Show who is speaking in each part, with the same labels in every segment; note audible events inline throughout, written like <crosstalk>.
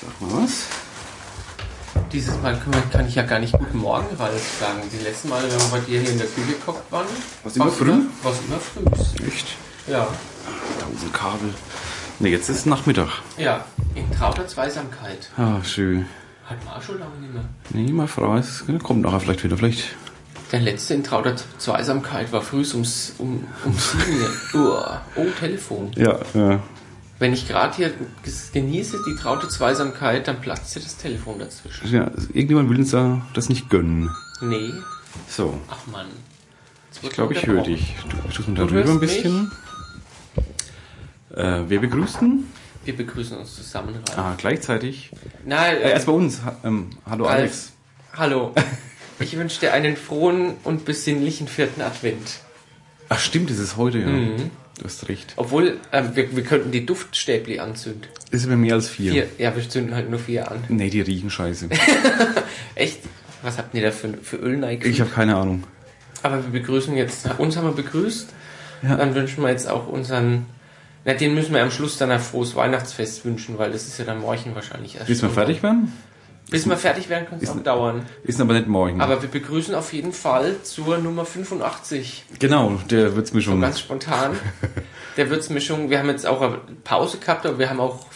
Speaker 1: Sag mal was.
Speaker 2: Dieses Mal können wir- kann ich ja gar nicht Guten Morgen, Ralf, sagen. Die letzten Male, wenn wir bei dir hier in der Küche gekocht waren,
Speaker 1: War's immer
Speaker 2: war's
Speaker 1: früh?
Speaker 2: war's immer früh.
Speaker 1: Echt?
Speaker 2: Ja,
Speaker 1: Tausend Kabel. Ne, jetzt ist Nachmittag.
Speaker 2: ja. In trauter Zweisamkeit.
Speaker 1: Ah, schön.
Speaker 2: Hat man auch schon lange nicht mehr.
Speaker 1: Nee, meine Frau ist, kommt nachher vielleicht wieder. Vielleicht.
Speaker 2: Der letzte in trauter Z- Zweisamkeit war früh ums, um, um 7 Uhr. Oh, Telefon.
Speaker 1: Ja, ja.
Speaker 2: Wenn ich gerade hier ges- genieße die traute Zweisamkeit, dann platzt dir das Telefon dazwischen.
Speaker 1: ja irgendjemand will uns da das nicht gönnen.
Speaker 2: Nee,
Speaker 1: So.
Speaker 2: ach Mann. Jetzt wird
Speaker 1: Ich glaube, ich höre
Speaker 2: unterbrochen.
Speaker 1: dich. Du tust mir
Speaker 2: Du
Speaker 1: darüber ein
Speaker 2: hörst
Speaker 1: bisschen. Äh, wer begrüßt denn?
Speaker 2: Wir begrüßen uns zusammen, Ralf.
Speaker 1: Ah, gleichzeitig.
Speaker 2: Nein,
Speaker 1: Äh,
Speaker 2: ähm,
Speaker 1: erst bei uns. Ha ähm, hallo,
Speaker 2: Ralf,
Speaker 1: Alex.
Speaker 2: Hallo. Ich wünsche dir einen frohen und besinnlichen vierten Advent.
Speaker 1: Ach, stimmt, es ist heute, ja. Du hast recht.
Speaker 2: Obwohl, ähm, wir, wir könnten die Duftstäbli anzünden.
Speaker 1: Ist aber mehr als vier.
Speaker 2: Vier. Ja, wir zünden halt nur vier an.
Speaker 1: Nee, die riechen scheiße.
Speaker 2: Echt? Was habt ihr da für, für Ölneig?
Speaker 1: Ich habe keine Ahnung.
Speaker 2: Aber wir begrüßen jetzt, uns haben wir begrüßt.
Speaker 1: Ja.
Speaker 2: Dann wünschen wir jetzt auch unseren, na, den müssen wir am Schluss dann ein frohes Weihnachtsfest wünschen, weil das ist ja dann morgen wahrscheinlich erst.
Speaker 1: Bis wir fertig werden?
Speaker 2: Bis wir fertig werden, kann es auch dauern.
Speaker 1: Ist aber nicht morgen.
Speaker 2: Aber wir begrüßen auf jeden Fall zur Nummer 85.
Speaker 1: genau, der wird's mir schon.
Speaker 2: ganz spontan. Der Würzmischung, wir haben jetzt auch eine Pause gehabt, aber wir haben auch,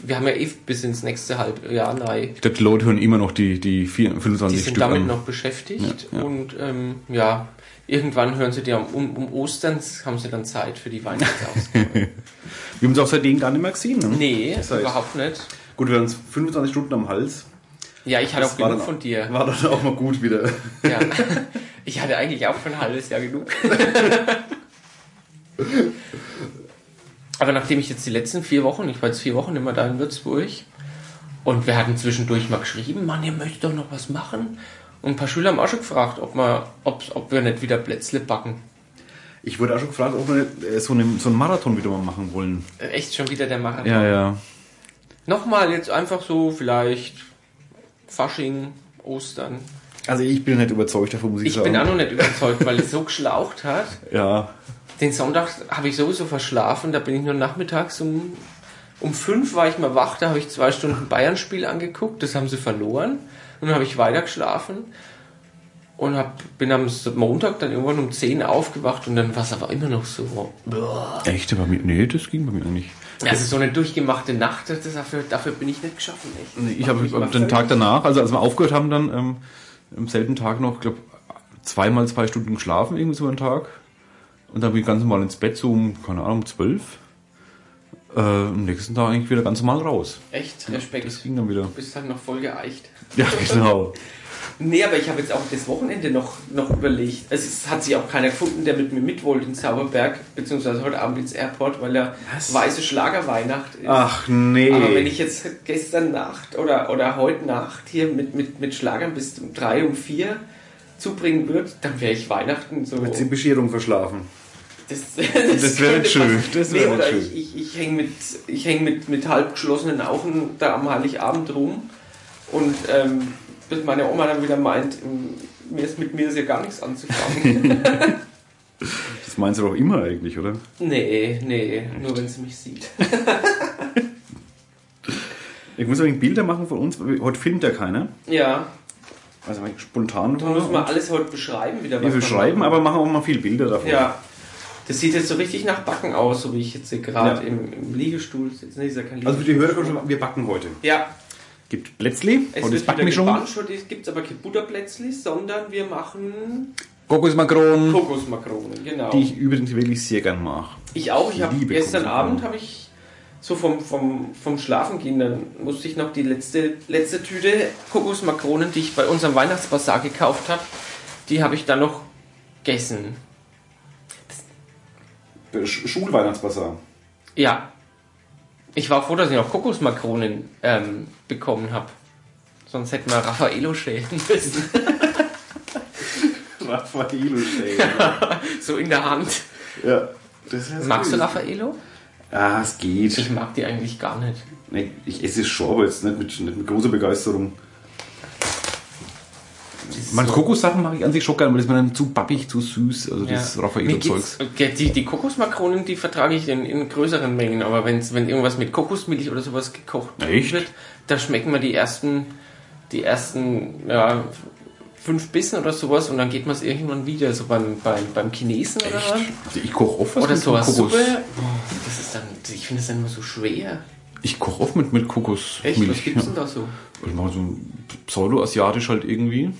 Speaker 2: wir haben ja eh bis ins nächste Halbjahr, nein.
Speaker 1: Ich glaub, die Leute hören immer noch die, die vier- 25
Speaker 2: Die sind
Speaker 1: Stück
Speaker 2: damit
Speaker 1: an.
Speaker 2: noch beschäftigt und ähm, ja, irgendwann hören sie die um, um, um Ostern, haben sie dann Zeit für die Weihnachtsausgabe.
Speaker 1: Wir haben uns auch seitdem gar nicht mehr gesehen. Ne?
Speaker 2: <laughs> nee,
Speaker 1: Das heißt-
Speaker 2: überhaupt nicht.
Speaker 1: Gut, wir haben uns 25 Stunden am Hals.
Speaker 2: Ja, ich hatte auch
Speaker 1: war
Speaker 2: genug
Speaker 1: dann-
Speaker 2: von
Speaker 1: <laughs>
Speaker 2: dir.
Speaker 1: War dann auch mal gut wieder.
Speaker 2: Ja. <laughs> Ich hatte eigentlich auch für ein halbes Jahr genug. Aber nachdem ich jetzt die letzten vier Wochen, ich war jetzt vier Wochen immer da in Würzburg, und wir hatten zwischendurch mal geschrieben, Mann, ihr möchtet doch noch was machen. Und ein paar Schüler haben auch schon gefragt, ob, wir, ob, ob wir nicht wieder Plätzle backen.
Speaker 1: Ich wurde auch schon gefragt, ob wir äh, so, einen, so einen Marathon wieder mal machen wollen.
Speaker 2: Äh, Echt schon wieder der Marathon.
Speaker 1: Ja, ja.
Speaker 2: Nochmal jetzt einfach so, vielleicht Fasching, Ostern.
Speaker 1: Also ich bin nicht überzeugt davon, muss ich,
Speaker 2: Ich
Speaker 1: sagen.
Speaker 2: bin auch noch nicht überzeugt, weil es so <laughs> geschlaucht hat.
Speaker 1: ja.
Speaker 2: Den Sonntag habe ich sowieso verschlafen, da bin ich nur nachmittags um, um fünf war ich mal wach, da habe ich zwei Stunden Bayern-Spiel angeguckt, das haben sie verloren. Und dann habe ich weiter geschlafen und hab, bin am S- Montag dann irgendwann um zehn aufgewacht und dann war es aber immer noch so. Boah.
Speaker 1: Echt, aber mir, nee, das ging bei mir eigentlich.
Speaker 2: Das ist so eine durchgemachte Nacht, das dafür, dafür bin ich nicht geschaffen, echt.
Speaker 1: Nee, ich
Speaker 2: Macht
Speaker 1: habe
Speaker 2: mich mal
Speaker 1: den
Speaker 2: völlig-
Speaker 1: Tag danach, also als wir aufgehört haben, dann ähm, am selben Tag noch, glaube zweimal zwei Stunden geschlafen, irgendwie so einen Tag. Und dann bin ich ganz normal ins Bett, so um, keine Ahnung, um zwölf. Äh, am nächsten Tag eigentlich wieder ganz normal raus.
Speaker 2: Echt, Respekt.
Speaker 1: Das ging dann wieder.
Speaker 2: Du bist dann noch voll geeicht.
Speaker 1: <laughs> Ja, genau.
Speaker 2: Nee, aber ich habe jetzt auch das Wochenende noch, noch überlegt. Also Es ist, hat sich auch keiner gefunden, der mit mir mit wollte in Zauberberg, beziehungsweise heute Abend ins Airport, weil er weiße Schlagerweihnacht ist.
Speaker 1: Ach nee.
Speaker 2: Aber wenn ich jetzt gestern Nacht oder, oder heute Nacht hier mit, mit, mit Schlagern bis um drei, um vier zubringen würde, dann wäre ich Weihnachten so.
Speaker 1: die Bescherung verschlafen.
Speaker 2: Das, <laughs> das,
Speaker 1: Das wäre
Speaker 2: könnte
Speaker 1: nicht schön.
Speaker 2: passen.
Speaker 1: Das
Speaker 2: nee,
Speaker 1: wäre nicht
Speaker 2: oder
Speaker 1: schön.
Speaker 2: ich, ich, ich hänge mit, ich häng mit, mit halb geschlossenen Augen da am Heiligabend rum und ähm, bis meine Oma dann wieder meint, ähm, mir ist mit mir ist ja gar
Speaker 1: <laughs>
Speaker 2: nichts anzufangen.
Speaker 1: Das meinst du doch immer eigentlich, oder?
Speaker 2: nee, nee, nur wenn sie mich sieht.
Speaker 1: Ich muss übrigens Bilder machen von uns, weil heute filmt ja keiner.
Speaker 2: Ja,
Speaker 1: Also wenn ich spontan
Speaker 2: da muss man alles heute beschreiben wieder.
Speaker 1: Wir
Speaker 2: was
Speaker 1: will
Speaker 2: man
Speaker 1: schreiben, aber machen auch mal viele Bilder
Speaker 2: macht.
Speaker 1: davon.
Speaker 2: Ja. Das sieht jetzt so richtig nach Backen aus, so wie ich jetzt hier gerade
Speaker 1: Ja.
Speaker 2: im, im Liegestuhl sitze. Nee, dieser kann
Speaker 1: Also für die Hörer können schon, wir backen heute.
Speaker 2: Ja,
Speaker 1: Gibt Plätzli, heute
Speaker 2: es wird
Speaker 1: ist
Speaker 2: wieder
Speaker 1: Backmischung.
Speaker 2: gebanscht, heute gibt es aber kein Butterplätzli, sondern wir machen
Speaker 1: Kokosmakronen.
Speaker 2: Kokosmakronen, genau.
Speaker 1: die ich übrigens wirklich sehr gern mache.
Speaker 2: ich auch. Ich habe
Speaker 1: liebe
Speaker 2: gestern
Speaker 1: Kokosmakronen.
Speaker 2: Abend habe ich so vom, vom, vom Schlafen gehen, dann musste ich noch die letzte, letzte Tüte Kokosmakronen, die ich bei unserem Weihnachtsbasar gekauft habe, die habe ich dann noch gegessen.
Speaker 1: Schulweihnachtsbasar.
Speaker 2: Ja. Ich war froh, dass ich noch Kokosmakronen ähm, bekommen habe. Sonst hätten wir Raffaello schälen müssen. <laughs>
Speaker 1: Raffaello
Speaker 2: so in der Hand.
Speaker 1: Ja. Das heißt
Speaker 2: Magst du Raffaello?
Speaker 1: Ah, es
Speaker 2: Ich
Speaker 1: geht.
Speaker 2: mag die eigentlich gar nicht.
Speaker 1: Nee, ich esse es schon, aber jetzt nicht mit, nicht mit großer Begeisterung.
Speaker 2: dieses
Speaker 1: Meine
Speaker 2: so-
Speaker 1: Kokossachen mag ich an sich schon gerne, aber das ist mir dann zu bappig, zu süß. Also
Speaker 2: Ja.
Speaker 1: das
Speaker 2: Mir
Speaker 1: Raffaello-Zeugs.
Speaker 2: geht's- ja, Die, die Kokosmakronen, die vertrage ich in, in größeren Mengen, aber wenn's, wenn irgendwas mit Kokosmilch oder sowas gekocht
Speaker 1: Echt?
Speaker 2: wird, da schmecken mir die ersten, die ersten ja, fünf Bissen oder sowas und dann geht man es irgendwann wieder, so beim, beim, beim Chinesen oder was.
Speaker 1: Also ich koche oft was
Speaker 2: Oder
Speaker 1: mit
Speaker 2: sowas.
Speaker 1: Kokos.
Speaker 2: Suppe. Boah, Das ist dann, ich finde das dann immer so schwer.
Speaker 1: Ich koche oft mit, mit
Speaker 2: Echt? Was
Speaker 1: Kokosmilch.
Speaker 2: gibt's denn da so?
Speaker 1: Ich mache so ein pseudo-asiatisch halt irgendwie.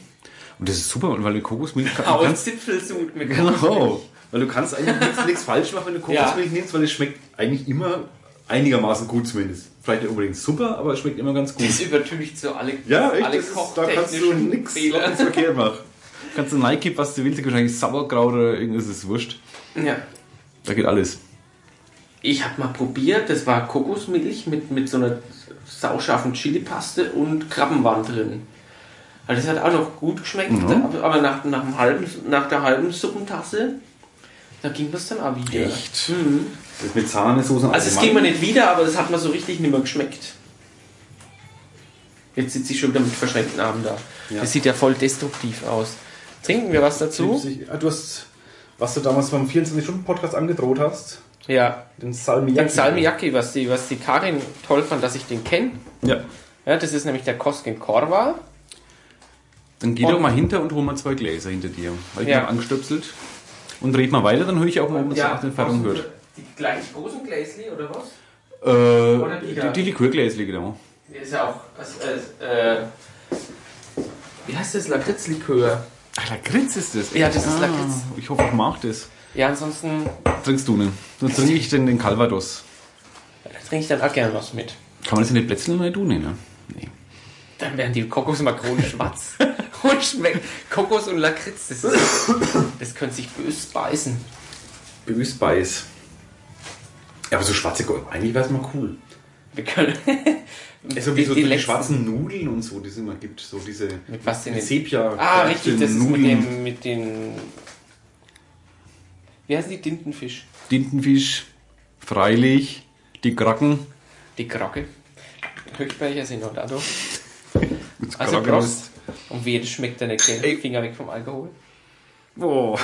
Speaker 1: Und das ist super, weil eine Kokosmilch kann, du kannst,
Speaker 2: Zipfelsud mit
Speaker 1: Genau. Weil du kannst eigentlich nichts, nichts falsch machen, wenn du Kokosmilch nimmst, weil es schmeckt eigentlich immer einigermaßen gut zumindest. Vielleicht nicht unbedingt super, aber es schmeckt immer ganz gut.
Speaker 2: Das übertüncht so alle,
Speaker 1: Ja, echt,
Speaker 2: alle
Speaker 1: das ist, da kannst du
Speaker 2: kochtechnischen
Speaker 1: nichts
Speaker 2: Fehler.
Speaker 1: verkehrt machen. Du <laughs> kannst du Nike, was du willst, wahrscheinlich Sauerkraut oder irgendwas ist wurscht.
Speaker 2: Ja.
Speaker 1: Da geht alles.
Speaker 2: Ich habe mal probiert, das war Kokosmilch mit, mit so einer sauscharfen Chili-Paste und Krabben waren drin. Also das hat auch noch gut geschmeckt, aber nach, nach, dem halben, nach der halben Suppentasse, da ging das dann auch wieder. Mhm.
Speaker 1: Das mit Sahnesoße
Speaker 2: Also es ging mir nicht wieder, aber das hat mir so richtig nicht mehr geschmeckt. Jetzt sitze ich schon wieder mit verschränkten Armen da.
Speaker 3: Ja.
Speaker 2: Das sieht ja voll destruktiv aus. Trinken wir was dazu?
Speaker 3: Ah, Du hast, was du damals beim 24-Stunden-Podcast angedroht hast,
Speaker 2: Ja.
Speaker 3: den Salmiak.
Speaker 2: Den Salmiakki, was die, was die Karin toll fand, dass ich den kenne.
Speaker 1: Ja.
Speaker 2: Ja, das ist nämlich der Kosken Korva.
Speaker 1: Dann geh doch mal hinter und hol mal zwei Gläser hinter dir. Weil ich
Speaker 2: Ja.
Speaker 1: ja. angestöpselt. Und red mal weiter, dann höre ich auch mal, ob man es auf den Fernung hört.
Speaker 2: Die gleich großen Gläsli oder was?
Speaker 1: Äh,
Speaker 2: die
Speaker 1: die,
Speaker 2: da.
Speaker 1: die Likörgläsli, genau.
Speaker 2: Der ist ja auch. als- als, äh, wie heißt das? Lakritzlikör.
Speaker 1: Ach, Lakritz ist das?
Speaker 2: Ja, das Ah, ist
Speaker 1: Ah,
Speaker 2: Lakritz.
Speaker 1: Ich hoffe, ich mag das.
Speaker 2: Ja, ansonsten
Speaker 1: Trinkst du ne? Sonst trinke ich den, den Calvados.
Speaker 2: da trinke ich dann auch gern was mit.
Speaker 1: Kann man das in den Plätzchen rein tun, ne? Nee.
Speaker 2: Dann werden die Kokosmakronen schwarz <laughs> und schmecken. Kokos und Lakritz, das, ist, das könnte sich bös beißen.
Speaker 1: Bösbeiß. Ja, aber so schwarze Gold, eigentlich wäre es mal cool.
Speaker 2: Wir können.
Speaker 1: So wie so die,
Speaker 2: letzten-
Speaker 1: schwarzen Nudeln und so, die es immer gibt. So diese
Speaker 2: Mit was denn?
Speaker 1: Sepia.
Speaker 2: Ah, richtig, das ist mit
Speaker 1: Nudeln.
Speaker 2: dem, mit den. Wie heißen die Tintenfisch?
Speaker 1: Tintenfisch, freilich, die Kraken.
Speaker 2: Die Krocke. Höchstbecher sind noch da, doch.
Speaker 1: Das
Speaker 2: Also
Speaker 1: Kraken
Speaker 2: Prost.
Speaker 1: ist-
Speaker 2: Und wie das schmeckt deine Kälte. Finger weg vom Alkohol.
Speaker 1: Oh.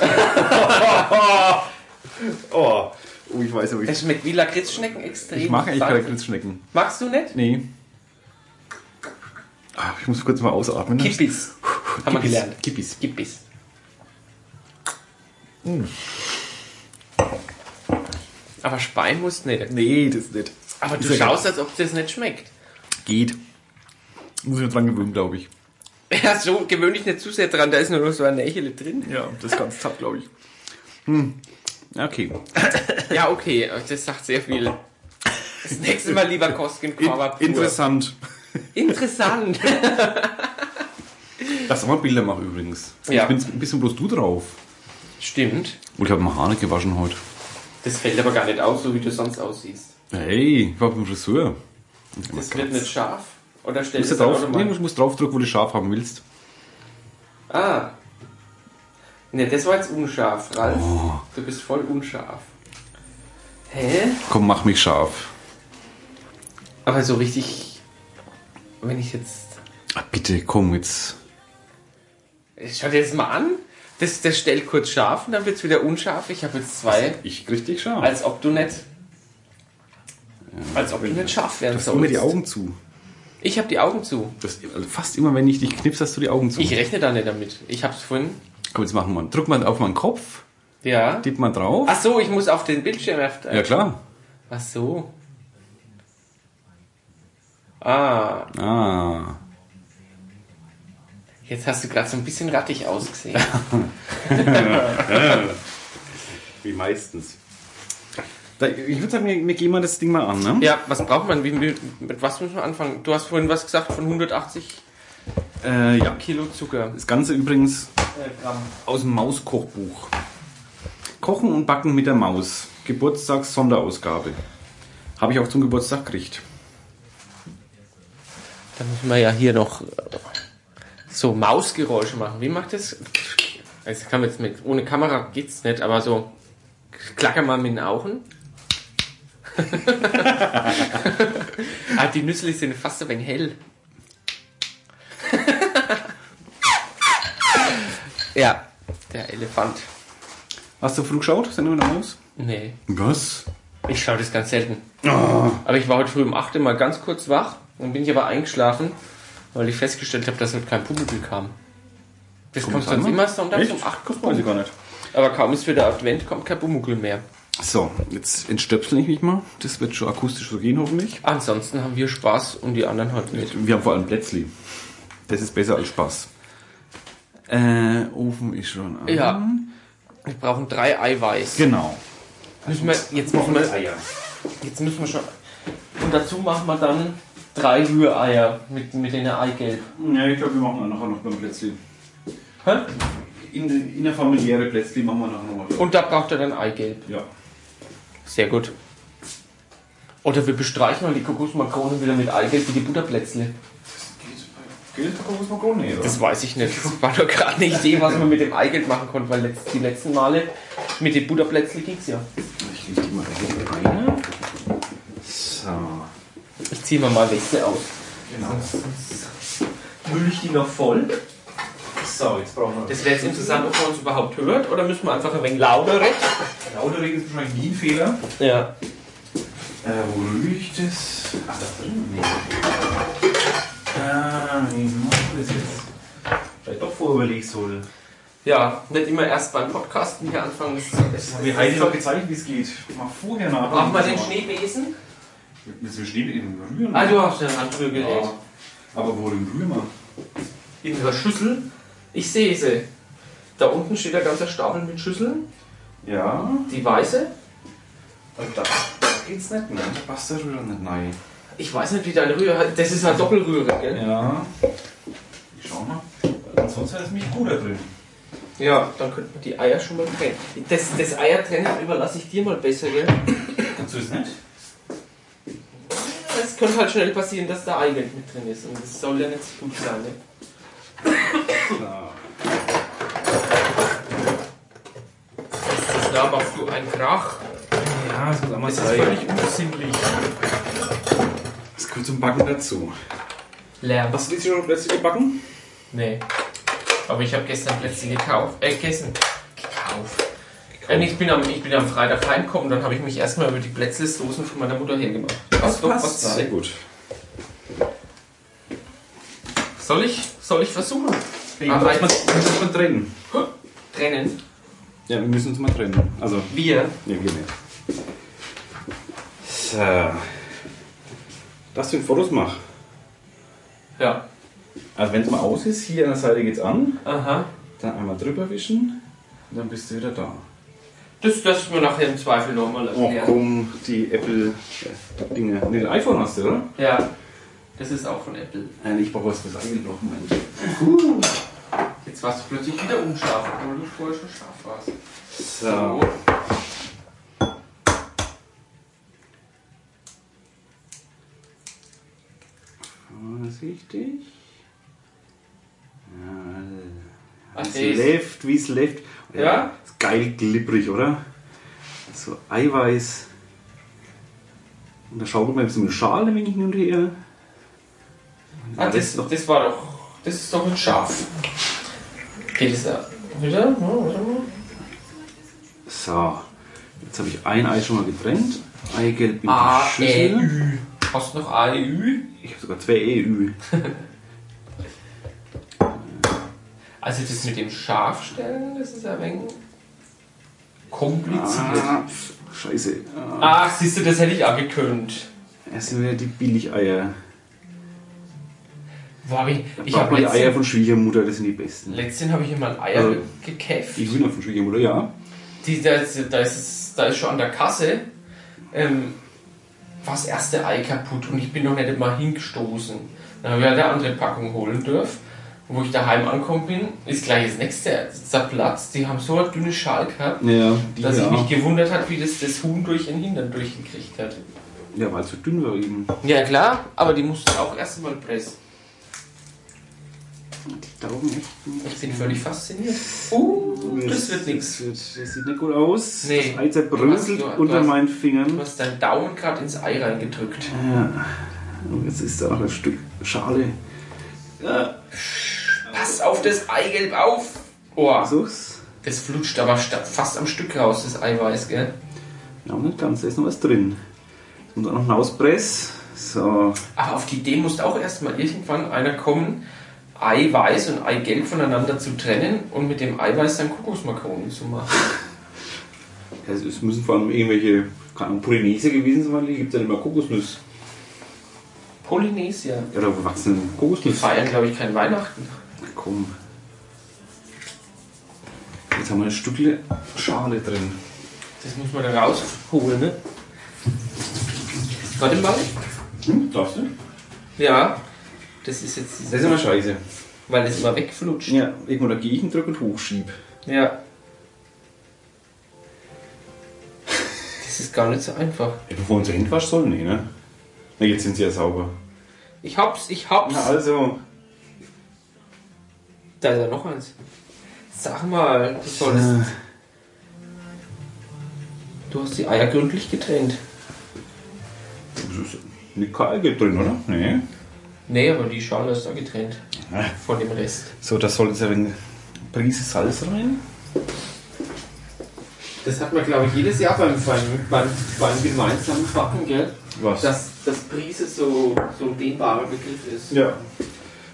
Speaker 1: <laughs> oh. Oh, ich weiß aber ich.
Speaker 2: Das schmeckt wie Lakritzschnecken extrem.
Speaker 1: Ich mag eigentlich
Speaker 2: Sag-
Speaker 1: keine Kritzschnecken.
Speaker 2: Magst du nicht?
Speaker 1: Nee. Ah, Ich muss kurz mal ausatmen. ne?
Speaker 2: Kippis. Haben wir gelernt.
Speaker 1: Kippis.
Speaker 2: Kippis. Hm. Aber speien musst du nicht.
Speaker 1: Nee, das ist nicht.
Speaker 2: Aber du
Speaker 1: Ist ja
Speaker 2: schaust, als ob das nicht schmeckt. <laughs>
Speaker 1: Geht. Muss ich mir dran gewöhnen, glaube ich.
Speaker 2: Ja, so gewöhn dich nicht zu sehr dran, da ist nur noch so ein Nächele drin.
Speaker 1: Ja, das ist ganz zapp, glaube ich. Hm. Okay.
Speaker 2: Ja, okay, das sagt sehr viel. Das nächste Mal lieber Kosken
Speaker 1: In
Speaker 2: Korva pur.
Speaker 1: interessant. <laughs>
Speaker 2: Interessant.
Speaker 1: Lass doch mal Bilder machen übrigens.
Speaker 2: Ja.
Speaker 1: Ich bin ein bisschen bloß du drauf.
Speaker 2: Stimmt.
Speaker 1: Und ich habe meine Haare gewaschen heute.
Speaker 2: Das fällt aber gar nicht auf, so wie du sonst aussiehst.
Speaker 1: Hey, ich war beim Friseur.
Speaker 2: Das wird nicht scharf. Oder
Speaker 1: Oh Du
Speaker 2: stellst
Speaker 1: musst,
Speaker 2: du
Speaker 1: ja drauf, nee, du musst draufdrücken, wo du scharf haben willst.
Speaker 2: Ah. Ne, das war jetzt unscharf, Ralf.
Speaker 1: Oh.
Speaker 2: Du bist voll unscharf. Hä?
Speaker 1: Komm, mach mich scharf.
Speaker 2: Aber so richtig. Wenn ich jetzt.
Speaker 1: Ah, bitte, komm jetzt.
Speaker 2: Schau dir das mal an. Das, das stellt kurz scharf und dann wird's wieder unscharf. Ich habe jetzt zwei.
Speaker 1: Ich krieg dich scharf.
Speaker 2: Als ob du nicht. Als ob du nicht scharf werden
Speaker 1: Hast du immer
Speaker 2: sollst.
Speaker 1: Also, die Augen zu.
Speaker 2: Ich habe die Augen zu.
Speaker 1: Das, also fast immer, wenn ich dich knipse, hast du die Augen zu.
Speaker 2: Ich rechne da nicht damit. Ich hab's vorhin.
Speaker 1: Komm, jetzt machen wir. Drück mal auf meinen Kopf,
Speaker 2: Ja.
Speaker 1: tipp mal drauf.
Speaker 2: Ach so, ich muss auf den Bildschirm. öffnen.
Speaker 1: Ja, klar.
Speaker 2: Ach so. Ah,
Speaker 1: Ah.
Speaker 2: jetzt hast du gerade so ein bisschen rattig ausgesehen.
Speaker 3: Wie meistens.
Speaker 1: Da, ich würde sagen, wir, wir gehen mal das Ding mal an, ne?
Speaker 2: <laughs> ja, was braucht man? Wie, mit, mit was muss man anfangen? Du hast vorhin was gesagt von 180
Speaker 1: Äh, ja.
Speaker 2: Kilo Zucker.
Speaker 1: Das Ganze übrigens
Speaker 2: Gramm.
Speaker 1: aus dem Mauskochbuch. Kochen und Backen mit der Maus. Geburtstags-Sonderausgabe. Habe ich auch zum Geburtstag gekriegt.
Speaker 2: Da müssen wir ja hier noch äh, so Mausgeräusche machen. Wie macht das? Das kann man jetzt mit, ohne Kamera geht's nicht, aber so klacker mal mit den Augen. <laughs> ah, die Nüsse sind fast ein wenig hell. Ja, der Elefant.
Speaker 1: Hast du früh geschaut? Sendung mit der Maus?
Speaker 2: Nee,
Speaker 1: Was?
Speaker 2: ich schaue das ganz selten. Aber ich war heute früh um 8 Uhr mal ganz kurz wach, dann bin ich aber eingeschlafen, weil ich festgestellt habe, dass heute kein Publikum kam. Das kommt,
Speaker 1: das
Speaker 2: sonst
Speaker 1: einmal?
Speaker 2: immer sonntags um 8
Speaker 1: Kost weiß ich gar nicht.
Speaker 2: Aber kaum ist wieder Advent, kommt kein Bumukel mehr.
Speaker 1: So, jetzt entstöpsel ich mich mal. Das wird schon akustisch so gehen, hoffentlich.
Speaker 2: Ansonsten haben wir Spaß und die anderen halt nicht.
Speaker 1: Wir haben vor allem Plätzli. Das ist besser als Spaß. Äh, Ofen ist schon an.
Speaker 2: Ja. Wir brauchen drei Eiweiß.
Speaker 1: Genau.
Speaker 2: Müssen wir, jetzt, müssen wir, jetzt müssen wir schon. Und dazu machen wir dann drei Rühreier mit, mit den Eigelb.
Speaker 1: Ja, ich glaube, wir machen nachher noch beim Plätzli.
Speaker 2: Hä?
Speaker 1: In, innerfamiliäre Plätzli machen wir nachher nochmal.
Speaker 2: Und da braucht er dann Eigelb.
Speaker 1: Ja.
Speaker 2: Sehr gut. Oder wir bestreichen mal die Kokosmakronen wieder mit Eigelb wie die Butterplätzle.
Speaker 1: Geht Kokos Makrone, oder?
Speaker 2: Das weiß ich nicht. Das war nur gerade eine Idee, was man mit dem Eigelb machen konnte, weil letzt, die letzten Male mit den Butterplätzle ging's ja.
Speaker 1: Ich lege die mal hier rein. So.
Speaker 2: Ich ziehe mir mal Weste aus. Genau. Müll ich die noch voll?
Speaker 1: So, jetzt brauchen
Speaker 2: Das wäre jetzt interessant, ob man uns überhaupt hört oder müssen wir einfach ein wenig lauter reden?
Speaker 1: Lauterreg ist wahrscheinlich nie ein Fehler.
Speaker 2: Ja.
Speaker 1: Äh, wo riecht es? Ach, da drin? Nee. Ah, nee, mach das jetzt. Vielleicht doch vorüberlegt soll.
Speaker 2: Ja, nicht immer erst beim Podcasten hier anfangen. Das ist,
Speaker 1: Mir heißt doch gezeigt, wie es geht. Mach vorher nach.
Speaker 2: Machen wir den Schneebesen?
Speaker 1: Mit dem Schnee mit dem Rühren.
Speaker 2: Ah, du hast den Handrühr gelegt.
Speaker 1: ja. Aber wo den Rühren?
Speaker 2: In der Schüssel. Ich sehe sie. Da unten steht der ganze Stapel mit Schüsseln.
Speaker 1: Ja.
Speaker 2: Die weiße.
Speaker 1: Und da, da geht's nicht, ne? Da passt der Rühren nicht rein.
Speaker 2: Ich weiß nicht, wie deine Rühre. halt, Das ist eine Doppelrühre, gell?
Speaker 1: Ja. Ich schau mal. Ansonsten wäre es mich gut da drin.
Speaker 2: Ja, dann könnte man die Eier schon mal trennen. Das, das Eiertrennen überlasse ich dir mal besser, gell?
Speaker 1: Kannst du es nicht?
Speaker 2: Es könnte halt schnell passieren, dass da Eigelb mit drin ist. Und das soll ja nicht so gut sein, ne?
Speaker 1: Klar.
Speaker 2: Da machst du einen Krach.
Speaker 1: Ja, also, es muss einmal
Speaker 2: Das ist völlig
Speaker 1: unsinnlich. Das gehört zum Backen dazu.
Speaker 2: Lärm.
Speaker 1: Hast du dich schon plötzlich gebacken?
Speaker 2: Nee. Aber ich habe gestern Plätzchen gekauft. Äh, gegessen. Gekauft. Äh, ich, bin am, ich bin am Freitag heimgekommen, dann habe ich mich erstmal über die Plätzle-Soßen von meiner Mutter hergemacht. Was,
Speaker 1: Sehr gut.
Speaker 2: Soll ich, soll ich versuchen?
Speaker 1: Wir
Speaker 2: Aber
Speaker 1: müssen uns wir müssen uns mal trennen.
Speaker 2: Trennen.
Speaker 1: Ja, wir müssen uns mal trennen. Also,
Speaker 2: Wir.
Speaker 1: ne, wir nicht. So. Dass du den Fotos machst.
Speaker 2: Ja.
Speaker 1: Also, wenn es mal aus ist, hier an der Seite geht's an.
Speaker 2: Aha.
Speaker 1: Dann einmal drüber wischen. Und dann bist du wieder da.
Speaker 2: Das lassen wir nachher im Zweifel nochmal
Speaker 1: Oh
Speaker 2: erklären.
Speaker 1: komm, die Apple-Dinge. Nee, ein iPhone hast du, oder?
Speaker 2: Ja. Das ist auch von Apple.
Speaker 1: Nein, ich brauche was fürs Eingebrochen, Mensch.
Speaker 2: Jetzt warst du plötzlich wieder unscharf, obwohl du vorher schon scharf warst.
Speaker 1: So. Vorsichtig. Ja,
Speaker 2: Ach,
Speaker 1: es
Speaker 2: ey.
Speaker 1: läuft, also wie es läuft.
Speaker 2: Ja?
Speaker 1: Ist geil glibberig, oder? So Eiweiß. Und da schaukelt man ein bisschen mit Schale, wenn ich hin und her.
Speaker 2: Ah, das,
Speaker 1: noch-
Speaker 2: das war doch. Das ist doch ein Schaf. Geht es da? Wieder? Ja, warte mal.
Speaker 1: So, jetzt habe ich ein Ei schon mal getrennt. Eigelb in die
Speaker 2: A, E,
Speaker 1: Schüssel.
Speaker 2: Ü. Hast du noch A, E, Ü?
Speaker 1: Ich habe sogar zwei E, EU.
Speaker 2: Also das mit dem Scharfstellen, das ist ein wenig kompliziert.
Speaker 1: Ah, pf, scheiße. Ah,
Speaker 2: Ach, siehst du, das hätte ich angekündigt.
Speaker 1: Es sind wieder die Billigeier.
Speaker 2: Wo hab ich ich habe
Speaker 1: die Eier
Speaker 2: letztens,
Speaker 1: von Schwiegermutter, das sind die besten.
Speaker 2: letztens habe ich immer ein Eier
Speaker 1: Also-
Speaker 2: gekäfft.
Speaker 1: Die Hühner von Schwiegermutter, ja.
Speaker 2: Die, da, ist, da, ist, es- da ist schon an der Kasse ähm, war das erste Ei kaputt und ich bin noch nicht mal hingestoßen. Dann habe ich halt eine andere Packung holen dürfen. Wo ich daheim angekommen bin, ist gleich das nächste zerplatzt. Die haben so eine dünne Schal gehabt,
Speaker 1: Ja, die
Speaker 2: dass ich mich
Speaker 1: ja.
Speaker 2: gewundert hat, wie das das Huhn durch den Hintern durchgekriegt hat.
Speaker 1: ja, weil es so dünn war eben.
Speaker 2: Ja klar, aber die musst du auch erst einmal pressen.
Speaker 1: Die taugen echt nicht.
Speaker 2: Ich bin völlig fasziniert. Uh, das wird nichts.
Speaker 1: Das, wird- das sieht nicht gut aus.
Speaker 2: Nee.
Speaker 1: Das Ei zerbröselt
Speaker 2: Du hast- du
Speaker 1: unter
Speaker 2: hast-
Speaker 1: meinen
Speaker 2: Du
Speaker 1: Fingern.
Speaker 2: hast deinen Daumen gerade ins Ei reingedrückt.
Speaker 1: Ja. Und jetzt ist da noch ein Stück Schale. Ja.
Speaker 2: Pass auf das Eigelb auf! Oh,
Speaker 4: Versuch's.
Speaker 2: das flutscht aber sta- fast am Stück raus, das Eiweiß, gell?
Speaker 4: Ja, nicht ganz, da ist noch was drin. Und dann noch hinauspress. So,
Speaker 2: Aber auf die Idee muss auch erstmal irgendwann einer kommen, Eiweiß und Eigelb voneinander zu trennen und mit dem Eiweiß dann Kokosmakaronen zu machen.
Speaker 4: Ja, es- es müssen vor allem irgendwelche, keine Ahnung, Polynese gewesen sein, weil die gibt ja nicht mehr Kokosnuss.
Speaker 2: Polynesia.
Speaker 4: Ja, da wachsen
Speaker 2: Die
Speaker 1: Ah.
Speaker 4: Kokosnuss.
Speaker 2: feiern, glaube ich, kein Weihnachten.
Speaker 4: Komm. Jetzt haben wir ein Stückle Schale drin.
Speaker 2: Das muss man da rausholen, ne? Warte mal.
Speaker 4: Hm, darfst du?
Speaker 2: Ja, das ist jetzt dieses,
Speaker 4: Das ist immer scheiße.
Speaker 2: weil das immer wegflutscht.
Speaker 4: Ja, irgendwo dagegen drück und hochschieb.
Speaker 2: Ja. Das ist gar nicht so einfach.
Speaker 1: Ja, bevor unser Hände waschen sollen, nee, ne?
Speaker 4: Na, jetzt sind sie ja sauber.
Speaker 2: Ich hab's, ich hab's.
Speaker 4: Na also,
Speaker 2: Da ist ja noch eins. Sag mal, du solltest. Ah. Du hast die Eier gründlich getrennt.
Speaker 4: es ist eine Kalge drin, oder? Nee. Ah.
Speaker 2: Nee, aber die Schale ist da getrennt. Von dem Rest.
Speaker 4: So, da soll jetzt eine Prise Salz rein.
Speaker 5: Das hat man, glaube ich, jedes Jahr beim, beim, beim, beim gemeinsamen Backen, gell?
Speaker 4: Was?
Speaker 5: Dass, dass Prise so, so ein dehnbarer Begriff ist.
Speaker 4: Ja.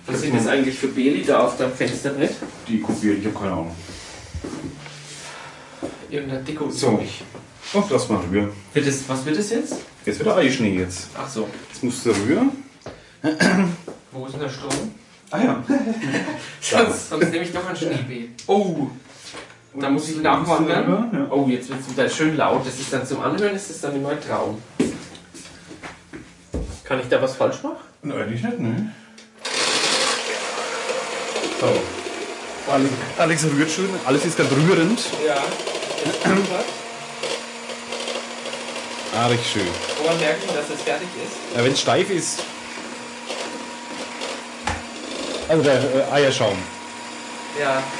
Speaker 5: Was sind das eigentlich für Beli da auf deinem Fensterbrett?
Speaker 4: Die kopiere ich, habe keine Ahnung.
Speaker 2: Irgendein Deko.
Speaker 4: So. Und lass mal rühren.
Speaker 2: Wird das, was wird das jetzt?
Speaker 4: Jetzt wird der
Speaker 1: eh
Speaker 4: Eischnee jetzt.
Speaker 2: Ach so.
Speaker 4: Jetzt musst du rühren.
Speaker 2: Wo ist denn der Strom?
Speaker 4: Ah ja.
Speaker 2: <laughs> Sonst, sonst nehme ich noch ein Schneebee. Oh! Da muss ich nachwandern.
Speaker 4: Rühren, ja.
Speaker 2: Oh, jetzt wird es wieder schön laut. Das ist dann zum Anhören, ist das dann immer ein Traum. Kann ich da was falsch machen?
Speaker 4: Nein, eigentlich nicht, ne?
Speaker 1: Alex rührt schön, alles ist ganz rührend.
Speaker 2: Ja.
Speaker 1: Ah, richtig schön.
Speaker 2: Woran merken, dass es fertig ist?
Speaker 1: Ja, wenn es steif ist. Also der äh, Eierschaum.
Speaker 2: Ja.
Speaker 1: <laughs>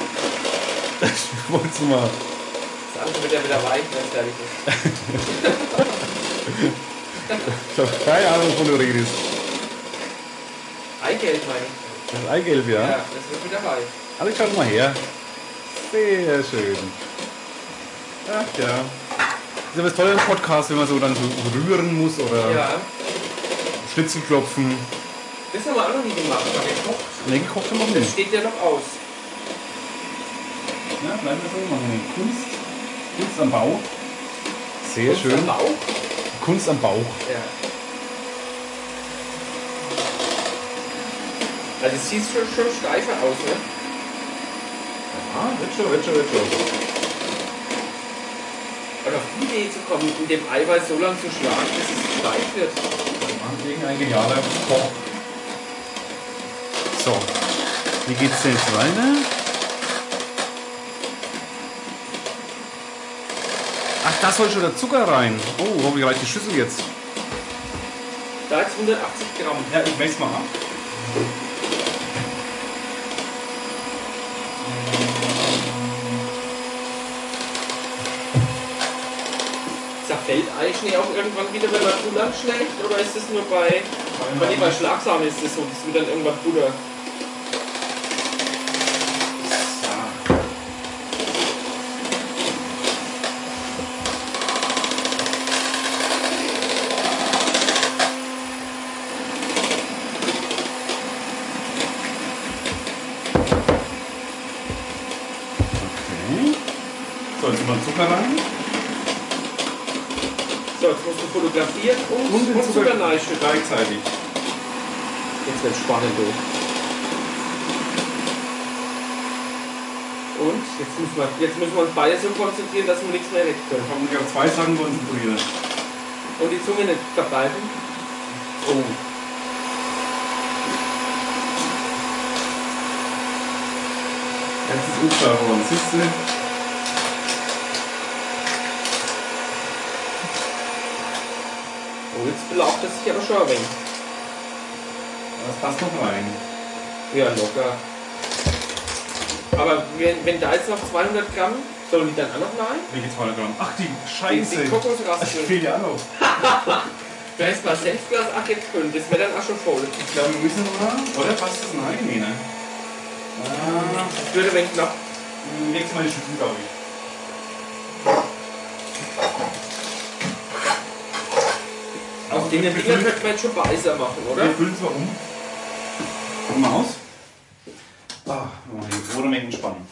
Speaker 1: Ich wollte es mal.
Speaker 2: Das andere wird ja wieder weich, wenn es fertig ist.
Speaker 1: Ich habe keine Ahnung, wovon du redest.
Speaker 2: Eigelb meine ich.
Speaker 1: Das ist Eigelb, ja?
Speaker 2: Ja, das wird wieder weich.
Speaker 1: Alex, schau doch mal her. Sehr schön. Ach ja. Ist aber das Tolle im Podcast, wenn man so dann so rühren muss oder
Speaker 2: Ja.
Speaker 1: Schnitzel klopfen.
Speaker 2: Das haben wir auch noch nie gemacht. Aber gekocht.
Speaker 1: Ne, gekocht haben wir
Speaker 2: Das
Speaker 1: nicht.
Speaker 2: steht ja noch aus.
Speaker 1: Ja, bleiben wir so, machen wir Kunst. Kunst am Bauch. Sehr
Speaker 2: Und
Speaker 1: schön.
Speaker 2: am Bauch?
Speaker 1: Kunst am Bauch.
Speaker 2: Ja. Also es sieht schon, schon steifer aus, ne?
Speaker 4: Ah, wird schon, wird schon, wird schon.
Speaker 2: Und auf die Idee zu kommen, in dem Eiweiß so lang zu schlagen, bis es steif wird.
Speaker 1: Irgendein genialer Koch. So, wie geht's denn jetzt weiter? Ach, da soll schon der Zucker rein. Oh, hoffentlich reicht die Schüssel jetzt.
Speaker 2: Da ist 180 Gramm.
Speaker 1: Ja, ich mess's mal ab.
Speaker 2: Zerfällt Eischnee auch irgendwann wieder, wenn man zu lang schlägt? Oder ist es nur bei, bei, nee, bei Schlagsahne ist das so, das wird dann irgendwann Butter?
Speaker 1: Okay. So, jetzt mal Zucker rein.
Speaker 2: So, jetzt musst du fotografieren und,
Speaker 1: Und
Speaker 2: und,
Speaker 1: den
Speaker 2: und
Speaker 1: Zucker-
Speaker 2: sogar reinschütten.
Speaker 1: Gleichzeitig.
Speaker 2: Jetzt wird spannend, du. Und jetzt müssen, wir, jetzt müssen wir uns beide so konzentrieren, dass wir nichts mehr weg können.
Speaker 1: Ich habe mich auf zwei Sachen konzentriert.
Speaker 2: Und die Zunge nicht verbleiben. Oh.
Speaker 1: Jetzt ist Ufer und siehst du?
Speaker 2: Oh, jetzt belauft es sich aber schon ein wenig.
Speaker 1: Das passt noch rein.
Speaker 2: Ja, locker. Aber wenn, wenn da jetzt noch 200 Gramm, sollen die dann auch noch rein?
Speaker 1: Wie geht's weiter dran? Ach, die
Speaker 2: Die- Die
Speaker 1: Scheiße.
Speaker 2: Kokosraspeln.
Speaker 1: Fehlt ja auch noch.
Speaker 2: Du hättest mal Senfglas, ach jetzt können, das wäre dann auch schon voll.
Speaker 1: Ich glaube, wir müssen mal. Oder passt das? Nein, nee, ne? Ah.
Speaker 2: Das würde wenn knapp.
Speaker 6: Nächstes Mal die Schützen, glaube ich.
Speaker 2: Auf den Dinger könnte man jetzt schon weißer machen,
Speaker 6: Wir
Speaker 2: oder?
Speaker 6: füllen es mal um.
Speaker 1: Komm mal aus.
Speaker 6: Ah, oh, hier wurde Menge Spannung.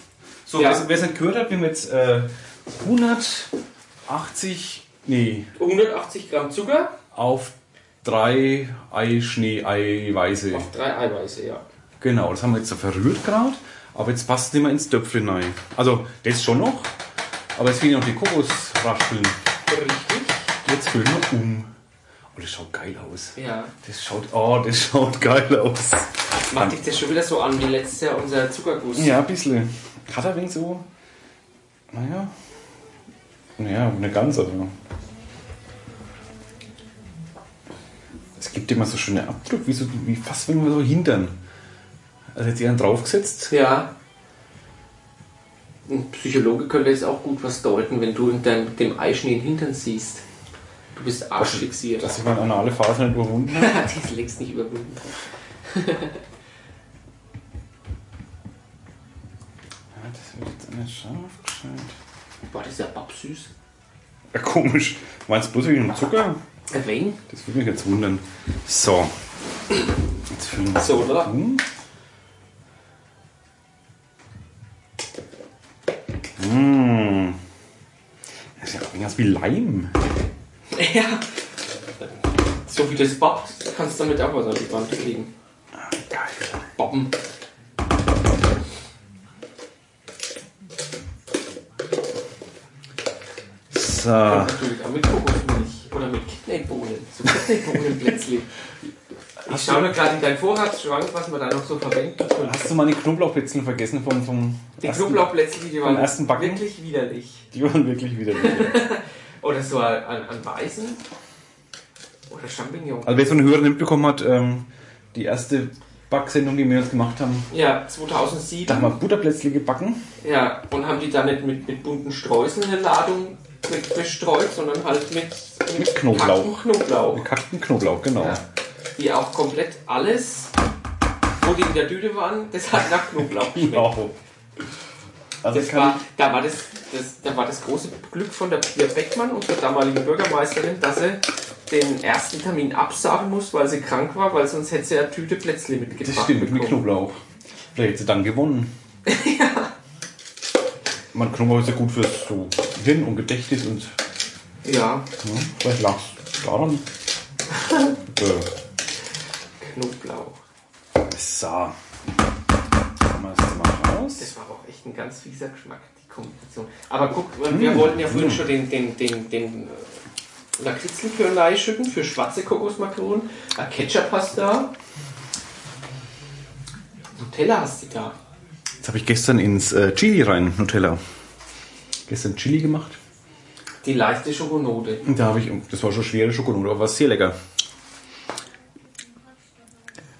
Speaker 1: So,
Speaker 2: Ja.
Speaker 1: wer es- wer es nicht gehört hat, wir haben jetzt äh, 180, nee,
Speaker 2: 180 Gramm Zucker
Speaker 1: auf drei Ei, Schnee, Eiweiße.
Speaker 2: auf drei Eiweiße, ja.
Speaker 1: Genau, das haben wir jetzt so verrührt gerade, aber jetzt passt es nicht mehr ins Töpfchen rein. Also, das schon noch, aber jetzt fehlen noch die Kokosraspeln.
Speaker 2: Richtig?
Speaker 1: Jetzt füllen wir um. Oh, das schaut geil aus.
Speaker 2: Ja.
Speaker 1: Das schaut, oh, das schaut geil aus.
Speaker 2: Macht dich das schon wieder so an wie letztes Jahr unser Zuckerguss.
Speaker 1: Ja, ein bisschen. Hat er wegen so, naja, naja, eine ganze. Also. Es gibt immer so schöne Abdrücke, wie, so, wie fast wenn man so hintern. Also jetzt einen draufgesetzt.
Speaker 2: Ja. Ein Psychologe könnte jetzt auch gut was deuten, wenn du in deinem, dem Eischnee den Hintern siehst. Du bist arschfixiert. <laughs>
Speaker 1: Dass ich meine anale Phase nicht überwunden habe.
Speaker 2: Die ist längst nicht überwunden.
Speaker 1: Ja, das wird jetzt nicht scharf gescheit.
Speaker 2: Boah, das ist ja babsüß.
Speaker 1: Ja, komisch. Meinst du bloß wegen dem Zucker?
Speaker 2: Deswegen?
Speaker 1: Das würde mich jetzt wundern. So. Jetzt füllen wir es
Speaker 2: So, oder?
Speaker 1: um. Mmh. Das ist ja auch irgendwas wie Leim.
Speaker 2: <laughs> Ja. So wie das Ah, babst, kannst du damit auch was an die Wand kriegen.
Speaker 1: Geil.
Speaker 2: Bobben.
Speaker 1: So.
Speaker 2: Natürlich auch mit Kokosmilch oder mit Kidneybohnen. So Kidneybohnen plötzlich. Ich schaue mir gerade in deinen Vorratsschrank, was man da noch so verwenden könnte.
Speaker 1: Hast du meine Knoblauchpitzeln vergessen vom, vom
Speaker 2: Die
Speaker 1: ersten-
Speaker 2: Knoblauchplätzchen, die
Speaker 1: Vom
Speaker 2: waren
Speaker 1: ersten Backen?
Speaker 2: wirklich widerlich.
Speaker 1: Die waren wirklich wieder.
Speaker 2: Oder so an, an, an Weißen. Oder Champignon.
Speaker 1: Also wer so eine Hörerin mitbekommen hat, ähm, die erste Backsendung, die wir jetzt gemacht haben,
Speaker 2: Ja,
Speaker 1: da haben
Speaker 2: 2007.
Speaker 1: wir Butterplätzle gebacken.
Speaker 2: Ja, und haben die da nicht mit, mit bunten Streuseln eine Ladung mit bestreut, sondern halt mit,
Speaker 1: Mit Knoblauch.
Speaker 2: gepacktem Knoblauch.
Speaker 1: Gekackten Knoblauch, genau.
Speaker 2: Ja. Die auch komplett alles, wo die in der Tüte waren, das hat nach
Speaker 1: <laughs>
Speaker 2: Knoblauch
Speaker 1: <laughs>
Speaker 2: geschmeckt.
Speaker 1: Genau. Also
Speaker 2: Das
Speaker 1: kann
Speaker 2: war, da, war das, das, da war das große Glück von der Pia Beckmann, unserer damaligen Bürgermeisterin, dass sie den ersten Termin absagen muss, weil sie krank war, weil sonst hätte sie ja Tüte Plätzli
Speaker 1: ich,
Speaker 2: mitgebracht
Speaker 1: das stimmt, mit
Speaker 2: bekommen.
Speaker 1: Knoblauch. Vielleicht hätte sie dann gewonnen. <laughs> ja. Man, Knoblauch ist ja gut fürs so Hirn und Gedächtnis und
Speaker 2: Ja,
Speaker 1: ja, vielleicht lag's daran. äh,
Speaker 2: Knoblauch.
Speaker 1: so. Machen wir das mal raus.
Speaker 2: Das war auch echt ein ganz fieser Geschmack, die Kombination. Aber guck,
Speaker 1: Hm,
Speaker 2: wir wollten ja vorhin schon den, den, den, den äh, Lakritzlikör schütten für schwarze Kokosmakronen. Ah, Ketchup hast du da. Nutella hast du da.
Speaker 1: Jetzt habe ich gestern ins äh, Chili rein, Nutella. Gestern Chili gemacht.
Speaker 2: Die leichte Schokonote.
Speaker 1: Und da habe ich, das war schon schwere Schokolade, aber war sehr lecker.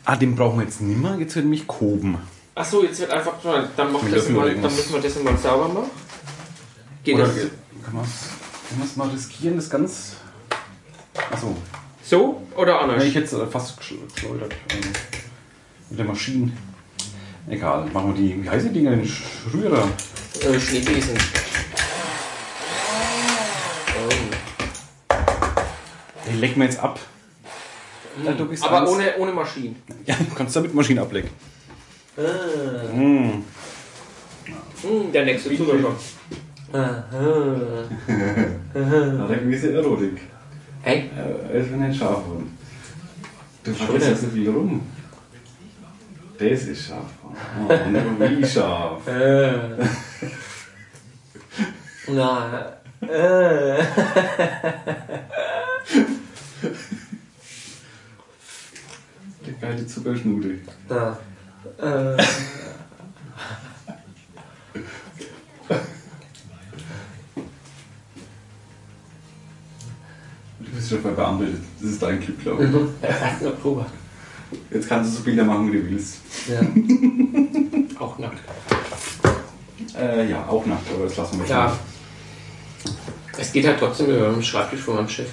Speaker 1: Ah, den brauchen wir jetzt nimmer. Jetzt wird nämlich Koben.
Speaker 2: Achso, jetzt wird einfach. Dann, macht
Speaker 1: Mit
Speaker 2: das
Speaker 1: Löffel
Speaker 2: mal,
Speaker 1: oder
Speaker 2: dann
Speaker 1: irgendwas.
Speaker 2: müssen wir das mal sauber machen. Geht
Speaker 1: Oder
Speaker 2: das
Speaker 1: kann man es mal riskieren, das ganz. Achso,
Speaker 2: so oder anders?
Speaker 1: wenn ich jetzt äh, fast gesch- geschleudert. ähm, Mit der Maschine. Egal, machen wir die, wie heißen die Dinger denn? Schrührer.
Speaker 2: Äh, Schneebesen.
Speaker 1: Die lecken wir jetzt ab. Ja, du bist
Speaker 2: Aber
Speaker 1: eins.
Speaker 2: ohne, ohne Maschinen.
Speaker 1: <laughs> Ja, du kannst damit Maschine ablecken.
Speaker 2: Ah. Hm, der nächste Zugang. Aha.
Speaker 6: Hat eine gewisse Erotik.
Speaker 2: Hey,
Speaker 6: Äh, ist mir nicht scharf geworden. Du
Speaker 2: Schöne.
Speaker 6: schaust jetzt so viel rum. Das ist scharf. Oh,
Speaker 1: <laughs>
Speaker 6: nur wie scharf.
Speaker 2: Äh. Na. Äh.
Speaker 6: Die geile Zuckerschnute.
Speaker 2: Na. <laughs> Äh.
Speaker 6: Du bist schon verbeamtet. Das ist dein Glück, glaube
Speaker 1: Mhm.
Speaker 6: ich.
Speaker 2: Erst noch Probe.
Speaker 6: Jetzt kannst du so Bilder machen, wie du willst.
Speaker 2: Ja. Auch nackt.
Speaker 6: Äh, ja, auch nackt, aber das lassen wir
Speaker 2: Klar. Es geht halt trotzdem über den Schreibtisch von meinem Chef.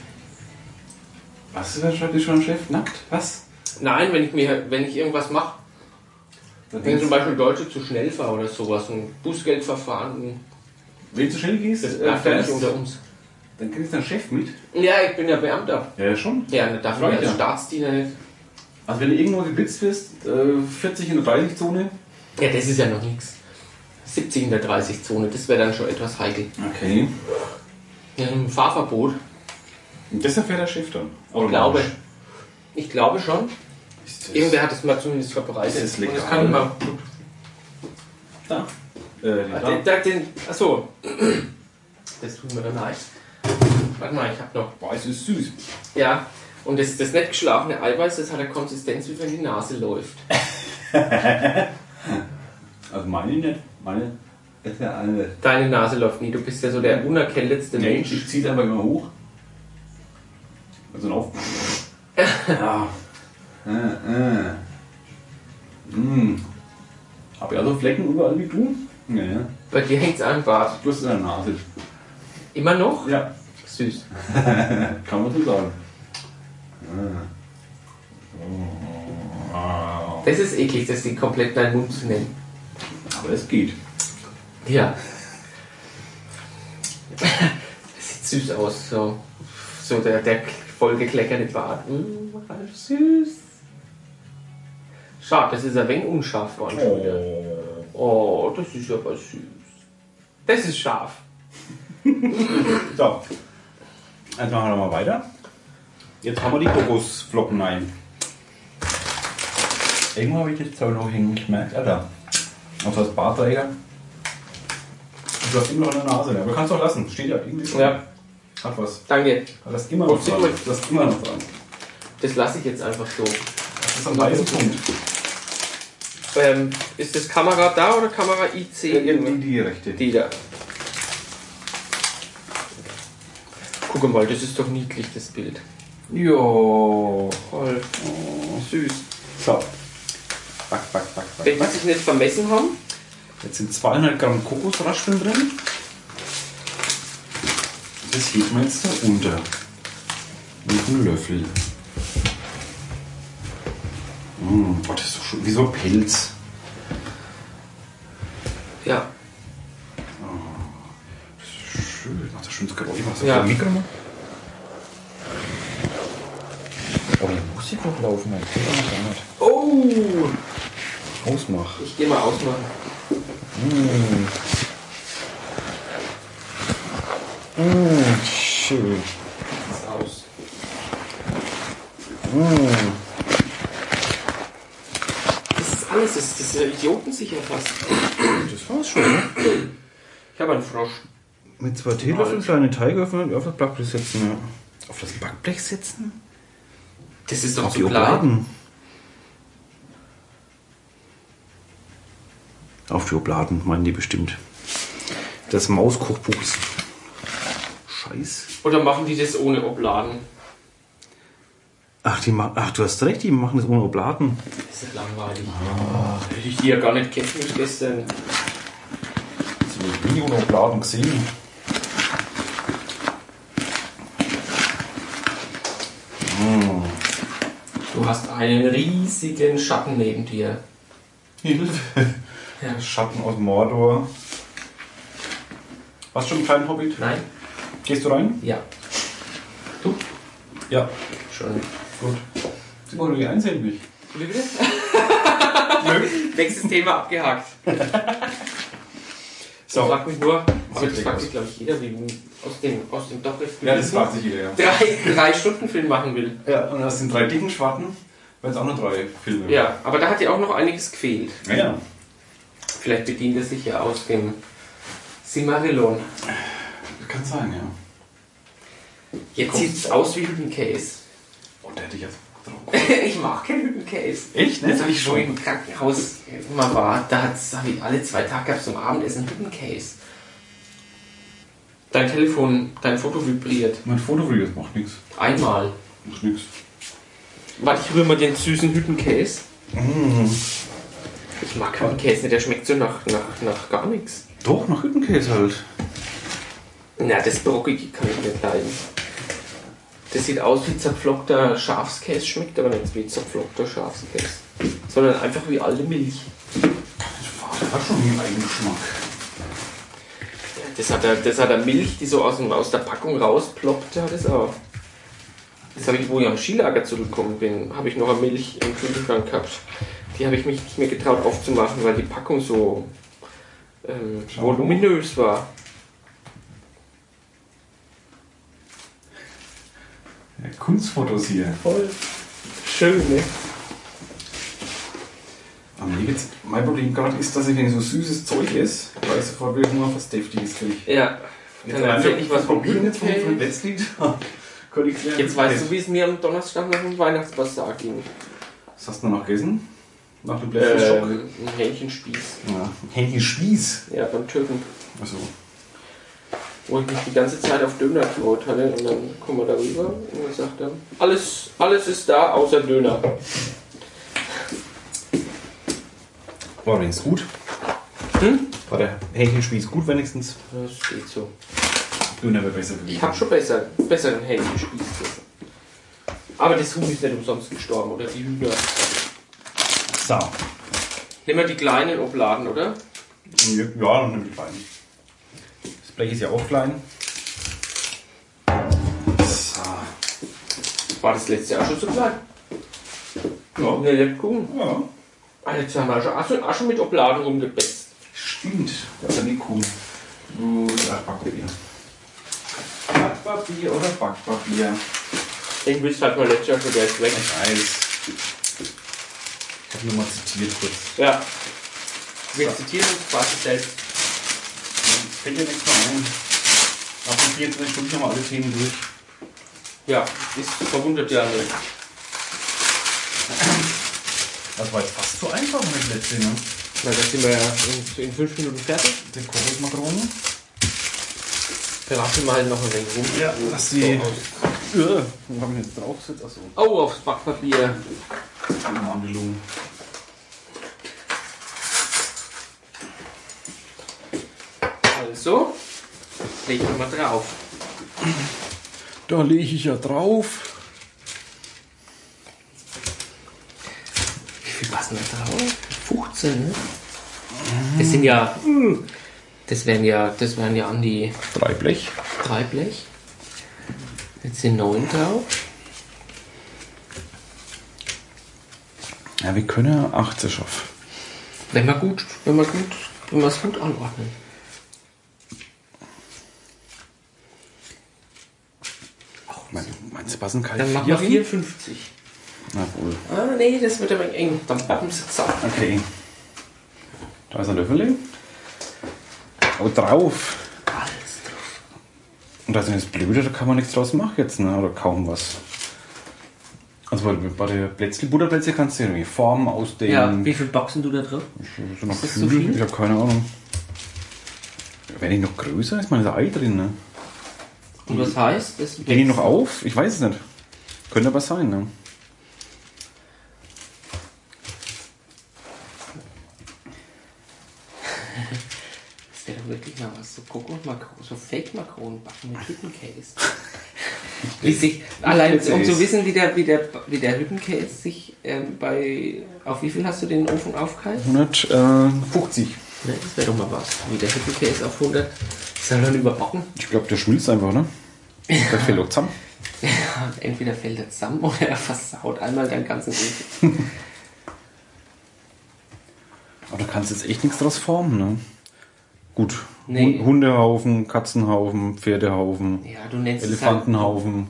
Speaker 6: Was, da schreibt ihr schon am Chef? Nackt? Was?
Speaker 2: Nein, wenn ich mir, wenn ich irgendwas mache, Wenn zum Beispiel Deutsche zu schnell war oder sowas, ein
Speaker 6: Äh,
Speaker 2: Bußgeldverfahren,
Speaker 6: Wenn du zu schnell gehst,
Speaker 2: das
Speaker 6: äh,
Speaker 2: bleibt ja nicht
Speaker 6: fährst,
Speaker 2: unter uns.
Speaker 6: dann kriegst du deinen Chef mit.
Speaker 2: Ja, ich bin ja Beamter.
Speaker 6: Ja, ja, schon.
Speaker 2: Ja, darf man
Speaker 6: Leute.
Speaker 2: als Staatsdiener nicht.
Speaker 6: Also wenn du irgendwo geblitzt wirst, äh, 40 in der 30 Zone.
Speaker 2: Ja, das ist ja noch nichts. 70 in der 30-Zone, das wäre dann schon etwas heikel.
Speaker 6: Okay.
Speaker 2: Ja, ein Fahrverbot,
Speaker 6: Und deshalb fährt der Chef dann.
Speaker 2: ich glaube. Ich glaube schon.
Speaker 6: Ist das-
Speaker 2: Irgendwer hat es mal zumindest verbreitet.
Speaker 6: Das ist legal.
Speaker 2: Und das kann man.
Speaker 6: Da. Äh,
Speaker 2: Ah,
Speaker 6: da.
Speaker 2: den, da, den, achso. Das tut mir dann leid. Warte mal, ich hab noch.
Speaker 6: Boah, es ist süß.
Speaker 2: Ja, und das, das nicht geschlafene Eiweiß, das hat eine Konsistenz, wie wenn die Nase läuft.
Speaker 6: Also meine nicht. Meine ist ja eine.
Speaker 2: Deine Nase läuft nie, du bist ja so der unerkältetste
Speaker 6: Mhm. Nee,
Speaker 2: Mensch.
Speaker 6: ich zieh's einfach immer hoch. Also auf. ja. Äh, äh. Mm. Hab ja so Flecken überall wie du? Ja, ja.
Speaker 2: Bei dir hängt's an, Bart.
Speaker 6: Du hast in der Nase.
Speaker 2: Immer noch?
Speaker 6: Ja.
Speaker 2: Süß.
Speaker 6: Kann man so sagen.
Speaker 2: Das ist eklig, das die komplett deinen Mund zu nennen.
Speaker 6: Aber es geht.
Speaker 2: Ja. Das <laughs> sieht süß aus, so. So der, der vollgekleckerte Bart. Mm, Ralf, süß. Schade, das ist ein wenig unscharf geworden schon wieder. Oh, das ist aber süß. Das ist scharf.
Speaker 6: So. Jetzt machen wir mal weiter. Jetzt haben wir die Kokosflocken ein. Irgendwo habe ich das Zeug noch hängen, ich merke, Alter. Und das Barträger. Und du hast immer noch eine Nase, ja. aber kannst du auch lassen. Steht ja irgendwie schon.
Speaker 2: Ja,
Speaker 6: Hat was.
Speaker 2: danke.
Speaker 6: Hat das immer noch
Speaker 2: Probier
Speaker 6: dran.
Speaker 2: mal.
Speaker 6: Das ist immer noch dran.
Speaker 2: Das lasse ich jetzt einfach so.
Speaker 6: Das ist am weißen Punkt.
Speaker 2: Ähm, ist das Kamera da oder Kamera IC?
Speaker 6: Äh, die rechte.
Speaker 2: Die da. Guck mal, das ist doch niedlich, das Bild.
Speaker 6: Jo.
Speaker 2: Voll süß.
Speaker 6: So. Back, back, back, back.
Speaker 2: Wenn die sich nicht vermessen haben,
Speaker 6: Jetzt sind 200 Gramm Kokosraspeln drin. Das hebt man jetzt da unter. Mit einem Löffel. Mm, oh, das ist doch schon wie so ein Pilz.
Speaker 2: ja,
Speaker 6: Schön, macht das schönes Geräusch. Machst du
Speaker 2: Ja.
Speaker 6: ja. Mikro mal? Aber die Musik noch laufen, mein Gott, das kann nicht.
Speaker 2: Oh,
Speaker 6: Ausmach.
Speaker 2: ich gehe mal ausmachen.
Speaker 1: Hm. Hm,
Speaker 6: Schön.
Speaker 2: Ist aus.
Speaker 1: Hm.
Speaker 2: Das ist alles, das, das Idioten sich ja fast.
Speaker 1: Das war's schon, ne?
Speaker 2: Ich habe einen Frosch.
Speaker 1: Mit zwei Teelöffeln kleine Teige öffnen und auf das Backblech setzen, ja. Auf das Backblech setzen?
Speaker 2: Das ist doch
Speaker 1: Auf
Speaker 2: zu
Speaker 1: die
Speaker 2: klein.
Speaker 1: Obladen. Auf die Obladen meinen die bestimmt. Das Mauskochbuch ist. Scheiß.
Speaker 2: Oder machen die das ohne Obladen?
Speaker 1: Ach, die ma Ach, du hast recht, die machen das ohne Obladen.
Speaker 2: Das ist langweilig.
Speaker 1: Ah.
Speaker 2: Hätte ich die ja gar nicht kennengelernt gestern.
Speaker 6: Hast du das Video noch laden gesehen?
Speaker 2: Du hast einen riesigen Schatten neben dir.
Speaker 6: Hilfe.
Speaker 2: Ja.
Speaker 6: Schatten aus Mordor. Warst du schon im kleinen Hobbit?
Speaker 2: Nein?
Speaker 6: Gehst du rein?
Speaker 2: Ja. Du?
Speaker 6: Ja.
Speaker 2: Schon.
Speaker 6: Gut. Oh, die einsehen mich.
Speaker 2: Wie
Speaker 6: <laughs>
Speaker 2: bitte? Nächstes Thema abgehakt. So.
Speaker 6: So.
Speaker 2: Frag mich nur, aber
Speaker 6: Sieht
Speaker 2: das
Speaker 6: dick
Speaker 2: fragt
Speaker 6: aus.
Speaker 2: sich, glaube ich, jeder, wie aus dem, aus dem Doppel
Speaker 6: Ja, das fragt sich jeder, ja.
Speaker 2: drei, drei Stunden Film machen will.
Speaker 6: Ja, und aus den drei dicken Schwarten werden es auch noch drei Filme.
Speaker 2: Ja, aber da hat ja auch noch einiges gefehlt.
Speaker 6: Ja, ja.
Speaker 2: Vielleicht bedient er sich ja aus dem Simarillion.
Speaker 6: Das kann sein, ja.
Speaker 2: Jetzt
Speaker 6: Komm.
Speaker 2: sieht's aus wie Hüttenkäse.
Speaker 6: Und der hätte ich jetzt drauf.
Speaker 2: <laughs> ich mag keinen Hüttenkäse.
Speaker 6: Echt, ne?
Speaker 2: Das habe ich schon im Krankenhaus immer war. Da hat's- hab ich alle zwei Tage gab's zum Abendessen Hüttenkäse. Dein Telefon, dein Foto vibriert.
Speaker 6: Mein Fotovideo das macht nichts.
Speaker 2: Einmal.
Speaker 6: Macht nichts.
Speaker 2: Warte, ich rühre mal den süßen Hüttenkäse. Ich mag Hüttenkäse nicht, der schmeckt so nach, nach, nach gar nichts.
Speaker 1: Doch, nach Hüttenkäse halt.
Speaker 2: Na, das Brockige kann ich nicht leiden. Das sieht aus wie zerpflockter Schafskäse, schmeckt aber nicht wie zerpflockter Schafskäse. sondern einfach wie alte Milch.
Speaker 6: Das hat schon einen eigenen Geschmack.
Speaker 2: Das hat er, das hat er Milch, die so aus, dem, aus der Packung rausploppte, hat es auch. Das habe ich, wo ich am Skilager zurückgekommen bin, habe ich noch eine Milch im Kühlschrank gehabt. Die habe ich mich nicht mehr getraut aufzumachen, weil die Packung so ähm, voluminös war.
Speaker 6: Ja, Kunstfotos hier.
Speaker 2: Voll schön, ne?
Speaker 6: Aber Ah, mir geht's, mein Problem gerade ist, dass ich wenn so süßes Zeug esse, weil ich sofort wieder Hunger auf was Deftiges krieg.
Speaker 2: Ja. Dann erzähl ich was vom
Speaker 6: probieren jetzt vom
Speaker 2: Blütenkeks.
Speaker 6: vom letzten <laughs> Lied. Könnte ich klären.
Speaker 2: Jetzt weißt du, wie es mir am Donnerstag nach dem Weihnachtsbasar ging.
Speaker 6: Was hast du noch gegessen? Nach dem Blätterschock?
Speaker 2: Ähm, ein Hähnchenspieß.
Speaker 6: Ja. Henki Spieß.
Speaker 2: Ja, beim Türken.
Speaker 6: Achso.
Speaker 2: Wo ich mich die ganze Zeit auf Döner gefreut hatte. Und dann kommen wir darüber und wir sagt haben, alles, alles ist da außer Döner.
Speaker 6: War übrigens gut.
Speaker 2: Hm?
Speaker 6: War der Hähnchenspieß gut wenigstens?
Speaker 2: Das geht so.
Speaker 6: Döner wäre besser gewesen.
Speaker 2: Ich habe schon besser, besseren Hähnchenspieß gegessen. Aber das Huhn ist nicht umsonst gestorben, oder die Hühner.
Speaker 6: So.
Speaker 2: Nehmen wir die kleinen Obladen, oder?
Speaker 6: Ja, dann nimm die beiden. Das Blech ist ja auch klein. So.
Speaker 2: War das letzte Jahr schon so klein?
Speaker 6: Ja.
Speaker 2: Ne, Lebkuchen.
Speaker 6: ja.
Speaker 2: Alter, jetzt haben wir schon Asche, Asche mit Obladen rumgebetzt.
Speaker 6: Stimmt. Das ist ja nicht cool. Ach, Backpapier. Backpapier oder Backpapier?
Speaker 2: Den Witz hat man letztes Jahr schon, halt der ist weg.
Speaker 6: Ich weiß. Ich habe nur mal zitiert kurz.
Speaker 2: Ja. Wir zitieren uns quasi selbst.
Speaker 6: Fällt dir nichts mehr ein. Ab und 24 Stunden haben wir alle Themen durch.
Speaker 2: Ja, ist verwundert ja nicht.
Speaker 6: Das war jetzt fast zu einfach mit letzten, ne?
Speaker 2: Na, da sind wir ja in, in fünf Minuten fertig.
Speaker 6: Die Kokosmakronen.
Speaker 2: Verraschen wir halt noch ein wenig rum.
Speaker 6: Ja, Oh, dass die.
Speaker 1: Ja, wo haben wir jetzt drauf gesetzt? Achso.
Speaker 2: Oh, aufs Backpapier.
Speaker 6: Angelungen.
Speaker 2: Also, leg ich mal drauf.
Speaker 1: Da lege ich ja drauf.
Speaker 2: Wie viel passen da drauf? 15, ne? Das sind ja. Das wären ja, das wären ja an die
Speaker 1: Drei Blech.
Speaker 2: drei Blech. Jetzt sind neun drauf.
Speaker 1: Ja, wir können ja 18 schaffen.
Speaker 2: Wenn wir gut, wenn wir gut, wenn wir es gut anordnen.
Speaker 1: Mein, meinst du, passen keine
Speaker 2: Dann machen wir 54.
Speaker 1: Na wohl.
Speaker 2: Ah, nee, das wird aber eng. Dann pappen sie zusammen.
Speaker 1: Okay. Da ist ein Löffel. Aber drauf.
Speaker 2: Alles drauf.
Speaker 1: Und da sind jetzt Blöde, da kann man nichts draus machen jetzt, ne? Oder kaum was. Also bei, bei der Plätzchen, Butterplätzchen kannst du irgendwie Formen
Speaker 7: Ja,
Speaker 1: ausdehnen.
Speaker 7: wie viel boxen du da drauf?
Speaker 1: Ich- so noch
Speaker 7: das zu
Speaker 1: Flügel,
Speaker 7: viel?
Speaker 1: Ich habe keine Ahnung. Wenn die noch größer ist, man das Ei drin, ne?
Speaker 7: Und was heißt das?
Speaker 1: Gehen die noch auf? Ich weiß es nicht. Könnte aber sein, ne?
Speaker 2: Das wäre doch wirklich mal was. So Kokosmakronen, so Fake-Makronen backen mit Hüttenkäse. wie sich, allein um zu wissen, wie der, wie der, wie der Hüttenkäse sich ähm, bei. Auf wie viel hast du den Ofen aufgeheizt?
Speaker 1: Hm. äh, 150.
Speaker 2: Ne, das wäre doch mal was. Wie der Hüttenkäse auf 100. Ist er dann überbacken?
Speaker 1: Ich glaube, der schmilzt einfach, ne? Der fällt auch zusammen.
Speaker 2: Ja, Ah, entweder fällt er zusammen <laughs> oder er versaut einmal deinen ganzen Ofen.
Speaker 1: Aber da kannst du jetzt echt nichts draus formen, ne? Gut.
Speaker 2: Nee.
Speaker 1: Hun- Hundehaufen, Katzenhaufen, Pferdehaufen,
Speaker 2: Ja, du nennst es halt
Speaker 1: Elefantenhaufen.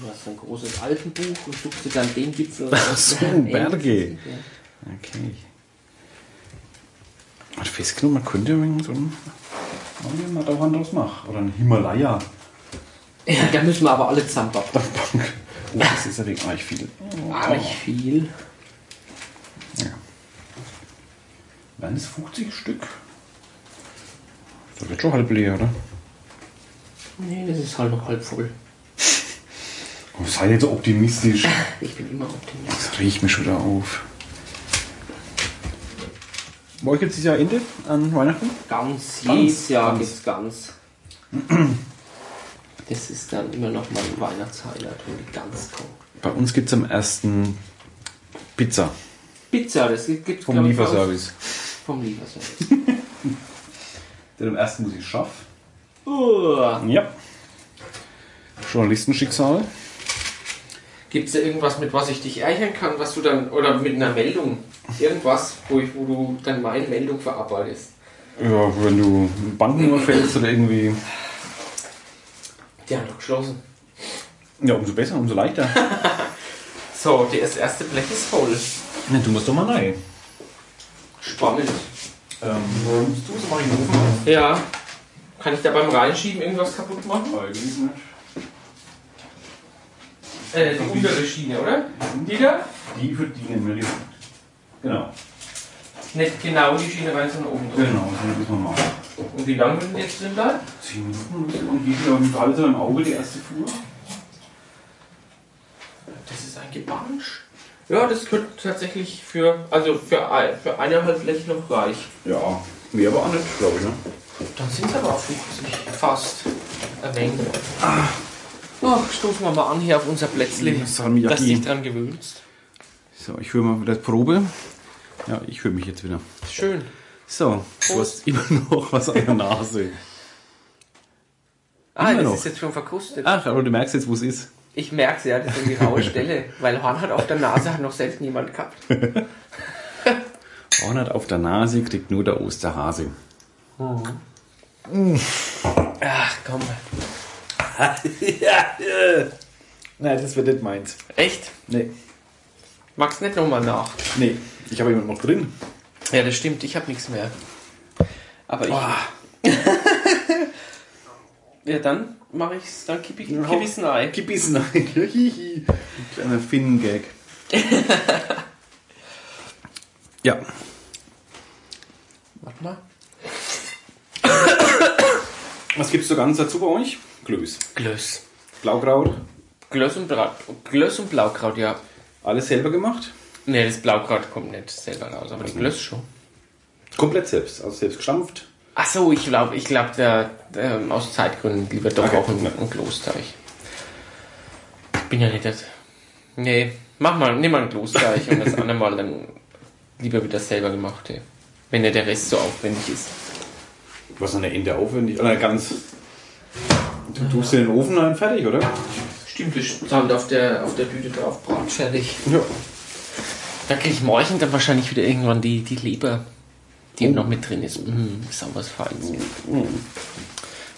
Speaker 2: Du hast ein großes Alpenbuch und suchst dir dann den Gipfel
Speaker 1: Ach so, Berge.
Speaker 2: Ja.
Speaker 1: Okay. Hat festgenommen, man könnte übrigens um- so ein Augen mal dauernd draus machen. Oder ein Himalaya.
Speaker 2: Ja, da müssen wir aber alle zusammenbacken.
Speaker 1: Bank. Oh, das ist ja wegen euch viel.
Speaker 2: Gar nicht viel.
Speaker 1: Dann ist 50 Stück. Das wird schon halb leer, oder?
Speaker 2: Nee, das ist halt noch halb voll.
Speaker 1: Oh, sei jetzt so optimistisch.
Speaker 2: Ich bin immer optimistisch.
Speaker 1: Das riecht mich schon wieder auf. Bei euch jetzt dieses Jahr Ende an Weihnachten?
Speaker 2: Ganz,
Speaker 1: Ganz,
Speaker 2: jedes Jahr
Speaker 1: ganz.
Speaker 2: gibt's ganz. Das ist dann immer noch mal ein Weihnachtshighlight, wenn die Gans kommt.
Speaker 1: Bei uns gibt es am ersten Pizza.
Speaker 2: Pizza, das gibt
Speaker 1: Vom Lieferservice.
Speaker 2: Vom Lieferservice.
Speaker 6: Denn im ersten muss ich schaffen.
Speaker 2: Uh,
Speaker 1: Ja. Journalistenschicksal.
Speaker 2: Gibt es da irgendwas, mit was ich dich ärgern kann, was du dann, oder mit einer Meldung? Irgendwas, wo, ich, wo du dann meine Meldung verarbeitest?
Speaker 1: Ja, wenn du Banken überfällst oder irgendwie.
Speaker 2: Die haben doch geschlossen.
Speaker 1: Ja, umso besser, umso leichter.
Speaker 2: So, die- das erste Blech ist voll.
Speaker 1: du musst doch mal rein.
Speaker 2: Spannend.
Speaker 6: Ähm, du so mal den Ofen auf.
Speaker 2: Ja. Kann ich da beim Reinschieben irgendwas kaputt machen?
Speaker 6: Eigentlich nicht.
Speaker 2: Äh, die untere Schiene, oder? Die da?
Speaker 6: Die für die nehmen wir die. Genau.
Speaker 2: Nicht genau die Schiene rein, sondern oben drin.
Speaker 6: Genau, das müssen wir machen.
Speaker 2: Und wie lange würden die jetzt drin bleiben?
Speaker 6: 10 Minuten und geht wieder mit halb im Auge die erste Fuhr.
Speaker 2: Das ist ein Gebansch. Ja, das könnte tatsächlich für, also für, ein- für eineinhalb Blech noch reichen.
Speaker 6: Ja, mehr aber auch nicht, glaube ich. Ne?
Speaker 2: Dann sind es aber auch 50. Fast. Erwähnt. Ah. Ach, stoßen wir mal an hier auf unser Plätzchen.
Speaker 1: Salmiakki.
Speaker 2: Dass dich dran gewöhnst.
Speaker 1: So, ich höre mal wieder Probe. Ja, ich höre mich jetzt wieder.
Speaker 2: Schön.
Speaker 1: So, du hast immer <laughs> noch was an der Nase.
Speaker 2: Ah,
Speaker 1: Immer
Speaker 2: das
Speaker 1: noch.
Speaker 2: ist jetzt schon verkostet.
Speaker 1: Ach, aber du merkst jetzt, wo es ist.
Speaker 2: Ich merke ja, das ist eine raue Stelle. Weil Hornhaut auf der Nase hat noch selbst niemand gehabt.
Speaker 1: Ornat auf der Nase kriegt nur der Osterhase.
Speaker 2: Ach komm.
Speaker 1: Nein, das wird nicht meins.
Speaker 2: Echt?
Speaker 1: Nee,
Speaker 2: Magst nicht nochmal nach?
Speaker 1: nee. Ich habe jemanden noch drin.
Speaker 2: Ja, das stimmt, ich habe nichts mehr. Aber ich. <laughs> ja, dann mache ich's, dann kipp ich kipp ich's rein.
Speaker 1: Kippis, nein. Hihi. Ein <laughs> Kleiner Finn-Gag. ja.
Speaker 2: Warte mal.
Speaker 1: Was gibt's so ganz dazu bei euch? Glöß.
Speaker 2: Glöss.
Speaker 1: Blaukraut.
Speaker 2: Glöss und, Bra Glöss und Blaukraut, ja.
Speaker 1: Alles selber gemacht.
Speaker 2: Ne, das Blaukraut kommt nicht selber raus, aber die Glöss schon.
Speaker 1: Komplett selbst. Also selbst gestampft.
Speaker 2: Ach so, ich glaube, ich glaube, der, ähm, aus Zeitgründen lieber doch auch ein, ein Klosteich. Ich bin ja nicht das. Nee, mach mal, nimm mal einen Klosteich und das andere Mal dann lieber wieder selber gemacht, ey. Wenn ja der Rest so aufwendig ist.
Speaker 1: Was an der Ende aufwendig. Oder ganz. Du tust den in den Ofen rein, fertig, oder?
Speaker 2: Stimmt, das stand auf der, auf der Tüte drauf, bratfertig.
Speaker 1: Ja.
Speaker 2: Da krieg ich morgen dann wahrscheinlich wieder irgendwann die, die Leber, die noch mit drin ist. Mm, sauberes Feins.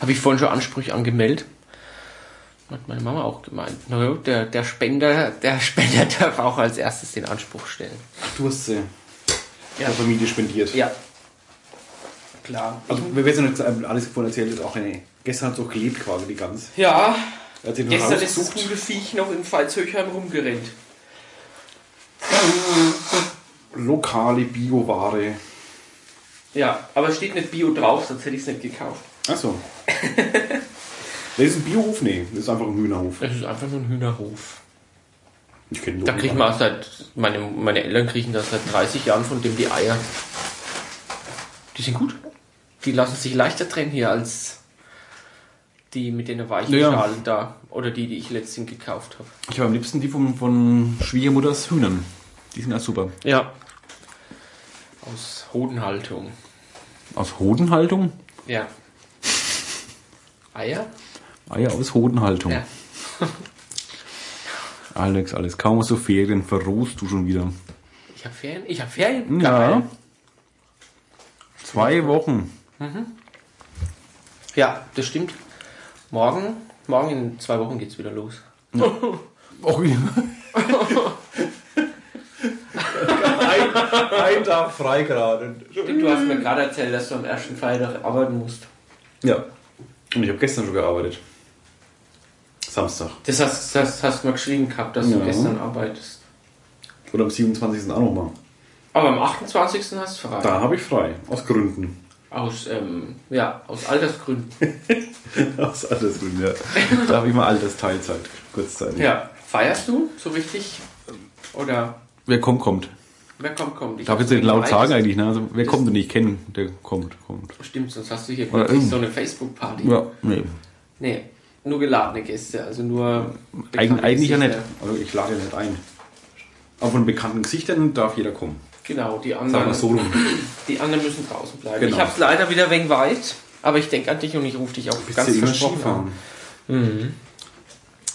Speaker 2: Habe ich vorhin schon Ansprüche angemeldet. Hat meine Mama auch gemeint. Na ja, der, der Spender, der <laughs> Spender darf auch als erstes den Anspruch stellen.
Speaker 1: Du hast sie der Familie spendiert.
Speaker 2: Ja. Klar.
Speaker 1: Also, wir wissen jetzt ähm, alles vorhin erzählt, ist auch eine. Gestern hat es auch gelebt quasi die ganze.
Speaker 2: Ja,
Speaker 1: Er hat den
Speaker 2: gestern ist das
Speaker 1: rausgesucht.
Speaker 2: gute Viech noch in Pfalzhöchheim rumgerannt.
Speaker 1: lokale Bioware.
Speaker 2: Ja, aber es steht nicht Bio drauf, sonst hätte ich es nicht gekauft.
Speaker 1: Achso. <laughs> das ist ein Biohof? Nee, das ist einfach ein Hühnerhof.
Speaker 2: Es ist einfach nur ein Hühnerhof.
Speaker 1: Ich kenne
Speaker 2: Da kriegt man auch seit, meine, meine Eltern kriegen das seit 30 Jahren von dem die Eier. Die sind gut. Die lassen sich leichter trennen hier als die mit den weichen
Speaker 1: Ja.
Speaker 2: Schalen da. Oder die, die ich letztens gekauft habe.
Speaker 1: Ich habe am liebsten die von, von Schwiegermutters Hühnern. Die sind auch super.
Speaker 2: Ja. Aus Hodenhaltung.
Speaker 1: Aus Hodenhaltung?
Speaker 2: Ja. Eier?
Speaker 1: Eier aus Hodenhaltung.
Speaker 2: Ja.
Speaker 1: Alex, Alex, kaum hast du Ferien, verrohst du schon wieder.
Speaker 2: Ich habe Ferien. Ich habe Ferien.
Speaker 1: Ja. Zwei Wochen.
Speaker 2: Ja, das stimmt. Morgen, morgen in zwei Wochen geht's wieder los.
Speaker 1: Och, ein, ein Tag frei gerade.
Speaker 2: Stimmt, du hast mir gerade erzählt, dass du am ersten Freitag arbeiten musst.
Speaker 1: Ja. Und ich habe gestern schon gearbeitet. Samstag.
Speaker 2: Das hast, das hast du mal geschrieben gehabt, dass du
Speaker 1: Ja.
Speaker 2: gestern arbeitest.
Speaker 1: Oder am 27. auch nochmal.
Speaker 2: Aber am 28. hast du frei.
Speaker 1: Da habe ich frei. Aus Gründen.
Speaker 2: Aus, ähm, ja, aus Altersgründen.
Speaker 1: <laughs> Aus Altersgründen, ja. Da habe ich mal Altersteilzeit. Kurzzeitig.
Speaker 2: ja. Feierst du so richtig? Oder
Speaker 1: Wer kommt, kommt.
Speaker 2: wer kommt, kommt? Ich
Speaker 1: Darf jetzt
Speaker 2: hab's
Speaker 1: nicht laut
Speaker 2: gemeint.
Speaker 1: sagen eigentlich, ne? Also, wer kommt denn nicht kennen, der kommt, kommt.
Speaker 2: Stimmt, sonst hast du hier
Speaker 1: Oder
Speaker 2: plötzlich
Speaker 1: irgend-
Speaker 2: so eine Facebook-Party.
Speaker 1: Ja, nee.
Speaker 2: Nee, nur geladene Gäste, also nur.
Speaker 1: Eig
Speaker 2: bekannte
Speaker 1: eigentlich ja nicht.
Speaker 2: Gesichter.
Speaker 1: Also ich lade ja nicht ein. Aber von bekannten Gesichtern darf jeder kommen.
Speaker 2: Genau, die
Speaker 1: Sagen wir
Speaker 2: anderen,
Speaker 1: es so rum.
Speaker 2: die anderen müssen draußen bleiben.
Speaker 1: Genau.
Speaker 2: Ich habe es leider wieder wegen weit, aber ich denke an dich und ich rufe dich auch ganz
Speaker 1: Kannst du immer
Speaker 2: versprochen an. Mhm.
Speaker 1: Skifahren?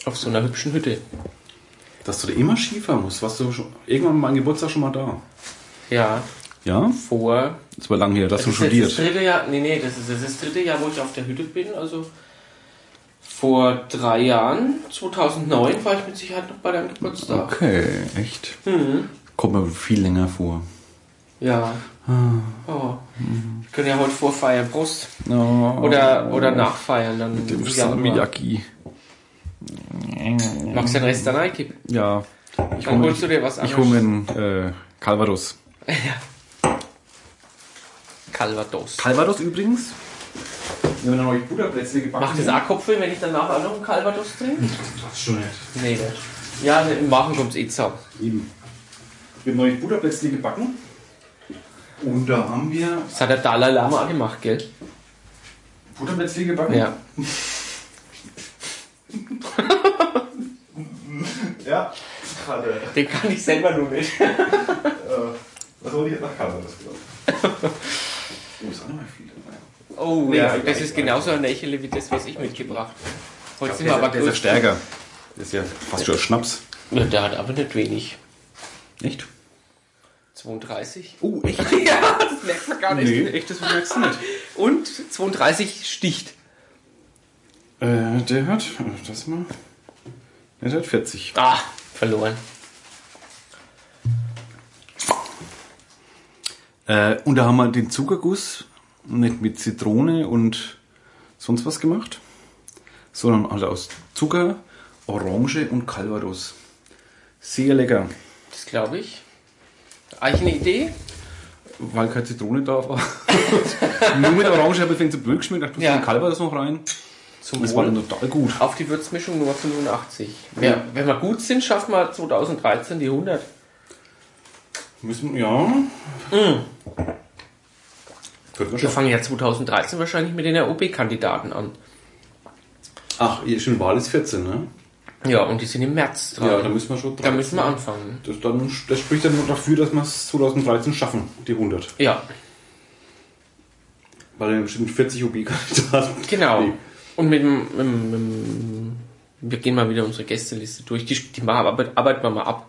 Speaker 2: Auf so einer hübschen Hütte.
Speaker 1: Dass du da immer Skifahren musst. Warst du schon, irgendwann mal an Geburtstag schon mal da?
Speaker 2: Ja,
Speaker 1: Ja?
Speaker 2: vor.
Speaker 1: Das war lang her, dass du
Speaker 2: das ist jetzt
Speaker 1: studierst.
Speaker 2: das dritte Jahr. Nee, nee, das ist jetzt das dritte Jahr, wo ich auf der Hütte bin. Also vor drei Jahren, 2009, war ich mit Sicherheit noch bei deinem Geburtstag.
Speaker 1: Okay, echt.
Speaker 2: Mhm.
Speaker 1: Kommt mir viel länger vor.
Speaker 2: Ja.
Speaker 1: Ah.
Speaker 2: Oh. Wir können ja heute vorfeiern, Brust.
Speaker 1: Oh,
Speaker 2: Oder, oder nachfeiern dann.
Speaker 1: mit dem
Speaker 2: im Januar.
Speaker 1: Salmiakki.
Speaker 2: Magst du den Rest dann einkippen?
Speaker 1: Ja. Ich
Speaker 2: Dann
Speaker 1: hole
Speaker 2: holst du
Speaker 1: mir,
Speaker 2: dir was
Speaker 1: ich
Speaker 2: anderes.
Speaker 1: hol mir einen äh, Calvados.
Speaker 2: Calvados.
Speaker 1: Calvados übrigens?
Speaker 6: Wir haben noch Butterplätzle gebacken.
Speaker 2: Macht das auch Kopfweh, wenn ich danach auch noch einen Calvados trinke?
Speaker 6: das schon nicht.
Speaker 2: Nee, ne. Ja, ne, im Machen kommt's eh zusammen.
Speaker 6: Eben. Wir haben neulich Butterplätzle gebacken. Und da haben wir
Speaker 2: Das hat der Dalai Lama auch gemacht, gell?
Speaker 6: Butterplätzle gebacken.
Speaker 2: Ja.
Speaker 6: Ja. Gerade.
Speaker 2: Den kann ich selber nur nicht.
Speaker 6: Äh, was wollte ich jetzt nach Calvados gedacht? oh, ist auch nicht mal viel dabei.
Speaker 2: Oh, ja, das ist genauso ein Lächeln wie das, was ich mitgebracht habe. Heute sind wir aber
Speaker 1: Der ist ja
Speaker 2: größer.
Speaker 1: stärker. Der ist ja fast schon Schnaps.
Speaker 2: Ja, der hat aber nicht wenig.
Speaker 1: Echt?
Speaker 2: 32?
Speaker 1: Oh, echt?
Speaker 2: <laughs> ja, das merkt man gar nicht.
Speaker 1: Nee, echt, das merkst du nicht.
Speaker 2: Und 32 sticht.
Speaker 1: Äh, der hat, das mal. Der hat 40.
Speaker 2: Ah, verloren.
Speaker 1: Äh, und da haben wir den Zuckerguss nicht mit Zitrone und sonst was gemacht, sondern halt aus Zucker, Orange und Calvados. Sehr lecker,
Speaker 2: Das glaube ich. Eigentlich eine Idee?
Speaker 1: weil keine Zitrone da war. <laughs> Nur mit Orange habe ich ein bisschen zu blöd geschmeckt, da tust du
Speaker 2: Ja.
Speaker 1: den Calvados noch rein.
Speaker 2: Zum
Speaker 1: Das war
Speaker 2: Wohl.
Speaker 1: dann total gut.
Speaker 2: Auf die Würzmischung nur 85. Ja, wenn wir gut sind, schaffen wir 2013 die 100.
Speaker 1: Müssen, ja. Mm. Könnte man
Speaker 2: Wir
Speaker 1: schon.
Speaker 2: fangen ja 2013 wahrscheinlich mit den ROB-Kandidaten an.
Speaker 1: Ach, ihr schon Wahl ist 14, ne?
Speaker 2: Ja, und die sind im März dran.
Speaker 1: Ja, da müssen wir schon
Speaker 2: da müssen wir anfangen.
Speaker 1: Das, dann, das spricht dann dafür, dass wir es 2013 schaffen, die 100.
Speaker 2: Ja,
Speaker 1: Weil dann bestimmt 40 OB-Kandidaten.
Speaker 2: genau. Und mit dem, mit, dem- mit, dem- wir gehen mal wieder unsere Gästeliste durch. Die, die machen- arbeit- arbeiten wir mal ab.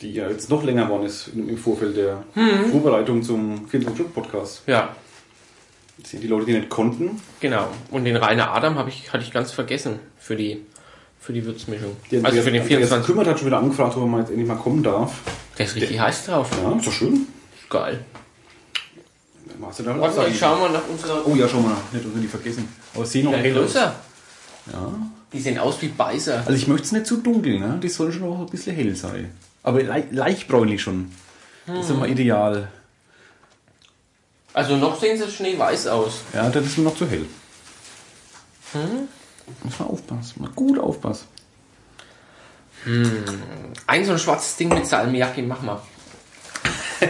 Speaker 1: Die ja jetzt noch länger waren ist im im Vorfeld der Vorbereitung zum 24-Stunden-Podcast.
Speaker 2: Ja,
Speaker 1: Das sind die Leute, die nicht konnten,
Speaker 2: genau. Und den Rainer Adam hab ich, hatte ich ganz vergessen für die, für die Würzmischung.
Speaker 1: die
Speaker 2: also für den
Speaker 1: Der
Speaker 2: 24.
Speaker 1: gekümmert hat, schon wieder angefragt, ob er mal jetzt endlich mal kommen darf.
Speaker 2: Der ist richtig heiß drauf.
Speaker 1: Ja, ist doch schön.
Speaker 2: Geil.
Speaker 1: Dann machst du da
Speaker 2: Warte mal,
Speaker 1: Sachen.
Speaker 2: ich schau mal nach unserer
Speaker 1: Oh ja, schau mal, nicht unter die vergessen. Aber sie noch hell aus.
Speaker 2: Ja. Die sehen aus wie Beißer.
Speaker 1: Also ich möchte es nicht zu dunkel, ne? Die sollen schon auch ein bisschen hell sein. Aber lei- leicht bräunlich schon. Das ist immer ideal.
Speaker 2: Also noch sehen sie schneeweiß aus.
Speaker 1: Ja, das ist mir noch zu hell. Hm? Muss man aufpassen, mal gut aufpassen.
Speaker 2: Ein so ein schwarzes Ding mit Salmiakki mach mal.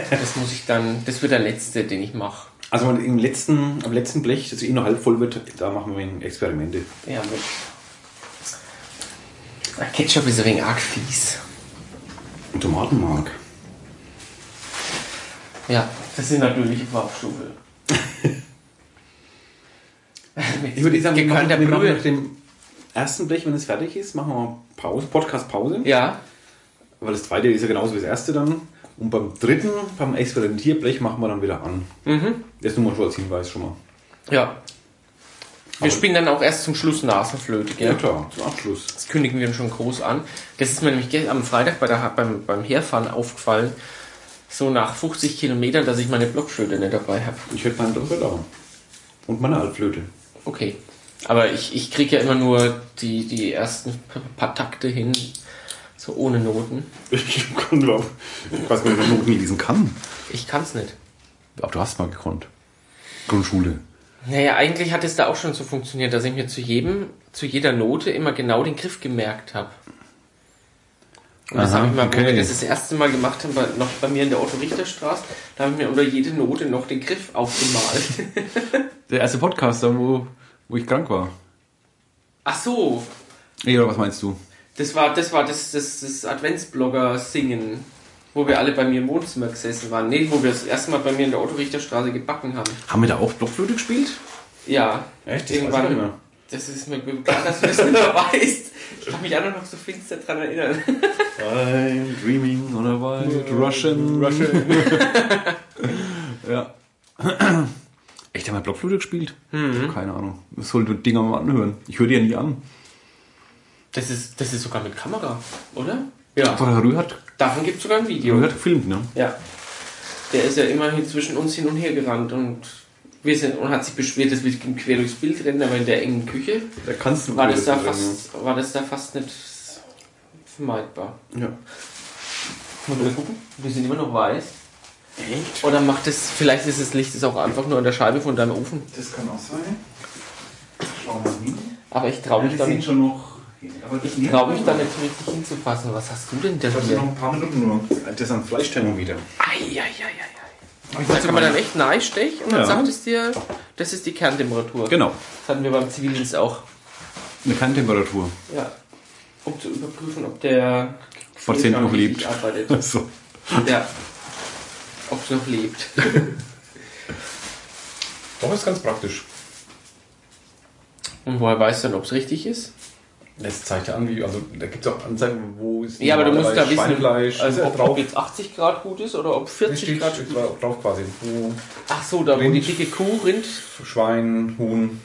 Speaker 2: Das muss ich dann, das wird der letzte, den ich mache.
Speaker 1: Also im letzten, am letzten Blech, das eh noch halb voll wird, da machen wir ein Experimente.
Speaker 2: Ja, mit. Der Ketchup ist ein wenig arg fies.
Speaker 1: Ein Tomatenmark.
Speaker 2: Ja, das sind natürlich <laughs> Waffstufe.
Speaker 1: Ich würde sagen, wir machen,
Speaker 2: Gekörnter
Speaker 1: wir machen nach
Speaker 2: Brühe.
Speaker 1: dem ersten Blech, wenn es fertig ist, machen wir Pause, Podcast-Pause.
Speaker 2: Ja,
Speaker 1: Weil das zweite ist ja genauso wie das erste dann. Und beim dritten, beim Experimentierblech, machen wir dann wieder an. Das nur mal schon als Hinweis schon mal.
Speaker 2: ja. Wir spielen dann auch erst zum Schluss Nasenflöte, gell?
Speaker 1: klar, zum Abschluss.
Speaker 2: Das kündigen wir schon groß an. Das ist mir nämlich gest- am Freitag bei der, beim, beim Herfahren aufgefallen, so nach 50 Kilometern, dass ich meine Blockflöte nicht dabei habe.
Speaker 1: Ich hätte meinen Drucker da. Und meine Altflöte.
Speaker 2: Okay. Aber ich, ich kriege ja immer nur die, die ersten p- paar Takte hin, so ohne Noten.
Speaker 1: <laughs> Ich kann glaub, ich weiß gar nicht, ob man Noten lesen kann.
Speaker 2: Ich kann's nicht.
Speaker 1: Aber du hast mal gekonnt. Grundschule.
Speaker 2: Naja, eigentlich hat es da auch schon so funktioniert, dass ich mir zu jedem, zu jeder Note immer genau den Griff gemerkt habe. Und das
Speaker 1: Aha,
Speaker 2: habe ich mal, wo wir
Speaker 1: okay.
Speaker 2: das, das erste Mal gemacht haben, bei, noch bei mir in der Otto-Richter-Straße, da habe ich mir unter jede Note noch den Griff
Speaker 8: <laughs>
Speaker 2: aufgemalt.
Speaker 1: Der erste Podcast, da wo, wo ich krank war.
Speaker 2: Ach so,
Speaker 1: Ja, was meinst du?
Speaker 2: das war das, war das, das, das Adventsblogger-Singen, wo wir alle bei mir im Wohnzimmer gesessen waren. Nee, wo wir das erste Mal bei mir in der Otto-Richter-Straße gebacken haben.
Speaker 8: Haben wir da auch Blockflöte gespielt?
Speaker 2: Ja.
Speaker 8: Echt? Das weiß ich gar nicht
Speaker 2: Irgendwann.
Speaker 8: mehr.
Speaker 2: Das ist mir klar, dass du das nicht mehr <laughs> weißt. Ich kann mich auch noch so finster dran erinnern.
Speaker 8: I'm dreaming on a wild Russian.
Speaker 2: <laughs>
Speaker 8: ja. Echt, haben wir Blockflöte gespielt?
Speaker 2: Mhm.
Speaker 8: Keine Ahnung. Das sollte Dinger mal anhören. Ich höre die ja nie an.
Speaker 2: Das ist, das ist sogar mit Kamera, oder?
Speaker 8: Aber Herr Rühr hat,
Speaker 2: Davon gibt es sogar ein Video.
Speaker 8: Rühr hat gefilmt, ne?
Speaker 2: Ja. Der ist ja immerhin zwischen uns hin und her gerannt und wir sind und hat sich beschwert, dass wir quer durchs Bild rennen, aber in der engen Küche
Speaker 8: Da kannst du
Speaker 2: war Ah, das da fast, war das da fast nicht vermeidbar.
Speaker 8: Ja.
Speaker 2: Mal wieder gucken. Wir sind immer noch weiß. Echt? Oder macht das, vielleicht ist das Licht ist auch einfach nur an der Scheibe von deinem Ofen.
Speaker 6: Das kann auch sein. Schauen wir mal hin.
Speaker 2: Aber ich traue mich
Speaker 6: Wir
Speaker 2: da
Speaker 6: sehen
Speaker 2: nicht,
Speaker 6: schon noch. Aber das
Speaker 2: ich trau mich da nicht so richtig hinzufassen. Was hast du denn da
Speaker 6: Das sind
Speaker 2: hier?
Speaker 6: noch ein paar Minuten nur.
Speaker 8: Das ist ein Fleischthermometer.
Speaker 2: Eieieiei. Da kann man dann echt nahe stechen und dann
Speaker 8: Ja.
Speaker 2: sagt es dir, das ist die Kerntemperatur.
Speaker 8: Genau.
Speaker 2: Das hatten wir beim Zivildienst auch.
Speaker 8: Eine
Speaker 1: <laughs>
Speaker 8: Kerntemperatur.
Speaker 2: Ja. Um zu überprüfen, ob der
Speaker 8: Patient noch
Speaker 2: richtig
Speaker 8: lebt.
Speaker 2: arbeitet.
Speaker 8: So.
Speaker 2: ja. Ob es noch lebt.
Speaker 1: Doch, ist ganz praktisch.
Speaker 2: <laughs> Und woher weißt du dann, ob es richtig ist?
Speaker 1: Es zeigt ja an, wie, also da gibt es auch Anzeigen, wo ist
Speaker 2: Ja, aber du musst da
Speaker 1: normalerweise
Speaker 2: wissen,
Speaker 1: Schweinefleisch,
Speaker 2: also
Speaker 1: ist
Speaker 2: ob,
Speaker 1: ja drauf.
Speaker 2: ob jetzt 80 Grad gut ist oder ob 40
Speaker 1: steht
Speaker 2: Grad
Speaker 1: steht
Speaker 2: gut ist.
Speaker 1: drauf quasi. Wo
Speaker 2: Ach so, da wo die
Speaker 1: Rind.
Speaker 2: dicke Kuh rinnt.
Speaker 1: Schwein, Huhn.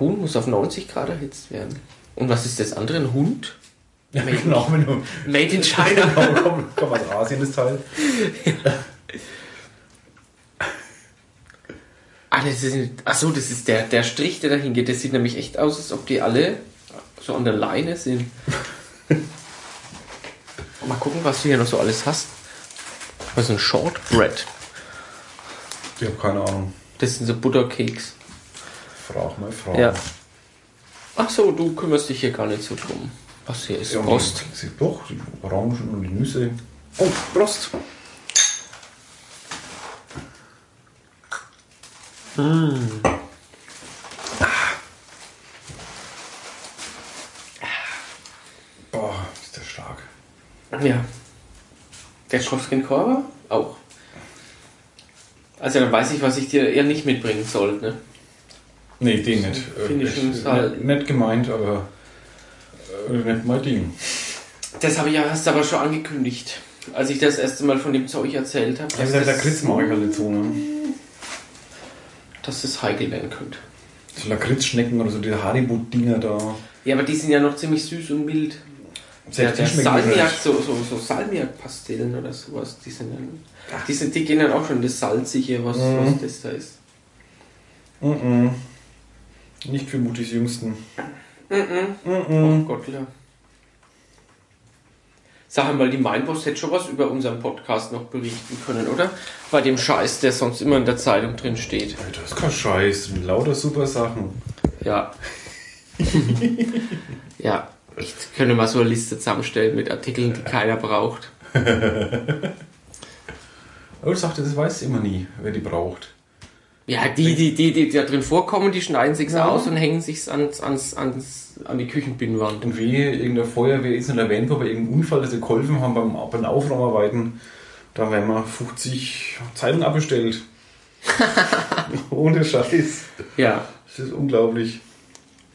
Speaker 2: Huhn muss auf 90 Grad erhitzt werden. Und was ist das andere? Ein Hund?
Speaker 1: Ja, genau, wenn du
Speaker 2: Made in China.
Speaker 1: komm, komm aus Asien das Teil.
Speaker 2: Ah, das ist, ach so, das ist der, der Strich, der da hingeht. Das sieht nämlich echt aus, als ob die alle so an der Leine sind. <laughs> Mal gucken, was du hier noch so alles hast. Was ist ein Shortbread?
Speaker 1: Ich habe keine Ahnung.
Speaker 2: Das sind so Butterkeks.
Speaker 1: Frag mal, frag.
Speaker 2: Ja. Ach so, du kümmerst dich hier gar nicht so drum. Was hier ist?
Speaker 1: Ja, und
Speaker 2: Prost.
Speaker 1: die- die- Doch, die Orangen und die Nüsse.
Speaker 8: Oh, Prost.
Speaker 1: Ah. Boah, ist der stark.
Speaker 2: Ja. Der Schroffskin-Korber? Auch. Also dann weiß ich, was ich dir eher nicht mitbringen soll. Ne?
Speaker 1: Nee, den nicht. Äh,
Speaker 2: Finde ich
Speaker 1: echt,
Speaker 2: schon
Speaker 1: äh,
Speaker 2: total-
Speaker 1: Nett gemeint, aber äh, nicht mein Ding.
Speaker 2: Das habe ich ja erst aber schon angekündigt, als ich das erste Mal von dem Zeug erzählt habe,
Speaker 1: Ja,
Speaker 2: dass,
Speaker 1: der
Speaker 2: das,
Speaker 1: Lakritz mag ich halt nicht so, ne?
Speaker 2: dass das heikel werden könnte.
Speaker 1: So Lakritzschnecken oder so diese Haribo-Dinger da.
Speaker 2: Ja, aber die sind ja noch ziemlich süß und mild. Ja,
Speaker 1: Selbst
Speaker 2: der
Speaker 1: die schmecken mir
Speaker 2: Salmiak,
Speaker 1: nicht.
Speaker 2: so, so, so Salmiak-Pastillen oder sowas, die sind dann, die, sind, die gehen dann auch schon das Salzige, was, was das da ist.
Speaker 1: Mm -mm. Nicht für Mutis Jüngsten.
Speaker 2: Oh Gott, ja. Sag mal, die Mindboss hätte schon was über unseren Podcast noch berichten können, oder? Bei dem Scheiß, der sonst immer in der Zeitung drin steht.
Speaker 1: Alter, das ist kein Scheiß. sind Lauter super Sachen.
Speaker 2: Ja. ja, ich könnte mal so eine Liste zusammenstellen mit Artikeln, die keiner braucht.
Speaker 1: Aber ich sagte, das weiß immer nie, wer die braucht.
Speaker 2: Ja, die, die, die, die da drin vorkommen, die schneiden sich's aus und hängen sich's ans, ans, ans, an die Küchenbinnwand.
Speaker 1: Und wehe, irgendeine Feuerwehr ist nicht erwähnt worden bei irgendeinem Unfall, dass sie geholfen haben beim, beim Aufräumarbeiten. Da werden wir 50 Zeitungen
Speaker 2: <laughs>
Speaker 1: abbestellt. Ohne Scheiß.
Speaker 2: Ja.
Speaker 1: Das ist unglaublich.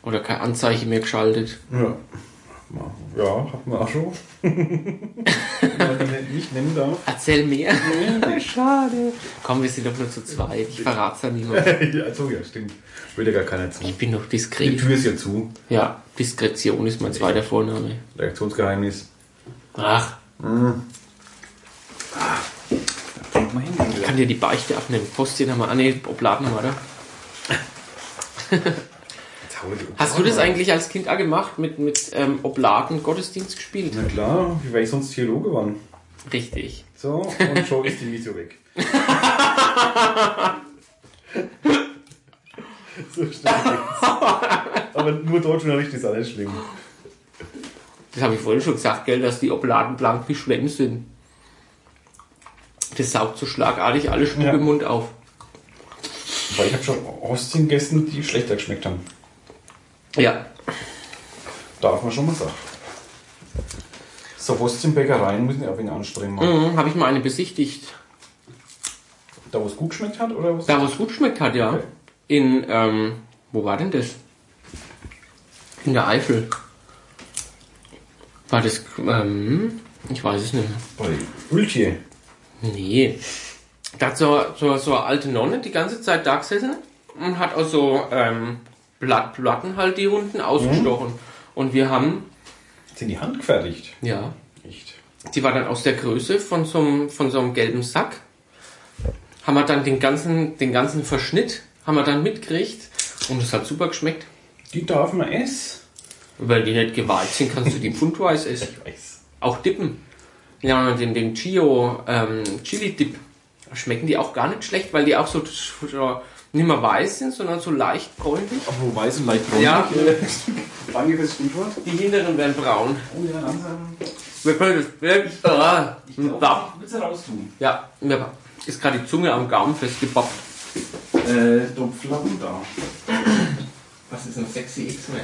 Speaker 2: Oder kein Anzeichen mehr geschaltet.
Speaker 1: Ja. Ja, hat man auch schon. Wenn man die nicht nennen darf. <laughs>
Speaker 2: Erzähl mehr. Schade. Komm, wir sind doch nur zu zweit. Ich verrat's ja niemandem.
Speaker 1: Achso, ja, stimmt. Will ja gar keiner zu.
Speaker 2: Ich bin doch
Speaker 1: Die
Speaker 2: diskret.
Speaker 1: Tür ist ja zu.
Speaker 2: Ja, Diskretion ist mein zweiter Vorname.
Speaker 1: Redaktionsgeheimnis.
Speaker 2: Ach,
Speaker 6: Denk mal hin.
Speaker 2: ich kann dir die Beichte abnehmen. Post dir nochmal an, nee, Obladen haben wir, oder? Hast du das eigentlich als Kind auch gemacht, mit, mit ähm, Oblaten Gottesdienst gespielt?
Speaker 1: Na klar, wie wäre ich sonst Theologe geworden?
Speaker 2: Richtig.
Speaker 1: So, und schon ist die Video weg. so schnell geht's. Aber nur Deutschunterricht ist alles schlimm.
Speaker 2: Das habe ich vorhin schon gesagt, gell, dass die Obladen blank wie Schwämme sind. Das saugt so schlagartig alle Spucke
Speaker 1: Ja.
Speaker 2: im Mund auf.
Speaker 1: Weil ich habe schon Ostien gegessen, die schlechter geschmeckt haben.
Speaker 2: Ja.
Speaker 1: Darf man schon mal sagen.
Speaker 3: So Wurstchenbäckereien müssen ja auch wenig anstrengen machen.
Speaker 2: Mhm, Habe ich mal eine besichtigt.
Speaker 3: Da, wo es gut geschmeckt hat oder was?
Speaker 2: Da, wo es gut schmeckt hat, ja.
Speaker 3: Okay.
Speaker 2: In, ähm, wo war denn das? In der Eifel. War das, ähm, ich weiß es nicht mehr.
Speaker 3: Bei Ultje.
Speaker 2: Nee. Da hat so, so, so eine alte Nonne die ganze Zeit da gesessen und hat aus so ähm, Blatt, Platten halt die Runden ausgestochen. Und wir haben,
Speaker 3: Sind die handgefertigt?
Speaker 2: ja,
Speaker 3: Echt?
Speaker 2: die war dann aus der Größe von so einem, von so einem gelben Sack. Haben wir dann den ganzen, den ganzen Verschnitt haben wir dann mitgekriegt und es hat super geschmeckt.
Speaker 3: Die darf man essen?
Speaker 2: Weil die nicht geweiht sind, kannst du die pfundweiß essen.
Speaker 3: Ich weiß.
Speaker 2: Auch dippen. Ja, den, den Chio ähm, Chili Dip. Schmecken die auch gar nicht schlecht, weil die auch so, so nicht mehr weiß sind, sondern so leicht bräunlich.
Speaker 6: Wo weiß und leicht braun.
Speaker 2: Ja,
Speaker 6: Danke fürs Stichwort.
Speaker 2: die hinteren werden braun.
Speaker 6: Oh ja, langsam.
Speaker 2: Wir können das wirklich. Ah, da.
Speaker 6: willst du raus tun?
Speaker 2: Ja, mir ist gerade die Zunge am Gaumen festgebappt.
Speaker 6: Äh, Dumpflappen da.
Speaker 5: Was ist ein sexy X-Men?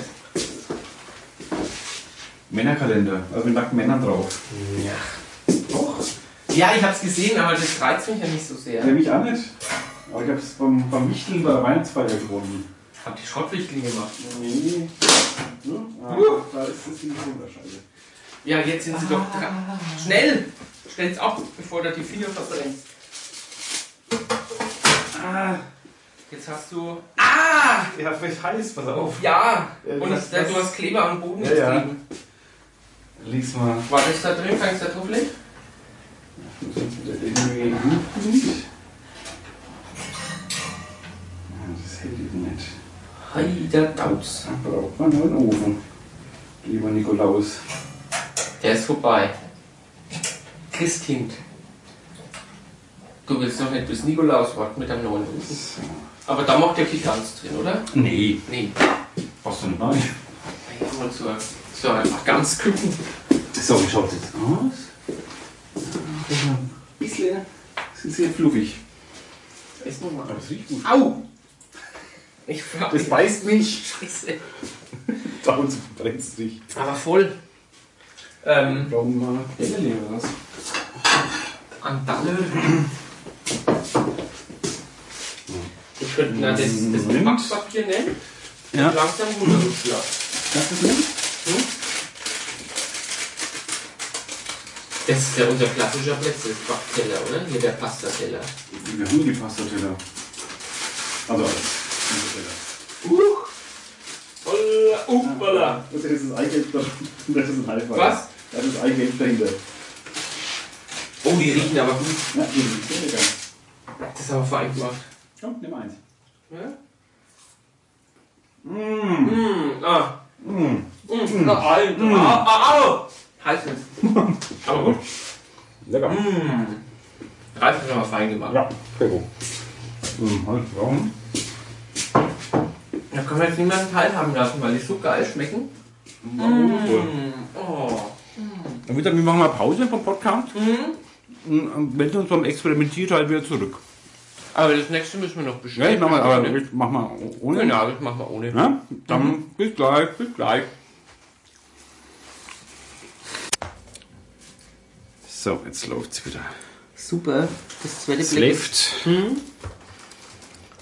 Speaker 6: Männerkalender, also mit nackten Männern drauf.
Speaker 2: Ja.
Speaker 6: Doch,
Speaker 5: Ja, ich hab's gesehen, aber das reizt mich ja nicht so sehr.
Speaker 6: ja, Äh, mich auch nicht. Aber ich hab's beim, beim Wichteln bei der Weihnachtsfeier gefunden.
Speaker 5: Hab die Schrottwichtel gemacht.
Speaker 6: Nee. Ne? Ah, da ist das Ding schon wahrscheinlich.
Speaker 5: Ja, jetzt sind sie doch dran. Schnell! Stell's ab, bevor du die Finger verbrennst.
Speaker 6: Ah,
Speaker 5: Jetzt hast du.
Speaker 6: ja, vielleicht heiß, pass auf.
Speaker 5: Ja!
Speaker 6: Ja,
Speaker 5: und
Speaker 6: Äh, das-
Speaker 5: das, du hast Kleber am Boden
Speaker 6: Ja, ja.
Speaker 5: getrieben.
Speaker 6: Lies mal.
Speaker 5: War das da drin? Kannst du da drauf legen?
Speaker 6: Das ist jetzt wieder irgendwie gut nicht. Ja, Das hält eben nicht.
Speaker 5: Hei, der Daus.
Speaker 6: Da braucht man nur einen Ofen. Lieber Nikolaus.
Speaker 5: Der ist vorbei. Christkind. Du willst noch nicht bis Nikolaus warten mit deinem neuen Ofen. Aber da macht der Kitanz drin, oder?
Speaker 6: Nee,
Speaker 5: Nee.
Speaker 6: brauchst du nicht rein.
Speaker 5: Ich komm mal zur, zur einfach ganz kühlen.
Speaker 6: So, wie schaut es jetzt aus? Ja, Ein bisschen. Es ist sehr fluffig.
Speaker 5: Ist nochmal.
Speaker 6: Aber es riecht gut.
Speaker 5: Au! Ich frage
Speaker 6: Das beißt mich.
Speaker 5: Scheiße.
Speaker 6: Da uns brennst dich.
Speaker 5: Aber voll. Ähm,
Speaker 6: Brauchen wir Elderle oder was?
Speaker 5: an Dalle. Ich könnte na, das, das
Speaker 6: Moment.
Speaker 5: Backpapier nehmen.
Speaker 6: Ja.
Speaker 5: Und langsam runterrutschen.
Speaker 6: Das ist nicht?
Speaker 5: Hm? Das ist ja unser klassischer Plätzchenbackteller, oder? Hier der Pastateller.
Speaker 6: Wir haben die Pastateller. Also, Pastateller.
Speaker 5: Huch! Holla, uppala.
Speaker 6: Das ist das Eigelb da- <laughs> Das ist ein Eifer.
Speaker 5: Was?
Speaker 6: Das ist Eigelb dahinter.
Speaker 5: Oh, die riechen aber gut.
Speaker 6: Ja, die sind sehr lecker.
Speaker 5: Das ist aber fein gemacht.
Speaker 6: Komm, nimm eins.
Speaker 5: Ja?
Speaker 6: Mmh.
Speaker 5: Mm, ah.
Speaker 6: Mmh.
Speaker 5: Mm. Ah, Alter. Ah, ah, au! Halt es.
Speaker 6: <laughs>
Speaker 5: Aber gut.
Speaker 6: Lecker.
Speaker 5: Mm. Ralf hat nochmal fein gemacht.
Speaker 6: Ja, Prego.
Speaker 1: Hm,
Speaker 6: Mmh, halt braun.
Speaker 5: Da können wir jetzt niemanden teilhaben lassen, weil die so geil schmecken. Mm. Oh.
Speaker 1: Dann würde ich sagen, wir machen mal Pause vom Podcast.
Speaker 6: Mhm.
Speaker 1: Und ähm, wenn uns beim Experimentiert halt wieder zurück.
Speaker 2: Aber das nächste müssen wir noch
Speaker 1: Ja,
Speaker 2: bestellen.
Speaker 1: ich mach mal, aber ich mach mal ohne.
Speaker 2: Genau, das machen wir ohne.
Speaker 1: Ne? Dann
Speaker 6: Mhm.
Speaker 1: bis gleich, bis gleich. So, jetzt läuft's wieder.
Speaker 2: Super. Das zweite
Speaker 1: Es läuft.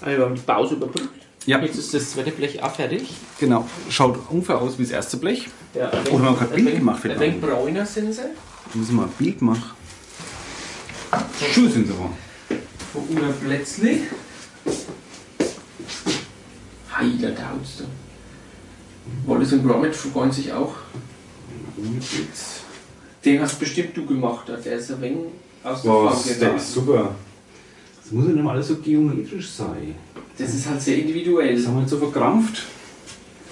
Speaker 2: Also, wir haben die Pause überbrückt.
Speaker 1: Ja,
Speaker 2: Jetzt ist das zweite Blech auch fertig.
Speaker 1: genau. Schaut ungefähr aus wie das erste Blech.
Speaker 5: Ja, ein
Speaker 1: Oder man hat ein Bild gemacht
Speaker 5: Ein
Speaker 1: vielleicht.
Speaker 5: wenig bräuner sind sie.
Speaker 1: Da müssen wir ein Bild machen. Schuhe sind sie von.
Speaker 5: Von Uwe plötzlich. Heider Tausend. Wallace und Gromit freuen sich auch. Den hast bestimmt du gemacht, der ist ein wenig aus der Form geraten.
Speaker 6: super. Das muss ja nicht mal alles so geometrisch sein.
Speaker 5: Das ist halt sehr individuell.
Speaker 6: Das haben wir jetzt so verkrampft. Also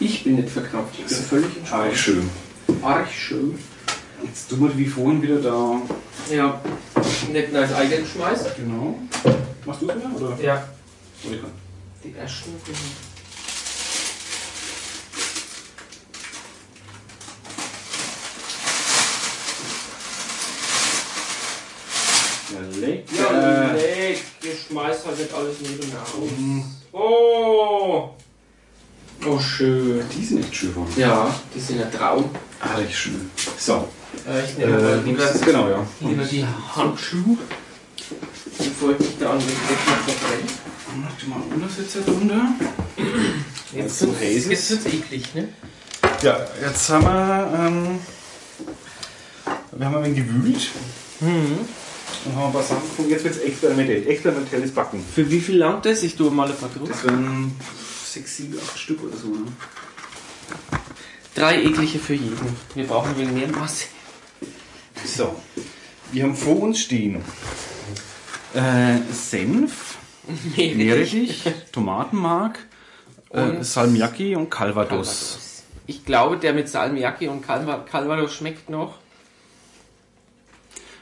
Speaker 5: Ich bin nicht verkrampft, ich bin völlig entspannt.
Speaker 6: Ah, schön.
Speaker 5: Arg schön.
Speaker 6: Jetzt tun wir wie vorhin wieder da.
Speaker 5: Ja, nicht als Eigelb schmeißt.
Speaker 6: Genau. Machst du es wieder? Oder?
Speaker 5: Ja.
Speaker 6: Oder ich kann.
Speaker 5: Die ersten.
Speaker 6: Ja, lecker.
Speaker 5: Ja,
Speaker 6: Mhm.
Speaker 5: nee, ihr schmeißt halt nicht alles nebeneinander. Oh!
Speaker 6: Oh, schön.
Speaker 1: Die sind echt schön.
Speaker 6: Ja, die sind ein Traum.
Speaker 1: Ah, richtig schön. So.
Speaker 6: Äh, ich nehme
Speaker 1: Äh,
Speaker 6: mal lieber,
Speaker 1: genau, ja.
Speaker 6: lieber die Handschuhe. Bevor ich mich da an den Rechner verbrenne.
Speaker 1: Mach die mal Untersitzer drunter.
Speaker 6: Jetzt
Speaker 1: so
Speaker 6: wird's-
Speaker 1: Häsis.
Speaker 6: jetzt wird's eklig, ne?
Speaker 1: Ja, jetzt haben wir. Ähm, wir haben ein wenig gewühlt. Und haben ein paar Sachen gefunden. Jetzt wird es experimentell. Experimentelles Backen.
Speaker 2: Für wie viel langt das? Ich tue mal ein paar drauf.
Speaker 1: Das wären 6, 7, 8 Stück oder so. Ne?
Speaker 2: Drei eklige für jeden. Wir brauchen wegen mehr Masse.
Speaker 1: So. Wir haben vor uns stehen. Äh, Senf, Meerrettich, Tomatenmark, äh,
Speaker 2: Und-
Speaker 1: Salmiakki und Calvados.
Speaker 2: Calvados. Ich glaube, der mit Salmiakki und Calva- Calvados schmeckt noch.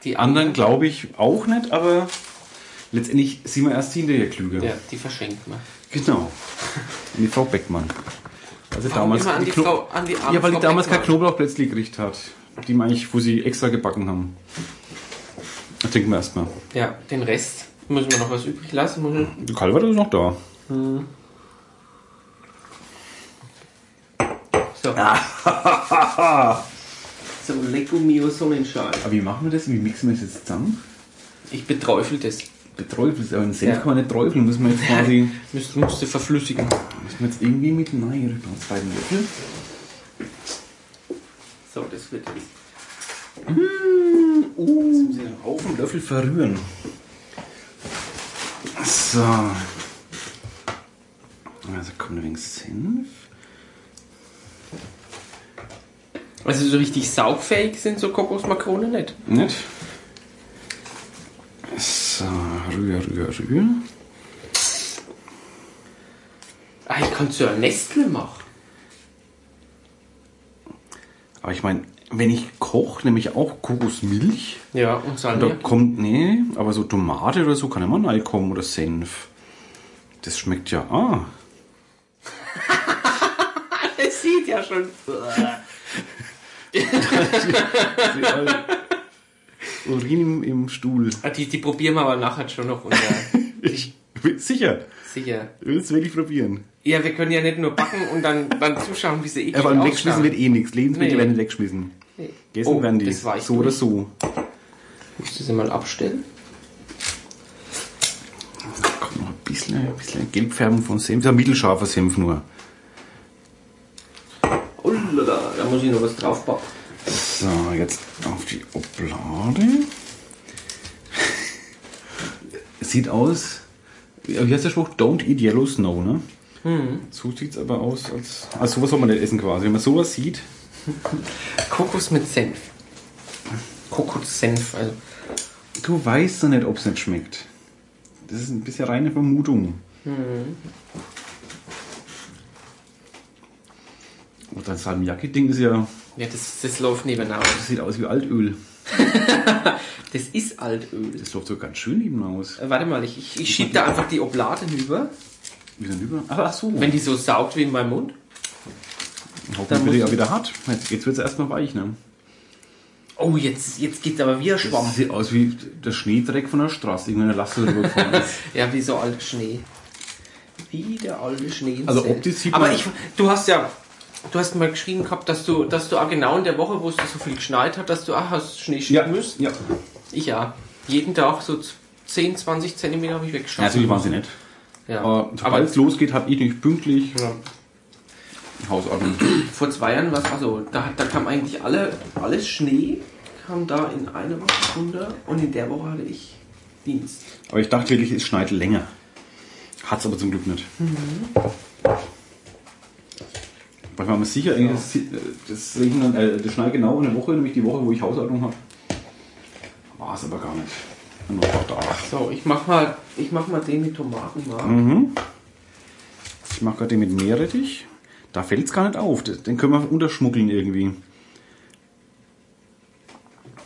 Speaker 2: Die
Speaker 1: Anderen glaube ich auch nicht, aber letztendlich sind wir erst hinterher klüger.
Speaker 2: Ja, die verschenkt man. <laughs>
Speaker 1: Genau. An die Frau Beckmann. Also
Speaker 2: Warum
Speaker 1: damals
Speaker 2: immer an die,
Speaker 1: Kno-
Speaker 2: Frau, an die arme
Speaker 1: Ja, weil
Speaker 2: Frau
Speaker 1: die damals kein
Speaker 2: Beckmann?
Speaker 1: Knoblauch plötzlich gekriegt hat. Die man eigentlich, wo sie extra gebacken haben. Das trinken wir erstmal.
Speaker 2: Ja, den Rest müssen wir noch was übrig lassen. Muss ich-
Speaker 1: Die Calvados ist noch da.
Speaker 2: So.
Speaker 1: Ah.
Speaker 2: <laughs> so, Lecco mio Sonnenschal.
Speaker 1: Aber wie machen wir das? Wie mixen wir das jetzt zusammen?
Speaker 2: Ich beträufel das.
Speaker 1: Beträufelt ist aber ein Senf
Speaker 2: Ja.
Speaker 1: kann man nicht träufeln. Müssen wir jetzt
Speaker 2: <laughs>
Speaker 1: quasi.
Speaker 2: Müsst, musste verflüssigen.
Speaker 1: müssen wir jetzt irgendwie mit. Nein, ich brauche einen zweiten Löffel.
Speaker 2: So, das wird jetzt.
Speaker 1: Jetzt müssen wir einen Haufen Löffel verrühren. So. Also kommt ein wenig Senf.
Speaker 2: Also so richtig saugfähig sind so Kokosmakrone nicht.
Speaker 1: Nicht? So, rühr, rühr, rühr.
Speaker 2: Ah, ich kann so ein Nestle machen.
Speaker 1: Aber ich meine, wenn ich koche, nehme ich auch Kokosmilch.
Speaker 2: Ja, und
Speaker 1: Da
Speaker 2: Salmiak.
Speaker 1: kommt, nee, aber so Tomate oder so kann immer reinkommen oder Senf. Das schmeckt ja, ah.
Speaker 2: <laughs> Es sieht ja schon.
Speaker 1: <laughs> Urin im, im Stuhl.
Speaker 2: Ah, Die, die probieren wir aber nachher schon noch unter. <laughs>
Speaker 1: Ich bin sicher,
Speaker 2: Sicher.
Speaker 1: ich will es wirklich probieren.
Speaker 2: Ja, wir können ja nicht nur backen und dann, dann zuschauen, wie sie eklig
Speaker 1: Ja, vor allem wegschmissen
Speaker 2: ausschauen.
Speaker 1: wird eh nichts. Lebensmittel
Speaker 2: Nee.
Speaker 1: werden nicht weggeschmissen. Gegessen
Speaker 2: Oh,
Speaker 1: werden die.
Speaker 2: das war ich
Speaker 1: so oder so.
Speaker 2: Musst du sie mal abstellen?
Speaker 1: Da kommt noch ein bisschen, ein bisschen Gelbfärbung von Senf. Ja, mittelscharfer Senf nur.
Speaker 2: Oh, lala, da muss ich noch was drauf backen.
Speaker 1: So, jetzt auf die Oblade. <laughs> Sieht aus, wie wie heißt der Spruch? Don't eat yellow snow, ne?
Speaker 2: Hm.
Speaker 1: So sieht's aber aus, als. Also, sowas soll man nicht essen quasi. Wenn man sowas sieht,
Speaker 2: Kokos mit Senf. Kokossenf, also.
Speaker 1: du weißt doch nicht, ob's nicht schmeckt. Das ist ein bisschen reine Vermutung. Hm. Und das Salmiakki-Ding ist ja.
Speaker 2: Ja, das, das läuft nebenan.
Speaker 1: Das sieht aus wie Altöl.
Speaker 2: <laughs> Das ist Altöl.
Speaker 1: Das läuft so ganz schön neben aus.
Speaker 2: Äh, warte mal, ich, ich, ich schieb da einfach die Oblate rüber.
Speaker 1: Wie so ein Über. Ach, ach so.
Speaker 2: Wenn die so saugt wie in meinem Mund.
Speaker 1: Hoffentlich
Speaker 2: Dann
Speaker 1: wird er
Speaker 2: muss-
Speaker 1: ja wieder hart. Jetzt, jetzt wird es erstmal weich, ne?
Speaker 2: Oh, jetzt, jetzt geht's aber wie ein Schwamm.
Speaker 1: Das sieht aus wie der Schneedreck von der Straße, irgendeine Lasse drüber gefahren
Speaker 2: <laughs>
Speaker 1: ist.
Speaker 2: Ja, wie so alter Schnee. Wie der alte Schnee. im
Speaker 1: Also
Speaker 2: Zelt.
Speaker 1: optisch sieht
Speaker 2: Aber
Speaker 1: man-
Speaker 2: ich, du hast ja, du hast mal geschrieben gehabt, dass du, dass du auch genau in der Woche, wo es so viel geschneit hat, dass du auch hast Schnee schieben müssen.
Speaker 1: ja.
Speaker 2: Ich ja. Jeden Tag so z- 10, 20 Zentimeter habe ich weggeschossen.
Speaker 1: Natürlich waren sie nicht.
Speaker 2: ja.
Speaker 1: Aber
Speaker 2: Aber
Speaker 1: sobald es losgeht, habe ich nicht pünktlich Hausordnung.
Speaker 2: vor zwei Jahren war es also, da, da kam eigentlich alle, alles Schnee, kam da in einer Woche runter und in der Woche hatte ich Dienst.
Speaker 1: Aber ich dachte wirklich, es schneit länger. Hat es aber zum Glück nicht. Weil man ist sicher, eigentlich, das, das, Regen, äh, das schneit genau in der Woche, nämlich die Woche, wo ich Hausordnung habe. War es aber gar nicht. Nur noch da.
Speaker 2: So, ich mach mal, ich mach mal den mit Tomatenmark.
Speaker 1: Mhm. Ich mache gerade den mit Meerrettich. Da fällt es gar nicht auf. Das- Den können wir unterschmuggeln irgendwie.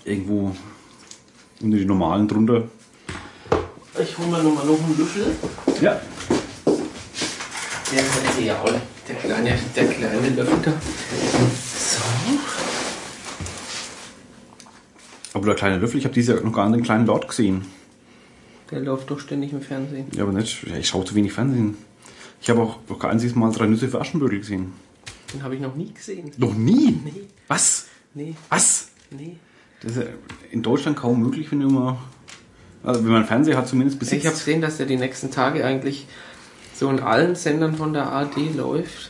Speaker 1: Irgendwo unter die normalen drunter.
Speaker 2: Ich hole mir nochmal noch einen Löffel.
Speaker 1: Ja.
Speaker 2: Der könnte ja auch. Der kleine, der kleine Löffel da.
Speaker 1: Aber der kleine Löffel, ich habe dieses Jahr noch gar nicht den kleinen Lord gesehen.
Speaker 2: Der läuft doch ständig im Fernsehen.
Speaker 1: Ja, aber nicht. Ja, ich schaue zu wenig Fernsehen. Ich habe auch noch kein einziges Mal drei Nüsse für Aschenbrödel gesehen.
Speaker 2: Den habe ich noch nie gesehen.
Speaker 1: Noch nie?
Speaker 2: Nee,
Speaker 1: Was?
Speaker 2: nee,
Speaker 1: Was?
Speaker 2: nee.
Speaker 1: Das ist ja in Deutschland kaum möglich, wenn du mal. Also wenn man einen Fernseher hat, zumindest besitzt.
Speaker 2: Ich habe gesehen, dass der die nächsten Tage eigentlich so in allen Sendern von der AD läuft.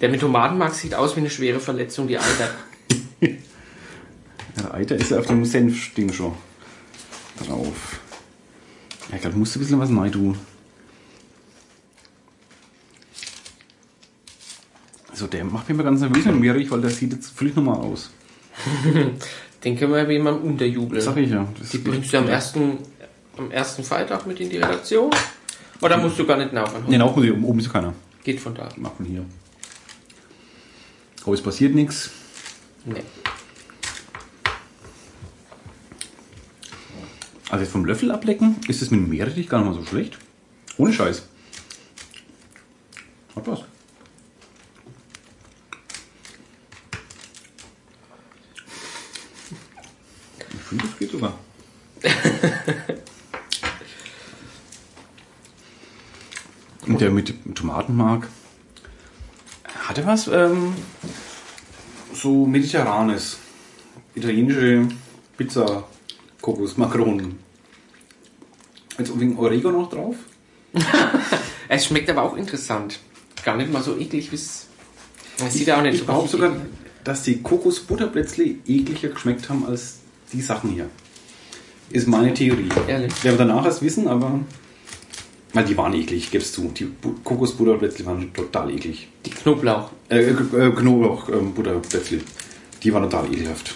Speaker 2: Der mit Tomatenmark sieht aus wie eine schwere Verletzung, die Alter.
Speaker 1: Der Eiter ist ja auf dem Senfding schon drauf. Ja, ich glaube, musst du ein bisschen was neu tun. Also der macht mich immer ganz nervös und mehrig, weil der sieht jetzt völlig normal aus.
Speaker 2: Den können wir ja jemandem
Speaker 1: Das sag
Speaker 2: unterjubeln.
Speaker 1: ich ja. Das
Speaker 2: Die bringst du am ersten, am ersten Freitag mit in die Redaktion. Oder musst du gar nicht nachhören?
Speaker 1: Nee, auch muss ich, oben ist ja keiner.
Speaker 2: Geht von da.
Speaker 1: Macht man hier. Aber es passiert nichts.
Speaker 2: Nee.
Speaker 1: Also jetzt vom Löffel ablecken, ist es mit dem Meerrettich gar nicht mal so schlecht. Ohne Scheiß. Hat was. Ich finde, das geht sogar. Und der mit dem Tomatenmark. Hat er was ähm, so mediterranes? Italienische Pizza, Kokos, Makronen. Jetzt wegen Oregano noch drauf?
Speaker 2: Es schmeckt aber auch interessant. Gar nicht mal so eklig, wie es. Es sieht ja auch nicht
Speaker 1: Ich
Speaker 2: so
Speaker 1: behaupte sogar,
Speaker 2: eklig
Speaker 1: dass die Kokosbutterplätzle ekliger geschmeckt haben als die Sachen hier. Ist meine Theorie.
Speaker 2: Ehrlich?
Speaker 1: Werden wir danach erst wissen, aber. Na, die waren eklig, gibst du. Die Bu- Kokosbutterplätzle waren total eklig.
Speaker 2: aus. Die Knoblauch.
Speaker 1: Äh, äh, Knoblauchbutterplätzle. die waren total ekelhaft.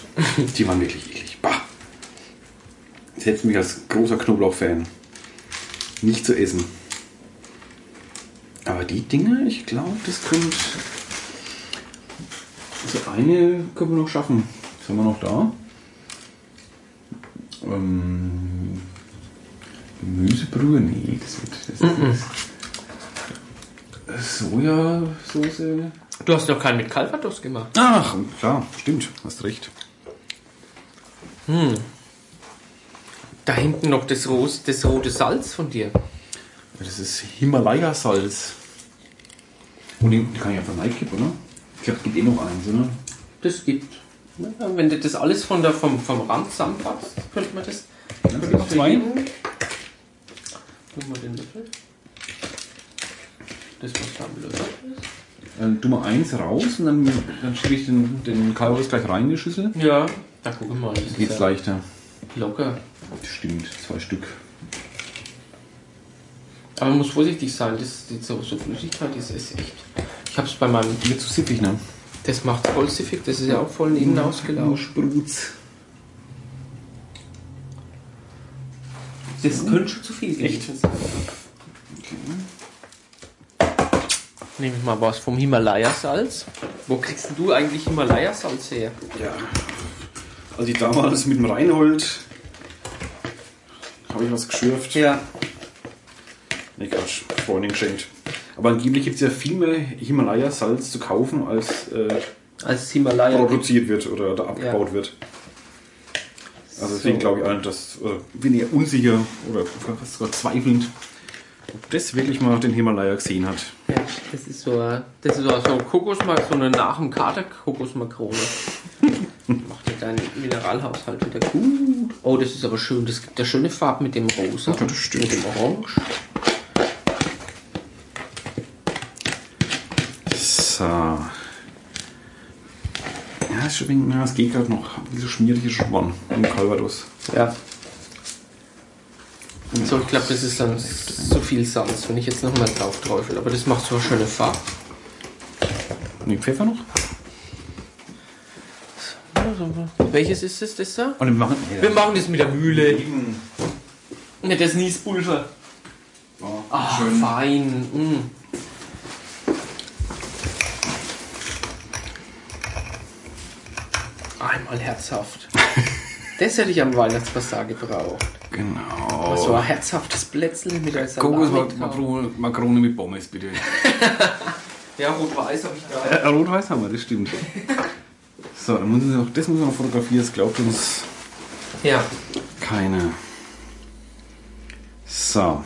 Speaker 1: die waren wirklich eklig. Bah! Selbst mich als großer Knoblauch-Fan nicht zu essen. Aber die Dinge, ich glaube, das könnte. Also eine können wir noch schaffen. Was haben wir noch da? Ähm, Gemüsebrühe? Nee, das wird. Das Sojasauce?
Speaker 2: Du hast doch keinen mit Calvados gemacht.
Speaker 1: Ach, klar, stimmt, hast recht.
Speaker 2: Da hinten noch das, Ros das rote Salz von dir.
Speaker 1: Das ist Himalaya-Salz. Und den kann ich einfach reinkippen, oder? Ich glaube, es gibt eh noch eins, oder?
Speaker 2: Das gibt. Na, Wenn du das alles von der, vom, vom Rand zusammenpackst, könnte man das.
Speaker 1: Ja, noch zwei.
Speaker 2: Nimm mal den Löffel. Das muss da am Löffel. ist.
Speaker 1: Dann Äh, tu mal eins raus und dann, dann schiebe ich den, den Kalbus gleich rein in die Schüssel.
Speaker 2: Ja, da guck mal. Das ist
Speaker 1: Geht's
Speaker 2: ja
Speaker 1: leichter.
Speaker 2: locker.
Speaker 1: Stimmt, zwei Stück.
Speaker 2: Aber man muss vorsichtig sein, das, die so, so Flüssigkeit das ist echt. Ich hab's bei meinem.
Speaker 1: Wird zu sippig, ne?
Speaker 2: Das macht voll siffig, das ist ja auch voll innen ausgelauscht.
Speaker 1: Sprutz.
Speaker 2: Das könnte schon zu viel gewesen sein. Nehme ich mal was vom Himalaya-Salz. Wo kriegst denn du eigentlich Himalaya-Salz her?
Speaker 1: Ja. Als ich damals mit dem Reinhold habe ich was geschürft.
Speaker 2: Ja.
Speaker 1: Nee, Quatsch. Freundin geschenkt. Aber angeblich gibt es ja viel mehr Himalaya-Salz zu kaufen, als äh,
Speaker 2: Als Himalaya.
Speaker 1: produziert wird oder da abgebaut wird. Also deswegen glaube ich allen, dass äh, bin eher unsicher oder fast sogar zweifelnd, ob das wirklich mal den Himalaya gesehen hat.
Speaker 2: Ja, das ist so, äh, das ist so, so ein Kokosmark, so eine nach dem Kater
Speaker 1: <laughs>
Speaker 2: Kokosmakrone. Macht dir deinen Mineralhaushalt wieder gut. Oh, das ist aber schön. Das gibt ja schöne Farben mit dem Rosa.
Speaker 1: Ja, das stimmt.
Speaker 2: Mit dem Orange.
Speaker 1: So. Ja, ist schon wegen, na, es geht gerade noch. Diese schmierige Schwan im Calvados.
Speaker 2: Ja. Und so, ich glaube, das ist dann so viel Salz, wenn ich jetzt nochmal drauf träufel. Aber das macht so eine schöne Farbe.
Speaker 1: Nee, Pfeffer noch?
Speaker 2: Welches ist das, das da?
Speaker 1: Und wir machen.
Speaker 2: Wir machen das mit der Mühle. Mit das Niespulver. Ah, fein. Mm. Einmal herzhaft. Das hätte ich am Weihnachtsbasar gebraucht.
Speaker 1: Genau.
Speaker 2: Das war ein herzhaftes Plätzchen mit einer Salami drauf.
Speaker 1: Kokosmakrone Makrone mit Pommes, bitte.
Speaker 2: Ja, rot-weiß habe ich gerade.
Speaker 1: Äh, <laughs> Rot-Weiß haben wir, das stimmt. So, dann müssen wir noch, das müssen wir noch fotografieren, das glaubt uns
Speaker 2: Ja,
Speaker 1: keine. So.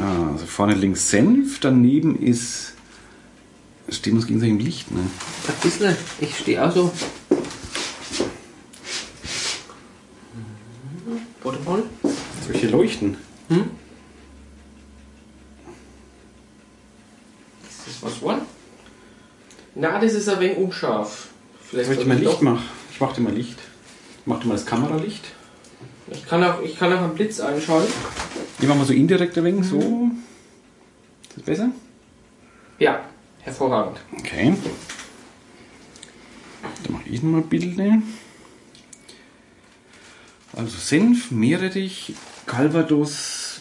Speaker 1: Ah, also vorne links Senf, daneben ist. Stehen uns gegenseitig im Licht, ne?
Speaker 9: Vergiss nicht, ich stehe auch so. Warte mal.
Speaker 1: Solche Leuchten.
Speaker 2: Ist das was war? Na, das ist ein wenig unscharf. Vielleicht
Speaker 1: Soll ich
Speaker 2: soll
Speaker 1: mal
Speaker 2: ich
Speaker 1: Licht
Speaker 2: doch-
Speaker 1: machen? Ich mach dir mal Licht. Mach dir mal das Kameralicht.
Speaker 2: Ich kann auch, ich kann auch einen Blitz einschalten.
Speaker 1: Ich mach mal so indirekt ein wenig, so. Mhm. Ist das besser?
Speaker 2: Ja, hervorragend.
Speaker 1: Okay. Dann mache ich nochmal Bilder. Also Senf, Meerrettich, Calvados,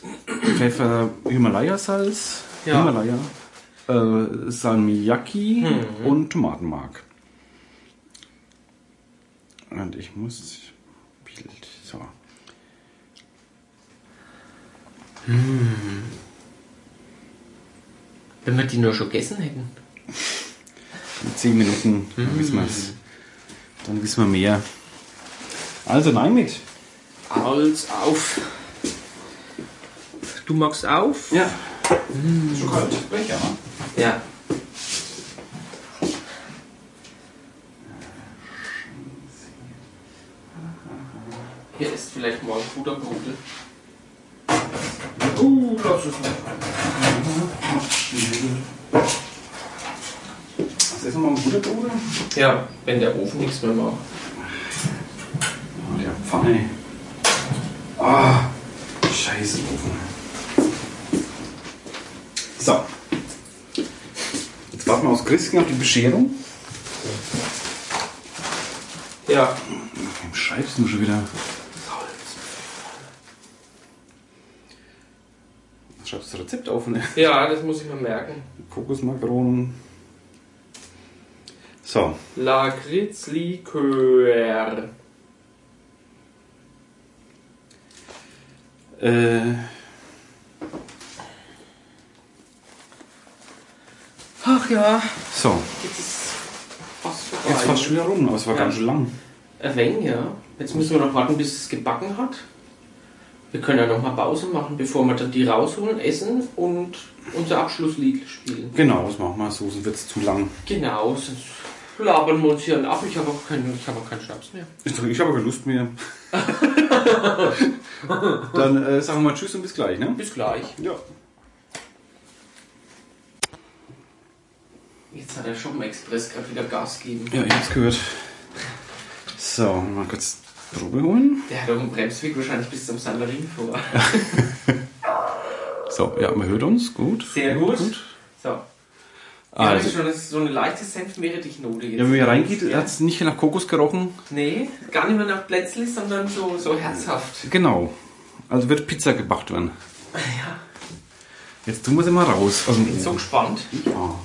Speaker 1: Pfeffer, Himalaya-Salz,
Speaker 9: Ja.
Speaker 1: Himalaya, äh, Salmiakki und Tomatenmark. Und ich muss Bild, so.
Speaker 9: Wenn wir die nur schon gegessen hätten.
Speaker 1: In 10 Minuten, dann wissen wir es. Dann wissen wir mehr. Also nein mit.
Speaker 2: Als auf.
Speaker 9: Du machst auf?
Speaker 1: Ja.
Speaker 2: Mm.
Speaker 6: Schon kalt. Becher, ne?
Speaker 9: Ja.
Speaker 2: Hier ist vielleicht morgen guter Brudel.
Speaker 6: Uh, das ist nicht.
Speaker 1: Das ist nochmal ein guter Bruder.
Speaker 2: Ja, wenn der Ofen nichts mehr macht.
Speaker 1: Oh, der Pfanne. Ah, scheiße Ofen. So. Jetzt warten wir aus Christen auf die Bescherung.
Speaker 2: Ja.
Speaker 1: Wem schreibst du schon wieder? Schreibst du das Rezept auf, ne?
Speaker 2: Ja, das muss ich mir merken.
Speaker 1: Kokosmakronen. So,
Speaker 2: Lakritzlikör.
Speaker 1: äh,
Speaker 9: Ach ja.
Speaker 1: so.
Speaker 2: Jetzt ist fast vorbei.
Speaker 1: Jetzt fast schon wieder rum, aber es war
Speaker 2: Ja.
Speaker 1: ganz schön lang.
Speaker 2: Ein wenig, ja. Jetzt müssen wir noch warten, bis es gebacken hat. Wir können ja noch mal Pause machen, bevor wir dann die rausholen, essen und unser Abschlusslied spielen.
Speaker 1: Genau, das machen wir so, sonst wird es zu lang.
Speaker 2: Genau, sonst labern wir uns hier einen ab. Ich habe auch keinen, ich habe auch keinen Schnaps mehr.
Speaker 1: Ich habe keine Lust mehr. Dann äh, sagen wir mal Tschüss und bis gleich, ne?
Speaker 2: Bis gleich.
Speaker 1: Ja.
Speaker 2: Jetzt hat der Shoppen Express gerade wieder Gas gegeben.
Speaker 1: Ja, ich hab's gehört. So, mal kurz Probe holen.
Speaker 2: Der hat auch einen Bremsweg wahrscheinlich bis zum Sandarin vor. <laughs>
Speaker 1: So, ja, man hört uns. Gut.
Speaker 2: Sehr gut. So. Ich
Speaker 1: Also.
Speaker 2: also. schon, das ist so eine leichte Senfmeerrettich-Note jetzt.
Speaker 1: Ja, wenn wir hier reingeht,
Speaker 2: Ja.
Speaker 1: hat's nicht nach Kokos gerochen.
Speaker 2: Nee, gar nicht mehr nach Plätzli, sondern so, so herzhaft.
Speaker 1: Genau. Also wird Pizza gebacken werden. Jetzt tun wir sie mal raus Also, aus dem
Speaker 2: Bin so
Speaker 1: Ofen.
Speaker 2: gespannt.
Speaker 1: Ja.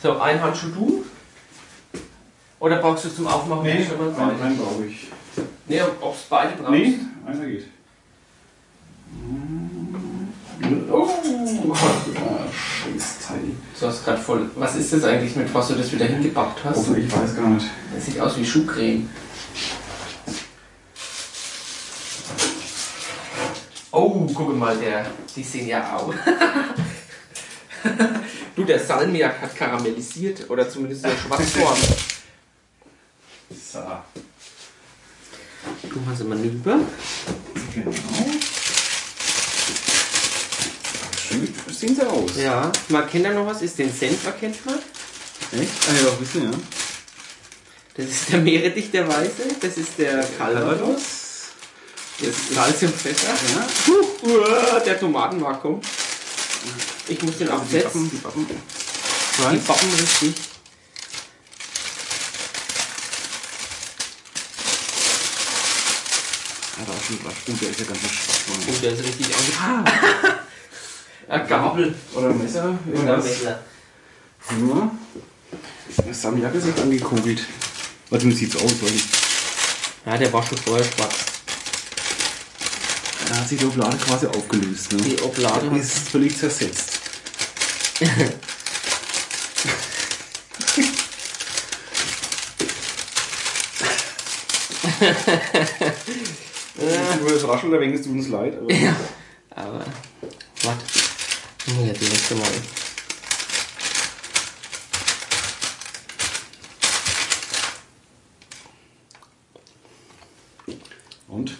Speaker 2: So, ein Handschuh du? Oder brauchst du zum Aufmachen?
Speaker 6: Nee,
Speaker 2: schon mal
Speaker 6: nein,
Speaker 2: beide?
Speaker 6: nein, brauche ich.
Speaker 2: Nee, ob es beide brauchst?
Speaker 6: Nee, einer geht. Oh, ah, scheiß Teil.
Speaker 2: Du hast gerade voll. Was ist das eigentlich mit, was du das wieder hingebackt hast?
Speaker 6: Also, ich weiß gar nicht.
Speaker 2: Das sieht aus wie Schuhcreme. Oh, guck mal, der, die sehen ja aus. <laughs> du, der Salmiak hat karamellisiert oder zumindest <laughs> der Schwarzkorn.
Speaker 6: So,
Speaker 9: Du machst immer rüber.
Speaker 6: genau.
Speaker 1: Schön sehen sie aus.
Speaker 9: Ja. Man kennt da noch was, ist den Senf erkennt man.
Speaker 1: Echt? Ah, ja, doch, wissen, ja.
Speaker 9: Das ist der Meerrettich der Weiße, das ist der Calvados,
Speaker 1: Calvados.
Speaker 9: das ist Salz und Pfeffer.
Speaker 1: Ja.
Speaker 9: Uah, der Tomatenmark kommt. Ich muss den absetzen.
Speaker 1: Also Die Pappen.
Speaker 9: Die
Speaker 1: Right.
Speaker 9: backen richtig.
Speaker 1: Ja, da ist schon was. Stimmt, der ist ja ganz schwach.
Speaker 9: Und der ist richtig angefangen.
Speaker 1: Ah.
Speaker 9: <laughs>
Speaker 2: Eine Gabel.
Speaker 1: Oder ein Messer? Irgendwas. Nur, das Samjak ist jetzt angekugelt. Warte, wie sieht's aus? Weil ich,
Speaker 9: Ja, der war schon vorher schwarz.
Speaker 1: da hat sich die Oblade quasi aufgelöst. Ne?
Speaker 9: Die Oblade hat-
Speaker 1: ist völlig zersetzt. Ich bin überrascht, da wenigstens tut uns leid. Aber
Speaker 9: Aber. Warte. Hm,
Speaker 2: Ja, die nächste Mal.
Speaker 1: Und?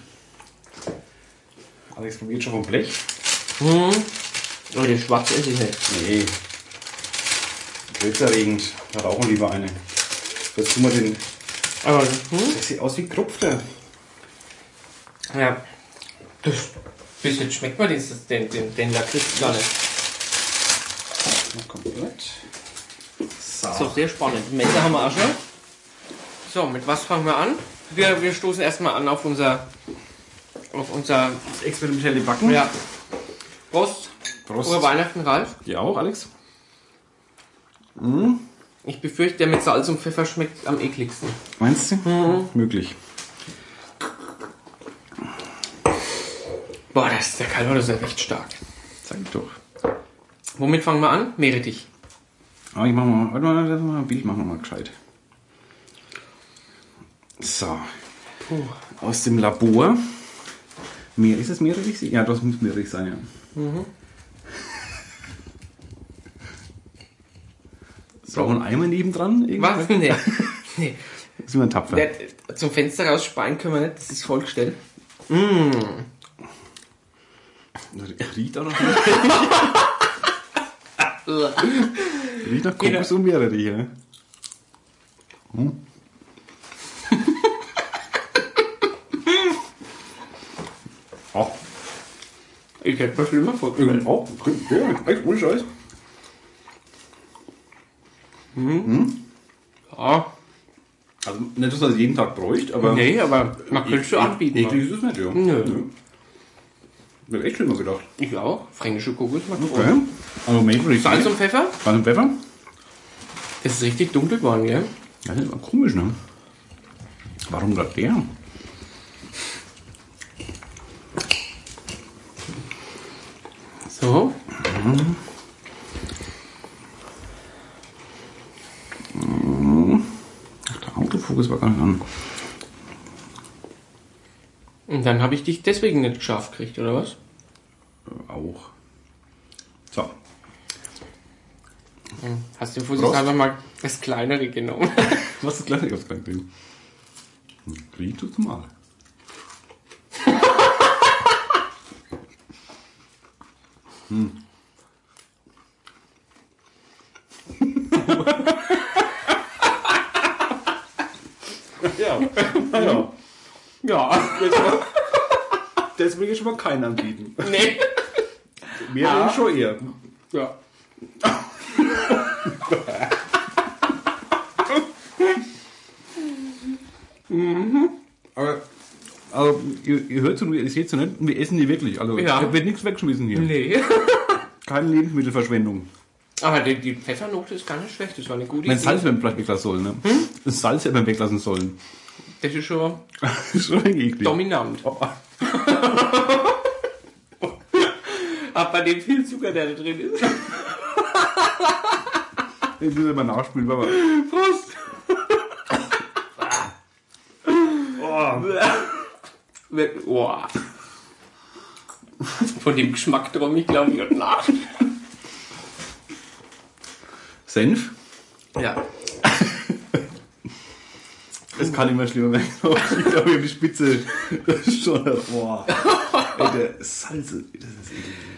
Speaker 1: Alex probiert schon vom Blech.
Speaker 2: Hm. Oh, der schwarze ist ich nicht.
Speaker 1: Nee. Krebserregend. Da rauchen lieber eine. Jetzt tun wir den.
Speaker 2: Aber, hm?
Speaker 1: Das sieht aus wie Krupfter.
Speaker 2: Ja. Das bisschen schmeckt man den, den, den, den Lakritz gar nicht.
Speaker 1: Noch komplett.
Speaker 2: Das ist auch sehr spannend. Messer haben wir auch schon. So, mit was fangen wir an? Wir, wir stoßen erstmal an auf unser. auf unser.
Speaker 1: Das experimentelle Backen.
Speaker 2: Ja. Prost.
Speaker 1: Prost.
Speaker 2: Frohe Weihnachten, Ralf.
Speaker 10: Ja, auch, Alex?
Speaker 2: Ich befürchte, der mit Salz und Pfeffer schmeckt am ekligsten.
Speaker 1: Meinst du? Mhm. Möglich.
Speaker 2: Boah, das ist der Kalor, das ist ja recht stark.
Speaker 1: Sag ich doch.
Speaker 2: Womit fangen wir an? Mehre dich.
Speaker 1: Aber Ah, ich mach mal. Warte mal, lass mal ein Bild machen wir mal gescheit. So. Aus dem Labor. Mehr ist es mehrig? Ja, das muss mehrig sein, ja.
Speaker 2: Mhm.
Speaker 1: <laughs> So. Brauchen wir einen Eimer nebendran? Irgendwie?
Speaker 2: <laughs> Was? Nee. nee.
Speaker 1: Ist immer tapfer.
Speaker 2: Der, zum Fenster raus speien können wir nicht, das ist vollgestellt.
Speaker 1: Riecht auch noch <laughs> nicht. Riecht nach Kokos und Meere, die hier. Hm? <laughs> Oh,
Speaker 2: Ich hätte mir schlimmer vorgestellt.
Speaker 1: oh, ja, echt ohne Scheiß.
Speaker 2: Ja.
Speaker 1: Also nicht, dass man es jeden Tag bräucht, aber.
Speaker 2: Nee, aber man könnte es schon anbieten.
Speaker 1: Eklig ist es nicht, ja.
Speaker 2: Nö.
Speaker 1: Ich hab echt schlimmer gedacht.
Speaker 2: Ich auch. Fränkische Kokosmakronen.
Speaker 1: Okay. Also, Moment, riecht
Speaker 2: Salz
Speaker 1: Salz
Speaker 2: und Pfeffer?
Speaker 1: und Pfeffer?
Speaker 2: Es ist richtig dunkel geworden, gell?
Speaker 1: Ja, das war komisch, ne? Warum gerade der?
Speaker 2: So.
Speaker 1: Ach, der Autofokus war gar nicht an.
Speaker 2: Und dann habe ich dich deswegen nicht scharf gekriegt, oder was?
Speaker 1: Auch. So,
Speaker 2: Hast du vorsichtshalber mal das kleinere genommen? <laughs>
Speaker 1: Was ist gleich aufs Kleid bringen? Riecht tut's mal. Hm. hm. <laughs> ja. ja.
Speaker 2: ja.
Speaker 1: Das will ich schon mal keinen anbieten.
Speaker 2: Nee.
Speaker 1: Mir schon eher.
Speaker 2: Ja.
Speaker 1: Aber, also, ihr, ihr hört und ihr seht es nicht, wir essen die wirklich. Also,
Speaker 2: Ja.
Speaker 1: da wird nichts weggeschmissen hier.
Speaker 2: Nee.
Speaker 1: Keine Lebensmittelverschwendung.
Speaker 2: Aber die, die Pfeffernote ist gar nicht schlecht, das war eine gute
Speaker 1: Mein
Speaker 2: Idee.
Speaker 1: Salz hätten wir vielleicht weglassen sollen, ne?
Speaker 2: Hm?
Speaker 1: Das Salz hätten wir weglassen sollen. <laughs>
Speaker 2: Das ist schon
Speaker 1: schon eklig.
Speaker 2: dominant. <laughs> Aber bei dem viel Zucker, der da drin ist.
Speaker 1: Ich will immer nachspülen, aber.
Speaker 2: Prost! Weg- Boah. Oh. Von dem Geschmack drum, ich glaube, ich heute Nacht.
Speaker 1: Senf?
Speaker 2: Ja.
Speaker 1: Es kann immer schlimmer werden. <laughs> Ich glaube, hier die Spitze das ist schon. Boah. Ey, der Salz, das ist eklig.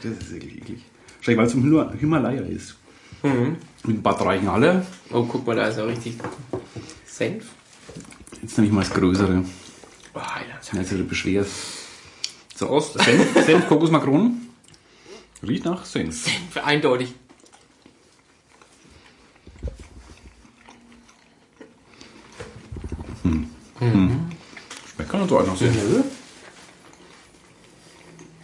Speaker 1: Das ist wirklich eklig. Wahrscheinlich, weil es im Hima- Himalaya ist.
Speaker 2: Mhm.
Speaker 1: Mit Bad Reichenhalle.
Speaker 2: Oh, guck mal, da ist er richtig. Senf?
Speaker 1: Jetzt nehme ich mal das Größere.
Speaker 2: Oh, Alter.
Speaker 1: Jetzt wieder beschwert. So, aus. Senf, <laughs> Senf Kokosmakronen. Riecht nach Senf.
Speaker 2: Eindeutig.
Speaker 1: Schmeckt gar nicht so einfach Senf.
Speaker 2: Nö.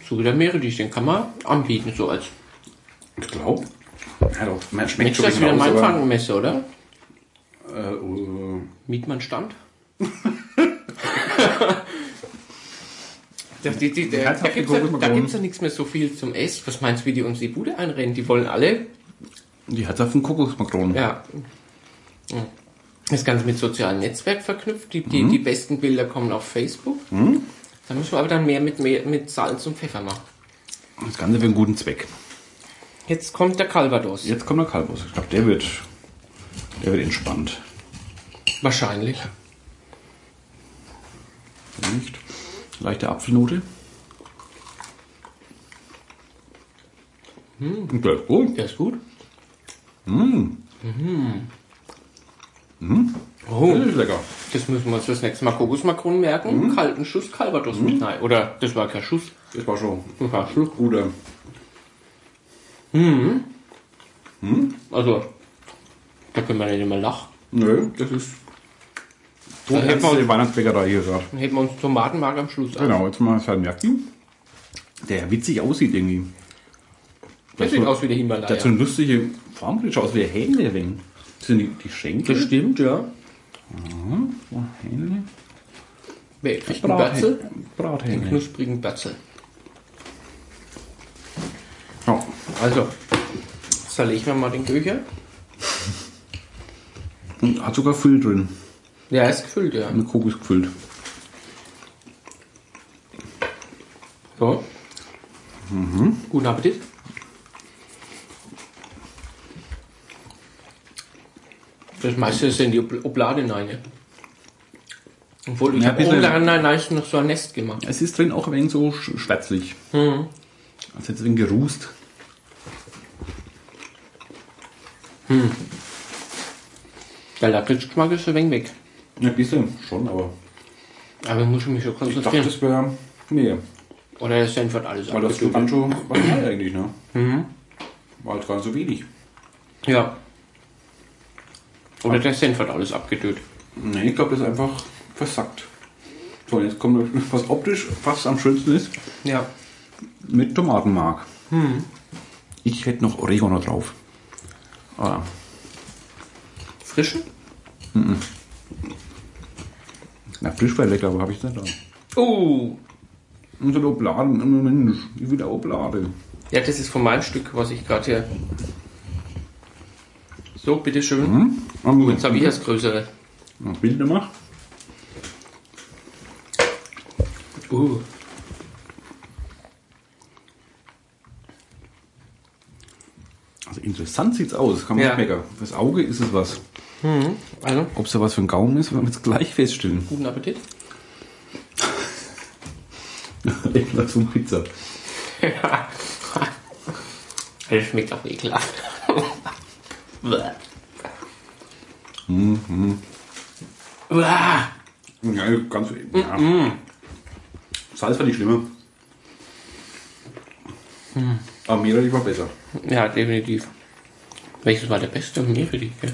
Speaker 2: So wie der Meerrettich, den kann man anbieten, so als.
Speaker 1: Ich glaube. Ja, doch, man schmeckt
Speaker 2: Mensch,
Speaker 1: schon
Speaker 2: das ist wieder
Speaker 1: raus,
Speaker 2: mein
Speaker 1: aber,
Speaker 2: Fangmesser, oder?
Speaker 1: äh, äh,
Speaker 2: Mietmann <laughs> stand? Da, die, die, der,
Speaker 1: Herzhaft
Speaker 2: da gibt
Speaker 1: gekocht, muss
Speaker 2: es
Speaker 1: man
Speaker 2: ja, da
Speaker 1: gucken.
Speaker 2: gibt's ja nichts mehr so viel zum Essen. Was meinst du, wie die uns die Bude einrennen? Die wollen alle.
Speaker 1: Die hat auf den Kokosmakronen.
Speaker 2: Ja. Das Ganze mit sozialen Netzwerk verknüpft. Die,
Speaker 1: Mhm.
Speaker 2: die, die besten Bilder kommen auf Facebook. Da müssen wir aber dann mehr mit, mehr mit Salz und Pfeffer machen.
Speaker 1: Das Ganze für einen guten Zweck.
Speaker 2: Jetzt kommt der Calvados.
Speaker 1: Jetzt kommt der Kalbus. Ich glaube, der wird, der wird entspannt.
Speaker 2: Wahrscheinlich.
Speaker 1: Nicht? Leichte Apfelnote. Und der ist gut.
Speaker 2: Der ist gut.
Speaker 1: Mhm.
Speaker 2: Mhm.
Speaker 1: Oh. Das ist lecker.
Speaker 2: Das müssen wir uns das nächste Mal Kokosmakronen merken. Kalten Schuss Calvados mit rein. Oder das war kein Schuss.
Speaker 1: Das war schon
Speaker 2: Das war ein Schluck.
Speaker 1: guter.
Speaker 2: Also, da können wir nicht mehr lachen.
Speaker 1: Nö, das ist. So hätten wir die Weihnachtsbäckerei hier gerade.
Speaker 2: Dann heben wir uns Tomatenmark am Schluss an.
Speaker 1: Genau, jetzt mal Salmiakki. Der ja witzig aussieht irgendwie.
Speaker 2: Das sieht aus wie der Himalaya.
Speaker 1: Der hat so eine lustige Form, sieht schon aus wie der Hähnle ein wenig. Sind die, die Schenkel?
Speaker 2: Bestimmt, ja.
Speaker 1: Oh, Hähnle.
Speaker 2: Wer kriegt einen
Speaker 1: Brathähnle.
Speaker 2: Batzel?
Speaker 1: Brathähnle.
Speaker 2: Knusprigen Batzel.
Speaker 1: Ja.
Speaker 2: Also, zerlegen wir mal den Köcher.
Speaker 1: Und hat sogar Füll drin.
Speaker 2: Der ist gefüllt, ja.
Speaker 1: Eine Kokos gefüllt.
Speaker 2: So. Mhm. Guten Appetit. Das meiste ist in die Obl- Oblade hinein. ja. Obwohl, ich
Speaker 1: Ja,
Speaker 2: habe
Speaker 1: bisschen-
Speaker 2: oben daran nein, nein, ich noch so ein Nest gemacht.
Speaker 1: Es ist drin auch ein wenig so sch- schwärzlich. Also jetzt ein wenig gerußt.
Speaker 2: Der Lakritzgeschmack ist ein wenig weg.
Speaker 1: Ja, ein bisschen schon, aber.
Speaker 2: Aber ich muss mich schon
Speaker 1: Ich dachte,
Speaker 2: konzentrieren.
Speaker 1: das wäre. Nee,
Speaker 2: Oder der Senf hat alles
Speaker 1: weil das
Speaker 2: abgedübelt.
Speaker 1: ist ganz schön was rein eigentlich, ne? War halt gar nicht so wenig.
Speaker 2: Ja. Oder der Senf hat alles abgedöht.
Speaker 1: Nee, ich glaube, das ist einfach versackt. So, jetzt kommt das, was optisch fast am schönsten ist,
Speaker 2: Ja.
Speaker 1: mit Tomatenmark.
Speaker 2: Hm.
Speaker 1: Ich hätte noch Oregano drauf. Ah,
Speaker 2: Frischen?
Speaker 1: na, frisch wäre lecker, aber habe ich nicht da.
Speaker 2: Oh!
Speaker 1: Und so eine Oblade, Mensch, ich will eine Oblade.
Speaker 2: Ja, das ist von meinem Stück, was ich gerade hier. So, bitteschön.
Speaker 1: Also,
Speaker 2: Jetzt habe ich das größere.
Speaker 1: das Bild gemacht.
Speaker 2: Uh.
Speaker 1: Also interessant sieht's aus, kann man
Speaker 2: Ja.
Speaker 1: ja. lecker. Fürs Auge ist es was.
Speaker 2: Also,
Speaker 1: Ob es da was für ein Gaumen ist, werden wir jetzt gleich feststellen. <laughs>
Speaker 2: guten <laughs> Appetit.
Speaker 1: Lecker zum Pizza.
Speaker 2: Das schmeckt auch <laughs> ekelhaft. Bäh. Uah.
Speaker 1: Ja, ganz ja. Salz war nicht schlimmer. Aber Meerrettich war besser.
Speaker 2: Ja, definitiv. Welches war der beste? Mir für dich, gell?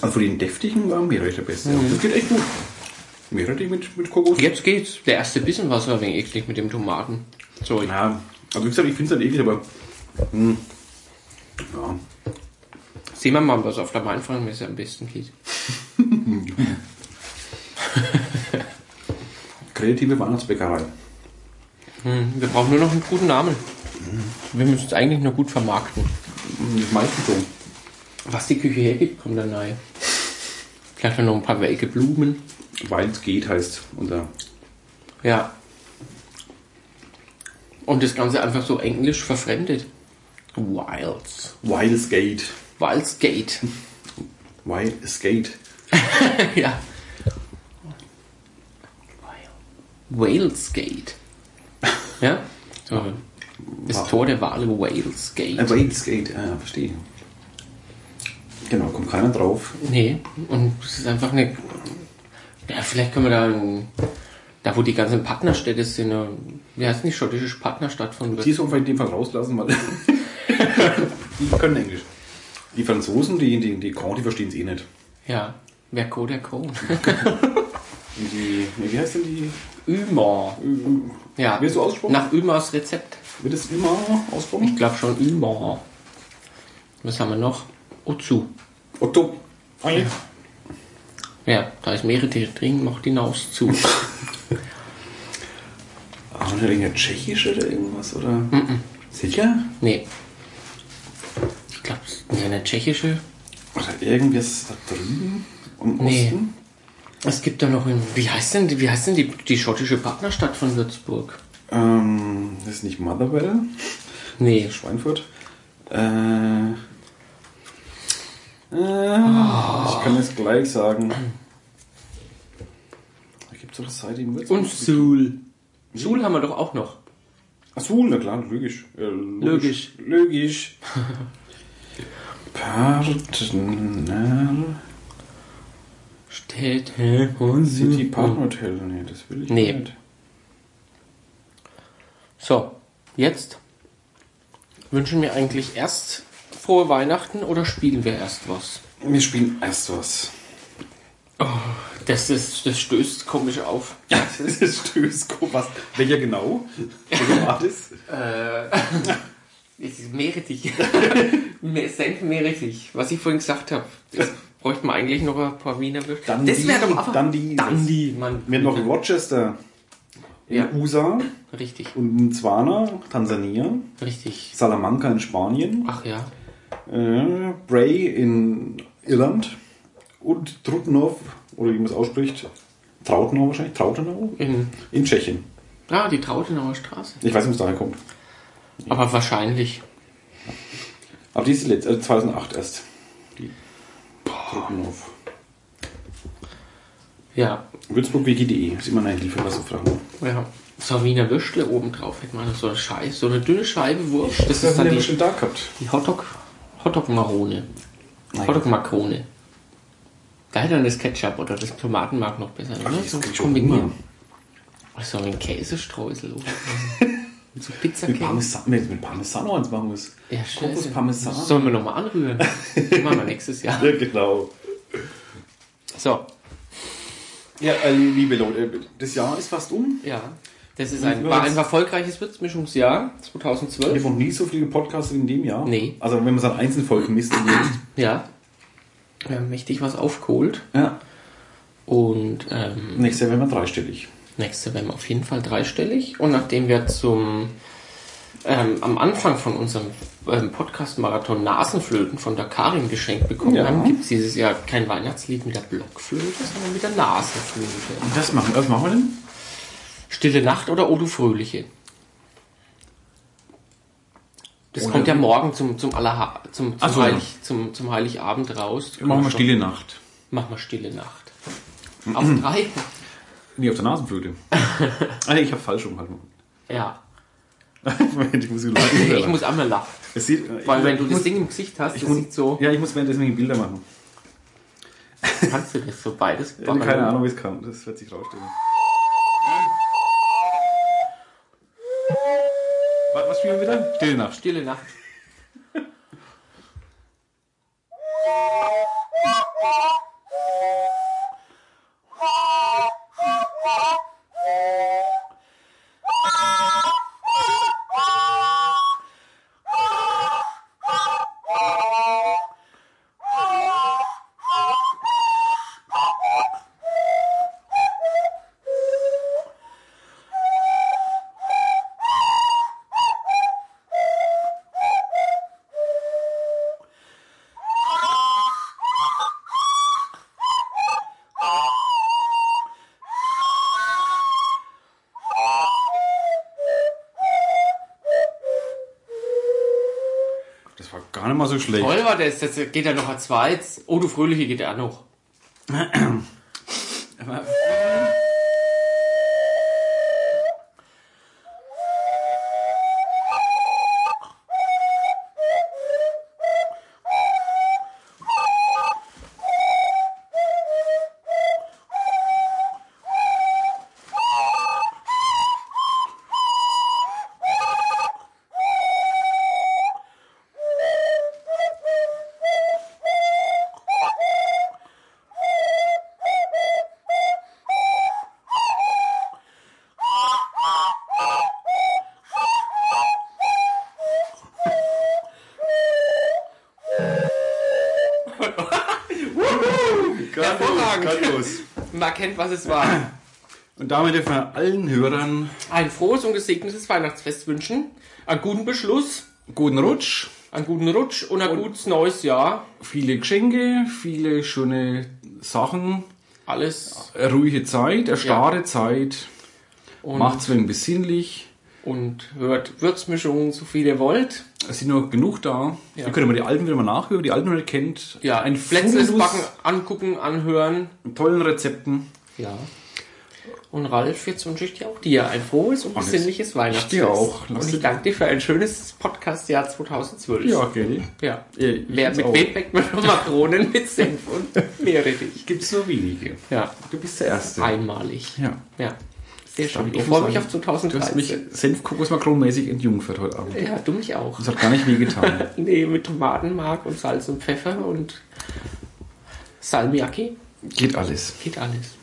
Speaker 1: Also für den deftigen war Meerrettich der beste. Das geht echt gut. Meerrettich mit, mit Kokos.
Speaker 2: Jetzt geht's. Der erste Bissen war so ein wenig eklig mit dem Tomaten. So, ich
Speaker 1: Ja, also wie gesagt, ich finde es nicht eklig, aber hm. ja.
Speaker 2: sehen wir mal, was auf der Weinfrauenmesse am besten geht.
Speaker 1: kreative Weihnachtsbäckerei.
Speaker 2: Hm, Wir brauchen nur noch einen guten Namen. Wir müssen es eigentlich nur gut vermarkten.
Speaker 1: Hm, Das meiste so.
Speaker 2: Was die Küche hergibt, kommt dann rein. Vielleicht noch ein paar welke Blumen.
Speaker 1: Weins geht heißt unser
Speaker 2: Ja. Und das Ganze einfach so englisch verfremdet. Wilds.
Speaker 1: Wild Gate.
Speaker 2: Wilds Gate.
Speaker 1: Wild Skate.
Speaker 2: <laughs> ja. Wales Gate. Ja? So. Das Tor der Wale Wales Gate.
Speaker 1: Äh, Wild Skate, ah, ja, verstehe. Genau, kommt keiner drauf.
Speaker 2: Nee, und es ist einfach eine. Ja, vielleicht können wir da, ein- da wo die ganzen Partnerstädte sind, äh, wie heißt die schottische Partnerstadt von
Speaker 1: Die ist in dem Fall rauslassen, weil <laughs> die können Englisch. Die Franzosen, die, die, die Grand, die verstehen es eh nicht.
Speaker 2: Ja, wer Co, der <laughs> Co.
Speaker 1: Und Die, nee, wie heißt denn die?
Speaker 2: Ümer. Ja,
Speaker 1: Wirst du ausgesprochen?
Speaker 2: nach Ümers Rezept.
Speaker 1: Wird das immer
Speaker 2: Ich
Speaker 1: ausprobieren?
Speaker 2: glaube schon Ümer. Was haben wir noch? Ozu.
Speaker 1: Otto. Ah, ja.
Speaker 2: Ja, da ist mehrere Tiere drin, macht hinaus zu.
Speaker 1: Ah, und irgendein Tschechisch oder irgendwas, oder? Sicher?
Speaker 2: nee. Ich glaube, nee, eine tschechische.
Speaker 1: Oder irgendwas da drüben? Im
Speaker 2: Nee.
Speaker 1: Osten?
Speaker 2: Es gibt da noch in. Wie heißt denn, wie heißt denn die, die schottische Partnerstadt von Würzburg?
Speaker 1: Ähm, das ist nicht Motherwell.
Speaker 2: Nee.
Speaker 3: Schweinfurt. Äh, äh, Ich kann es gleich sagen.
Speaker 1: Ah.
Speaker 3: Da gibt es doch eine Seite im Witz.
Speaker 2: Und Suhl. Suhl haben wir doch auch noch.
Speaker 3: Azul, na klar, logisch. Äh,
Speaker 2: Logisch.
Speaker 3: Logisch. Partner.
Speaker 2: Städte und
Speaker 3: City Partner Hotel. Nee, das will ich
Speaker 2: Nee.
Speaker 3: nicht.
Speaker 2: So, jetzt wünschen wir eigentlich erst frohe Weihnachten oder spielen wir erst was?
Speaker 3: Wir spielen erst was.
Speaker 2: Oh, Das, ist, das stößt komisch auf.
Speaker 3: Ja, das ist Stößko. Was? Welcher genau? Welcher war das?
Speaker 2: Es ist mehritig. <laughs> Mehr- Senf mehritig. Was ich vorhin gesagt habe. Das bräuchte man eigentlich noch ein paar Wiener Würstchen.
Speaker 3: Dundee,
Speaker 2: Das wäre doch aber...
Speaker 3: Dundee.
Speaker 2: Dundee, Mann.
Speaker 3: Wir haben noch Rochester,
Speaker 2: Ja,
Speaker 3: USA
Speaker 2: richtig,
Speaker 3: und Mtswana, Tansania,
Speaker 2: richtig.
Speaker 3: Salamanca in Spanien,
Speaker 2: Ach ja.
Speaker 3: äh, Bray in Irland und Trutnov, oder wie man es ausspricht, Trautenau wahrscheinlich, Trautenau
Speaker 2: In,
Speaker 3: in Tschechien.
Speaker 2: ja, die Trautenauer Straße.
Speaker 3: Ich weiß nicht, wo es daher kommt.
Speaker 2: Aber wahrscheinlich.
Speaker 3: Aber die ist die letzte, äh, 2008 erst. Die Trutnov.
Speaker 2: Ja,
Speaker 3: Würzburg-WG.de ist immer eine Hilfe, was zu fragen.
Speaker 2: ja. So Wiener Würstle oben drauf hätte man noch so eine Scheibe, so eine dünne Scheibe Wurst. Das
Speaker 3: Das
Speaker 2: ist
Speaker 3: haben
Speaker 2: dann
Speaker 3: wir
Speaker 2: die,
Speaker 3: bestimmt da gehabt.
Speaker 2: die Hotdog, Hotdog-Marone. Hotdog-Makrone. Da hätte dann das Ketchup oder das Tomatenmark noch besser. Oder?
Speaker 3: jetzt
Speaker 2: So
Speaker 3: krieg ich
Speaker 2: kombinieren.
Speaker 3: Hunger.
Speaker 2: Was so ein Käsestreusel oder
Speaker 3: <laughs>
Speaker 2: so. so
Speaker 3: Mit
Speaker 2: Pizzakäse.
Speaker 3: Parmesan, mit, mit Parmesan eins machen muss.
Speaker 2: Ja,
Speaker 3: Kokos
Speaker 2: scheiße.
Speaker 3: Parmesan.
Speaker 2: Sollen wir nochmal anrühren? Machen wir nächstes Jahr.
Speaker 3: Ja, genau.
Speaker 2: So,
Speaker 3: Ja, äh, liebe Leute, das Jahr ist fast um.
Speaker 2: ja. Das ist ein, war ein erfolgreiches Würzmischungsjahr
Speaker 3: Ich
Speaker 2: 2012.
Speaker 3: habe noch nie so viele Podcasts in dem Jahr.
Speaker 2: Nee.
Speaker 3: Also wenn man es an Einzelfolgen misst.
Speaker 2: Ja. Wir haben mächtig was aufgeholt.
Speaker 3: ja.
Speaker 2: Und ähm,
Speaker 3: Nächstes Jahr werden wir dreistellig.
Speaker 2: nächste werden wir auf jeden Fall dreistellig. Und nachdem wir zum ähm, am Anfang von unserem ähm, Podcast-Marathon Nasenflöten von der Karin geschenkt bekommen
Speaker 3: Ja.
Speaker 2: haben, gibt es dieses Jahr kein Weihnachtslied mit der Blockflöte, sondern mit der Nasenflöte.
Speaker 3: Das machen, was machen wir denn?
Speaker 2: Stille Nacht oder Odo Fröhliche? Das kommt ja morgen zum, zum, Allerha zum, zum,
Speaker 1: Ach so, ja.
Speaker 2: Heilig, zum, zum Heiligabend raus.
Speaker 1: Machen wir Stille Nacht.
Speaker 2: Mach mal
Speaker 1: <clears throat>
Speaker 2: Stille Nacht. Auf drei?
Speaker 1: Nee, auf der
Speaker 2: <laughs>
Speaker 1: Nasenflöte. ah, nee, ich habe falsch umgehalten.
Speaker 2: Ja.
Speaker 1: <laughs> ich muss wieder lachen.
Speaker 2: Ich muss einmal lachen.
Speaker 1: Es sieht,
Speaker 2: Weil wenn du
Speaker 1: ich
Speaker 2: das
Speaker 1: muss-
Speaker 2: Ding im Gesicht hast,
Speaker 1: ich
Speaker 2: das
Speaker 1: muss-
Speaker 2: sieht so,
Speaker 1: Ja, ich muss währenddessen Bilder machen.
Speaker 2: kannst du das so beides
Speaker 1: Ich habe keine Ahnung, wie es kam. Das wird sich rausstellen. Was, was spielen wir wieder? Stille Nacht.
Speaker 2: Stille Nacht.
Speaker 1: Das war gar nicht mal so schlecht.
Speaker 2: Toll war das, das geht ja noch als zweites. Oh, du Fröhliche geht ja auch noch.
Speaker 1: Hervorragend.
Speaker 2: <laughs> Man erkennt, was es war.
Speaker 1: Und damit dürfen wir allen Hörern
Speaker 2: Ein frohes und gesegnetes Weihnachtsfest wünschen. Einen guten Beschluss,
Speaker 1: guten Rutsch,
Speaker 2: einen guten Rutsch und ein gutes neues Jahr.
Speaker 1: viele Geschenke, viele schöne Sachen,
Speaker 2: Alles
Speaker 1: eine ruhige Zeit, eine starre Zeit.
Speaker 2: und,
Speaker 1: Macht's wenn besinnlich.
Speaker 2: und hört Würzmischungen, so viel ihr wollt.
Speaker 1: Es sind noch genug da.
Speaker 2: Ja.
Speaker 1: Ihr könnt mal die alten wieder mal nachhören, die alten noch nicht kennt.
Speaker 2: Ja, ein
Speaker 1: Fundus
Speaker 2: Plätzles backen, angucken, anhören.
Speaker 1: an tollen Rezepten.
Speaker 2: Ja. Und Ralf, jetzt wünsche ich dir auch dir ein frohes und besinnliches Weihnachtsfest.
Speaker 1: dir auch. Lass
Speaker 2: Und
Speaker 1: dir-
Speaker 2: ich danke dir für ein schönes Podcast-Jahr 2012.
Speaker 1: okay.
Speaker 2: ja.
Speaker 1: Äh,
Speaker 2: Wer mit wem backt man noch Makronen mit Senf und
Speaker 1: <laughs>
Speaker 2: Meerrettich?
Speaker 1: Gibt es nur wenige.
Speaker 2: Ja,
Speaker 1: Du bist der Erste.
Speaker 2: einmalig.
Speaker 1: Ja.
Speaker 2: Ja, sehr
Speaker 1: Darf
Speaker 2: schön.
Speaker 1: ich
Speaker 2: Ich
Speaker 1: offen
Speaker 2: freue mich
Speaker 1: sagen,
Speaker 2: auf
Speaker 1: Du hast
Speaker 2: 2013.
Speaker 1: mich senfkokosmakronenmäßig entjungfert heute Abend.
Speaker 2: ja, du mich auch.
Speaker 1: Das hat gar nicht
Speaker 2: <laughs>
Speaker 1: wehgetan.
Speaker 2: Nee, mit Tomatenmark und Salz und Pfeffer und Salmiakki.
Speaker 1: Geht alles.
Speaker 2: Geht alles.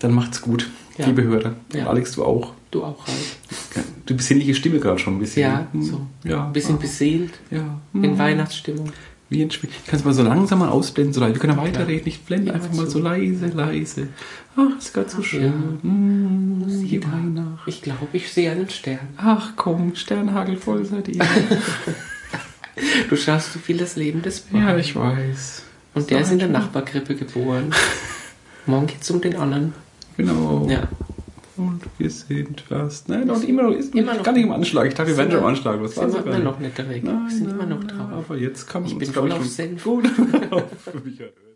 Speaker 1: Dann macht's gut,
Speaker 2: Ja.
Speaker 1: liebe Hörer.
Speaker 2: Ja.
Speaker 1: Und Alex, du auch.
Speaker 2: Du auch halt.
Speaker 1: Du besinnliche Stimme gerade schon ein bisschen.
Speaker 2: Ja,
Speaker 1: Hm.
Speaker 2: so.
Speaker 1: Ja. Mhm.
Speaker 2: Ein bisschen beseelt.
Speaker 1: Ja.
Speaker 2: In Weihnachtsstimmung.
Speaker 1: Wie ein Spiel. Ich kann es mal so langsam mal ausblenden, so leise. Wir können ja weiterreden, nicht blenden,
Speaker 2: Ja,
Speaker 1: einfach mal
Speaker 2: so.
Speaker 1: so leise, leise. Ach, ist gerade so schön. Mm, die Weihnacht.
Speaker 2: Ich glaube, ich sehe einen Stern.
Speaker 1: Ach komm, Sternhagel voll seid
Speaker 2: <laughs>
Speaker 1: ihr.
Speaker 2: Du schaffst so viel das Leben des
Speaker 1: ja,
Speaker 2: Mann.
Speaker 1: ich weiß.
Speaker 2: Und der ist in der
Speaker 1: <laughs>
Speaker 2: Nachbarkrippe geboren. Morgen geht's um den anderen.
Speaker 1: Genau.
Speaker 2: Ja.
Speaker 1: Und wir sind fast. Nein, noch immer noch ist
Speaker 2: Immer
Speaker 1: noch
Speaker 2: noch.
Speaker 1: gar nicht im Anschlag. Ich dachte, wir wären schon
Speaker 2: Sind
Speaker 1: im
Speaker 2: wir-
Speaker 1: Anschlag. Was war
Speaker 2: Sind wir
Speaker 1: das?
Speaker 2: immer noch nicht weg. Wir sind immer noch
Speaker 1: drauf.
Speaker 2: traurig.
Speaker 1: Aber jetzt kann man
Speaker 2: Ich bin
Speaker 1: glaub
Speaker 2: voll auf Senf.
Speaker 1: gut. auf mich hören.